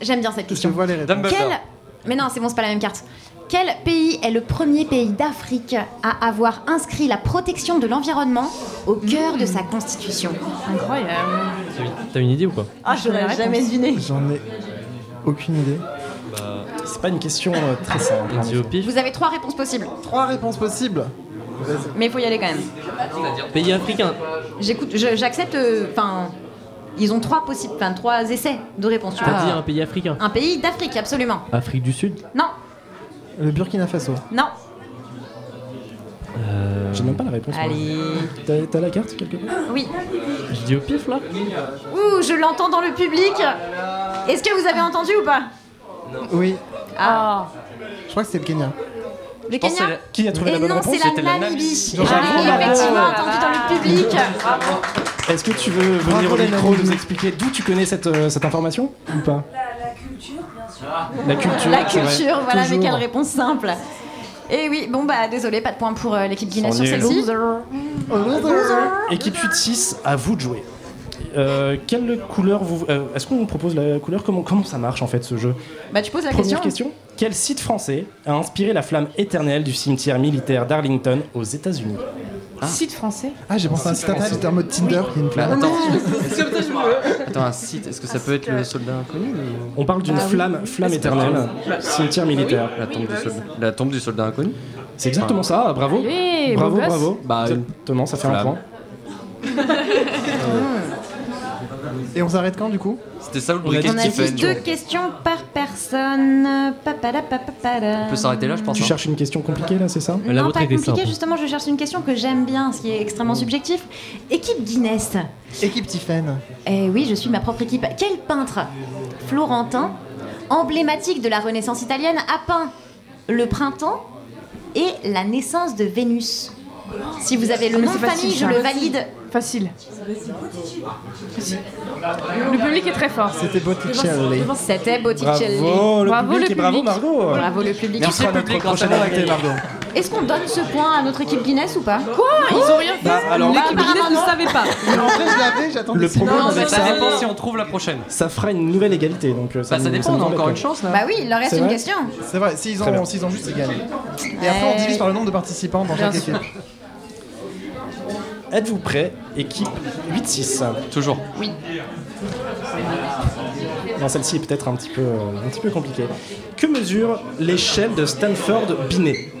[SPEAKER 5] J'aime bien cette question.
[SPEAKER 4] vois les réponses.
[SPEAKER 5] Quel... Mais non, c'est bon, c'est pas la même carte. Quel pays est le premier pays d'Afrique à avoir inscrit la protection de l'environnement au cœur de sa constitution Incroyable.
[SPEAKER 29] T'as une idée ou quoi
[SPEAKER 5] Ah, je l'aurais jamais deviné.
[SPEAKER 4] J'en ai aucune idée.
[SPEAKER 6] C'est pas une question euh, très simple.
[SPEAKER 5] Vous avez trois réponses possibles.
[SPEAKER 4] Trois réponses possibles.
[SPEAKER 5] Mais il faut y aller quand même.
[SPEAKER 29] Pays africain.
[SPEAKER 5] J'écoute, je- j'accepte. Enfin, ils ont trois possibles, enfin trois essais de réponse. tu
[SPEAKER 29] T'as
[SPEAKER 5] vois.
[SPEAKER 29] dit un pays africain
[SPEAKER 5] Un pays d'Afrique, absolument.
[SPEAKER 29] Afrique du Sud
[SPEAKER 5] Non,
[SPEAKER 4] Le Burkina Faso.
[SPEAKER 5] non.
[SPEAKER 6] J'ai même pas la réponse. moi.
[SPEAKER 5] Allez.
[SPEAKER 6] T'as- T'as la carte quelque part
[SPEAKER 5] Oui.
[SPEAKER 6] Je dis au pif là
[SPEAKER 5] Ouh, je l'entends dans le public. Est-ce que vous avez entendu ou pas
[SPEAKER 4] Oui,
[SPEAKER 5] Ah.
[SPEAKER 4] je crois que c'est le Kenya.
[SPEAKER 5] Le Kenya
[SPEAKER 4] Qui a trouvé
[SPEAKER 5] Et
[SPEAKER 4] la bonne
[SPEAKER 5] non,
[SPEAKER 4] réponse
[SPEAKER 5] c'est
[SPEAKER 4] C'était la
[SPEAKER 5] la Namibie.
[SPEAKER 4] Namibie.
[SPEAKER 10] Ah, Oh
[SPEAKER 5] J'avais
[SPEAKER 4] Bravo.
[SPEAKER 5] Ah, effectivement entendu dans le public.
[SPEAKER 6] Est-ce que tu veux venir
[SPEAKER 4] Bravo,
[SPEAKER 6] au
[SPEAKER 4] la
[SPEAKER 6] micro
[SPEAKER 4] Namibie.
[SPEAKER 6] nous expliquer d'où tu connais cette, euh, cette information ou pas
[SPEAKER 11] Ah.
[SPEAKER 6] La culture,
[SPEAKER 5] La
[SPEAKER 6] bien sûr.
[SPEAKER 5] culture, voilà, mais quelle
[SPEAKER 6] Toujours.
[SPEAKER 5] réponse simple. Et oui, bon bah désolé, pas de point pour euh, l'équipe Guinness
[SPEAKER 6] Ils
[SPEAKER 5] sur
[SPEAKER 6] sont nuls.
[SPEAKER 5] celle-ci.
[SPEAKER 6] Équipe 8-6, à vous de jouer. Euh, quelle couleur vous. euh, Est-ce qu'on vous propose la couleur comment, comment ça marche en fait ce jeu
[SPEAKER 5] Bah tu poses la
[SPEAKER 6] Première
[SPEAKER 5] question.
[SPEAKER 6] question. Quel site français a inspiré la flamme éternelle du cimetière militaire d'Arlington aux États-Unis
[SPEAKER 10] Site français.
[SPEAKER 4] Ah, j'ai pensé à un site internet, j'étais en mode Tinder. il y a une flamme.
[SPEAKER 11] Bah, attends.
[SPEAKER 10] C'est comme ça que je me-
[SPEAKER 11] Attends, un site, est-ce que ça peut être le soldat inconnu
[SPEAKER 6] On parle d'une
[SPEAKER 11] Ah oui.
[SPEAKER 6] flamme, flamme
[SPEAKER 11] Est-ce que-
[SPEAKER 6] éternelle, cimetière militaire.
[SPEAKER 11] La tombe du soldat, la tombe du soldat inconnu
[SPEAKER 6] C'est exactement ça, bravo.
[SPEAKER 11] Allez,
[SPEAKER 6] bravo,
[SPEAKER 11] beau gosse.
[SPEAKER 6] bravo.
[SPEAKER 11] Bah, une
[SPEAKER 6] exactement, ça fait un
[SPEAKER 11] flamme.
[SPEAKER 6] point.
[SPEAKER 4] Et on s'arrête quand du coup
[SPEAKER 11] C'était ça le
[SPEAKER 4] On a
[SPEAKER 11] briquet
[SPEAKER 4] dit
[SPEAKER 5] On
[SPEAKER 11] de
[SPEAKER 5] affiche
[SPEAKER 11] Stephen.
[SPEAKER 5] deux questions par personne. On
[SPEAKER 11] On peut s'arrêter là, je pense.
[SPEAKER 6] Tu
[SPEAKER 11] hein.
[SPEAKER 6] cherches une question compliquée là, c'est ça
[SPEAKER 5] non, pas compliqué, justement, je cherche une question que j'aime bien, ce qui est
[SPEAKER 11] Mm.
[SPEAKER 5] extrêmement subjectif. Équipe Guinness.
[SPEAKER 4] Équipe Tiffen.
[SPEAKER 5] Eh oui, je suis ma propre équipe. Quel peintre florentin, emblématique de la Renaissance italienne, a peint le printemps et la naissance de Vénus Si vous avez le
[SPEAKER 10] Ah, Mais
[SPEAKER 5] nom de
[SPEAKER 10] c'est facile,
[SPEAKER 5] famille, je
[SPEAKER 10] ça.
[SPEAKER 5] le valide.
[SPEAKER 10] Facile. Le public est très fort.
[SPEAKER 4] C'était Botticelli.
[SPEAKER 5] C'était Botticelli.
[SPEAKER 4] Bravo, le public et bravo, Margot.
[SPEAKER 5] Bravo le public.
[SPEAKER 4] Tu seras notre prochaine invitée, Margot.
[SPEAKER 5] Est-ce qu'on donne ce point à notre équipe Guinness ou pas Quoi
[SPEAKER 30] Ils ont rien fait.
[SPEAKER 6] Bah, alors-
[SPEAKER 30] L'équipe
[SPEAKER 5] Bah,
[SPEAKER 30] Guinness ne
[SPEAKER 5] apparemment,
[SPEAKER 30] savait pas.
[SPEAKER 4] En fait, je l'avais, j'attendais.
[SPEAKER 6] Le problème
[SPEAKER 11] Non,
[SPEAKER 6] avec
[SPEAKER 11] ça
[SPEAKER 6] ça,
[SPEAKER 11] dépend si on trouve la prochaine.
[SPEAKER 6] ça fera une nouvelle égalité. Donc, euh, ça,
[SPEAKER 11] Bah, ça
[SPEAKER 6] nous-
[SPEAKER 11] dépend, on
[SPEAKER 6] nous
[SPEAKER 11] a
[SPEAKER 6] embête,
[SPEAKER 11] encore
[SPEAKER 6] ouais.
[SPEAKER 11] une chance là.
[SPEAKER 5] Bah oui, il leur reste
[SPEAKER 6] C'est
[SPEAKER 5] une
[SPEAKER 6] vrai
[SPEAKER 5] question.
[SPEAKER 4] C'est vrai, s'ils
[SPEAKER 6] Très bien.
[SPEAKER 4] en, s'ils en juste, ils gagnent. Et après, on
[SPEAKER 5] Ouais.
[SPEAKER 4] divise par le nombre de participants dans
[SPEAKER 5] Bien
[SPEAKER 4] chaque
[SPEAKER 5] sûr.
[SPEAKER 4] équipe.
[SPEAKER 6] Êtes-vous prêts, équipe 8-6
[SPEAKER 11] Toujours.
[SPEAKER 5] Oui.
[SPEAKER 6] Non, celle-ci est peut-être un petit peu, euh, un petit peu compliquée. Que mesure l'échelle de Stanford Binet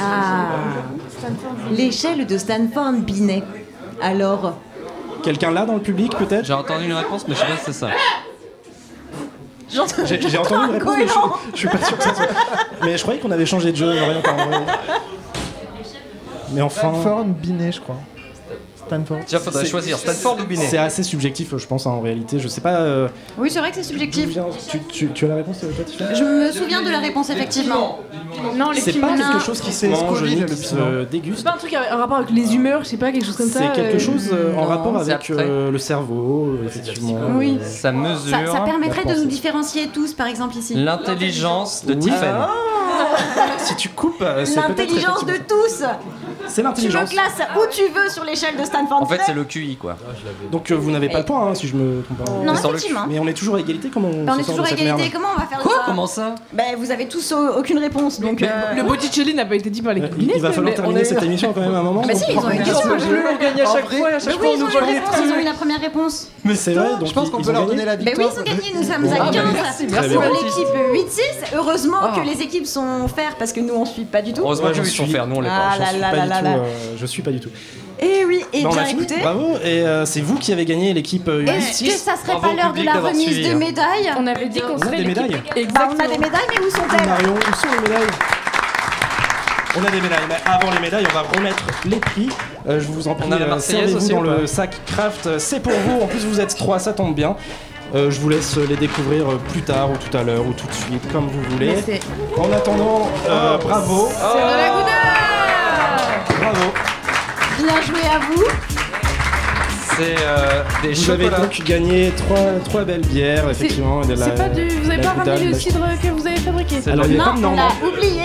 [SPEAKER 5] Ah. L'échelle de Stanford Binet. Alors,
[SPEAKER 6] Quelqu'un là dans le public peut-être
[SPEAKER 11] J'ai entendu une réponse, mais je sais pas si c'est ça.
[SPEAKER 5] j'entends-
[SPEAKER 6] J'ai [laughs] j'ai entendu une réponse, mais je, je suis pas sûr que ça soit. Mais je croyais qu'on avait changé de jeu. Florian, par vrai. Mais enfin.
[SPEAKER 4] Stanford, Binet, je crois. Stanford.
[SPEAKER 11] Tiens, faudrait
[SPEAKER 6] c'est-
[SPEAKER 11] choisir Stanford ou Binet.
[SPEAKER 6] C'est assez subjectif, je pense, hein, en réalité. Je sais pas. euh,
[SPEAKER 5] [laughs] Oui, c'est vrai que c'est subjectif.
[SPEAKER 6] tu, tu- tu as la réponse, euh, toi, Tiffany
[SPEAKER 5] Je me souviens de la réponse, effectivement.
[SPEAKER 10] Non, les
[SPEAKER 6] C'est pas
[SPEAKER 10] piments.
[SPEAKER 6] quelque chose qui se mange
[SPEAKER 4] Scoville,
[SPEAKER 6] ni
[SPEAKER 4] le
[SPEAKER 6] qui se
[SPEAKER 4] piment.
[SPEAKER 6] déguste.
[SPEAKER 10] C'est pas un truc en rapport avec les humeurs, je sais pas, quelque chose comme ça.
[SPEAKER 6] C'est quelque
[SPEAKER 10] euh,
[SPEAKER 6] chose euh, en
[SPEAKER 11] non,
[SPEAKER 6] rapport
[SPEAKER 11] c'est
[SPEAKER 6] avec
[SPEAKER 11] après.
[SPEAKER 6] euh, le cerveau, effectivement.
[SPEAKER 10] Oui.
[SPEAKER 11] Ça mesure
[SPEAKER 5] Ça, ça permettrait de
[SPEAKER 6] pensée.
[SPEAKER 5] nous différencier tous, par exemple, ici.
[SPEAKER 11] l'intelligence de Tiffen.
[SPEAKER 6] Ah, Si tu coupes, euh, c'est peut-être.
[SPEAKER 5] L'intelligence de
[SPEAKER 6] effectivement-
[SPEAKER 5] tous
[SPEAKER 6] C'est
[SPEAKER 5] Tu me
[SPEAKER 6] l'intelligence.
[SPEAKER 5] classes où tu veux sur l'échelle de Stanford
[SPEAKER 11] En fait,
[SPEAKER 5] Binet.
[SPEAKER 11] c'est le QI quoi.
[SPEAKER 6] Donc euh, vous n'avez pas le point, hein, si je me trompe pas.
[SPEAKER 5] Non,
[SPEAKER 11] Mais sans le
[SPEAKER 5] effectivement.
[SPEAKER 6] Mais on est toujours à égalité, comment on
[SPEAKER 5] Bah, on
[SPEAKER 6] se
[SPEAKER 5] est
[SPEAKER 6] sort
[SPEAKER 5] toujours
[SPEAKER 6] de
[SPEAKER 5] à
[SPEAKER 6] cette
[SPEAKER 5] égalité,
[SPEAKER 6] merde
[SPEAKER 5] comment on va faire
[SPEAKER 11] Quoi
[SPEAKER 5] ça
[SPEAKER 11] Comment ça
[SPEAKER 5] Bah, vous avez tous euh, aucune réponse, donc... euh,
[SPEAKER 10] Le Botticelli n'a pas été dit par l'équipe
[SPEAKER 6] Euh, Il-
[SPEAKER 10] Guinness.
[SPEAKER 6] Il va falloir
[SPEAKER 10] mais on
[SPEAKER 6] terminer
[SPEAKER 10] a-
[SPEAKER 6] cette émission quand même à un moment.
[SPEAKER 5] Bah si, ils ont une question.
[SPEAKER 4] on gagne à chaque fois.
[SPEAKER 5] Mais oui, ils ont une réponse, ils ont eu la première réponse.
[SPEAKER 6] Mais c'est vrai, donc
[SPEAKER 4] Je pense
[SPEAKER 6] ils-
[SPEAKER 4] qu'on
[SPEAKER 6] ils
[SPEAKER 4] peut
[SPEAKER 6] ont
[SPEAKER 4] leur
[SPEAKER 6] gagné.
[SPEAKER 4] donner la
[SPEAKER 5] Mais oui,
[SPEAKER 4] victoire.
[SPEAKER 5] ils ont gagné, nous sommes
[SPEAKER 6] Ah,
[SPEAKER 11] ben
[SPEAKER 5] à
[SPEAKER 6] bah,
[SPEAKER 5] 15
[SPEAKER 6] merci,
[SPEAKER 5] pour
[SPEAKER 6] merci,
[SPEAKER 5] l'équipe 8-6. Heureusement
[SPEAKER 10] Ah.
[SPEAKER 5] que les équipes sont faire parce que nous on suit pas du tout.
[SPEAKER 11] Heureusement
[SPEAKER 6] Ouais,
[SPEAKER 11] qu'ils
[SPEAKER 6] j'en
[SPEAKER 11] sont
[SPEAKER 6] suis-
[SPEAKER 11] faire, nous on l'est
[SPEAKER 5] Ah
[SPEAKER 11] pas.
[SPEAKER 6] J'en suis
[SPEAKER 5] là
[SPEAKER 6] pas
[SPEAKER 5] là
[SPEAKER 6] du
[SPEAKER 5] là
[SPEAKER 6] tout,
[SPEAKER 5] là.
[SPEAKER 6] euh, je suis pas du tout.
[SPEAKER 5] Et Eh oui, et
[SPEAKER 6] Bah, on a
[SPEAKER 5] bien
[SPEAKER 6] fini,
[SPEAKER 5] écoutez,
[SPEAKER 6] bravo, et euh, c'est vous qui avez gagné l'équipe euh,
[SPEAKER 5] est-ce
[SPEAKER 6] 8-6.
[SPEAKER 5] que ça serait
[SPEAKER 11] Bravo
[SPEAKER 5] pas
[SPEAKER 11] au
[SPEAKER 5] l'heure de
[SPEAKER 11] public
[SPEAKER 5] la
[SPEAKER 11] d'avoir
[SPEAKER 5] remise
[SPEAKER 11] suivi,
[SPEAKER 5] de
[SPEAKER 11] hein.
[SPEAKER 5] médailles
[SPEAKER 10] On avait dit qu'on
[SPEAKER 6] On a
[SPEAKER 10] serait
[SPEAKER 6] des
[SPEAKER 10] l'équipe-
[SPEAKER 6] médailles.
[SPEAKER 5] Bah, On a
[SPEAKER 10] Exactement.
[SPEAKER 5] des médailles, mais où sont-elles
[SPEAKER 6] Marion, où sont les médailles on a des médailles, mais avant les médailles, on va remettre les prix. Euh, je vous en prie,
[SPEAKER 11] a la
[SPEAKER 6] euh,
[SPEAKER 11] Marseillaise
[SPEAKER 6] servez-vous
[SPEAKER 11] aussi
[SPEAKER 6] dans
[SPEAKER 11] ou pas
[SPEAKER 6] le sac craft. euh, C'est pour vous. En plus, vous êtes trois, ça tombe bien. Euh, je vous laisse les découvrir euh, plus tard ou tout à l'heure ou tout de suite, comme vous voulez.
[SPEAKER 5] Mais c'est-
[SPEAKER 6] En attendant, euh,
[SPEAKER 11] Oh.
[SPEAKER 6] bravo,
[SPEAKER 5] De la Gouda
[SPEAKER 6] bravo.
[SPEAKER 5] Bien joué à vous.
[SPEAKER 11] C'est euh, des
[SPEAKER 6] Vous avez
[SPEAKER 11] chocolats.
[SPEAKER 6] donc gagné trois, trois belles bières, effectivement. et de la-
[SPEAKER 10] C'est pas du. Vous avez
[SPEAKER 6] la
[SPEAKER 10] pas ramené
[SPEAKER 6] Gouda,
[SPEAKER 10] le
[SPEAKER 6] la-
[SPEAKER 10] cidre que vous avez fabriqué
[SPEAKER 6] C'est Alors, il y a
[SPEAKER 5] Non,
[SPEAKER 6] comme
[SPEAKER 5] on
[SPEAKER 6] normal.
[SPEAKER 5] l'a oublié.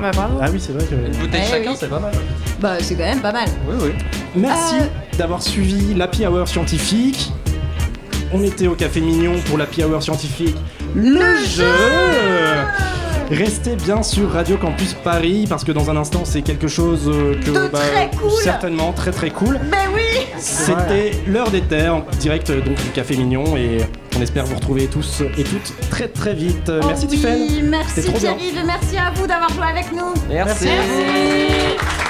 [SPEAKER 10] Bah bravo.
[SPEAKER 6] Ah oui, c'est vrai que.
[SPEAKER 11] Une bouteille
[SPEAKER 5] Eh
[SPEAKER 11] chacun,
[SPEAKER 5] oui.
[SPEAKER 11] c'est pas mal.
[SPEAKER 5] Bah c'est quand même pas mal.
[SPEAKER 11] Oui, oui.
[SPEAKER 6] Merci d'avoir suivi l'Happy Hour scientifique. On était au Café Mignon pour la Hour scientifique. Le, jeu Restez bien sur Radio Campus Paris parce que dans un instant c'est quelque chose euh, que bah, certainement très très cool.
[SPEAKER 5] Mais Ben oui
[SPEAKER 6] C'était l'heure des terres en direct euh, donc du Café Mignon et on espère vous retrouver tous et toutes très très vite. Euh, merci
[SPEAKER 5] Oh oui,
[SPEAKER 6] Tiffany.
[SPEAKER 5] Merci
[SPEAKER 6] C'était trop bien.
[SPEAKER 5] Pierre-Yves, merci à vous d'avoir joué avec nous.
[SPEAKER 6] Merci.
[SPEAKER 5] merci.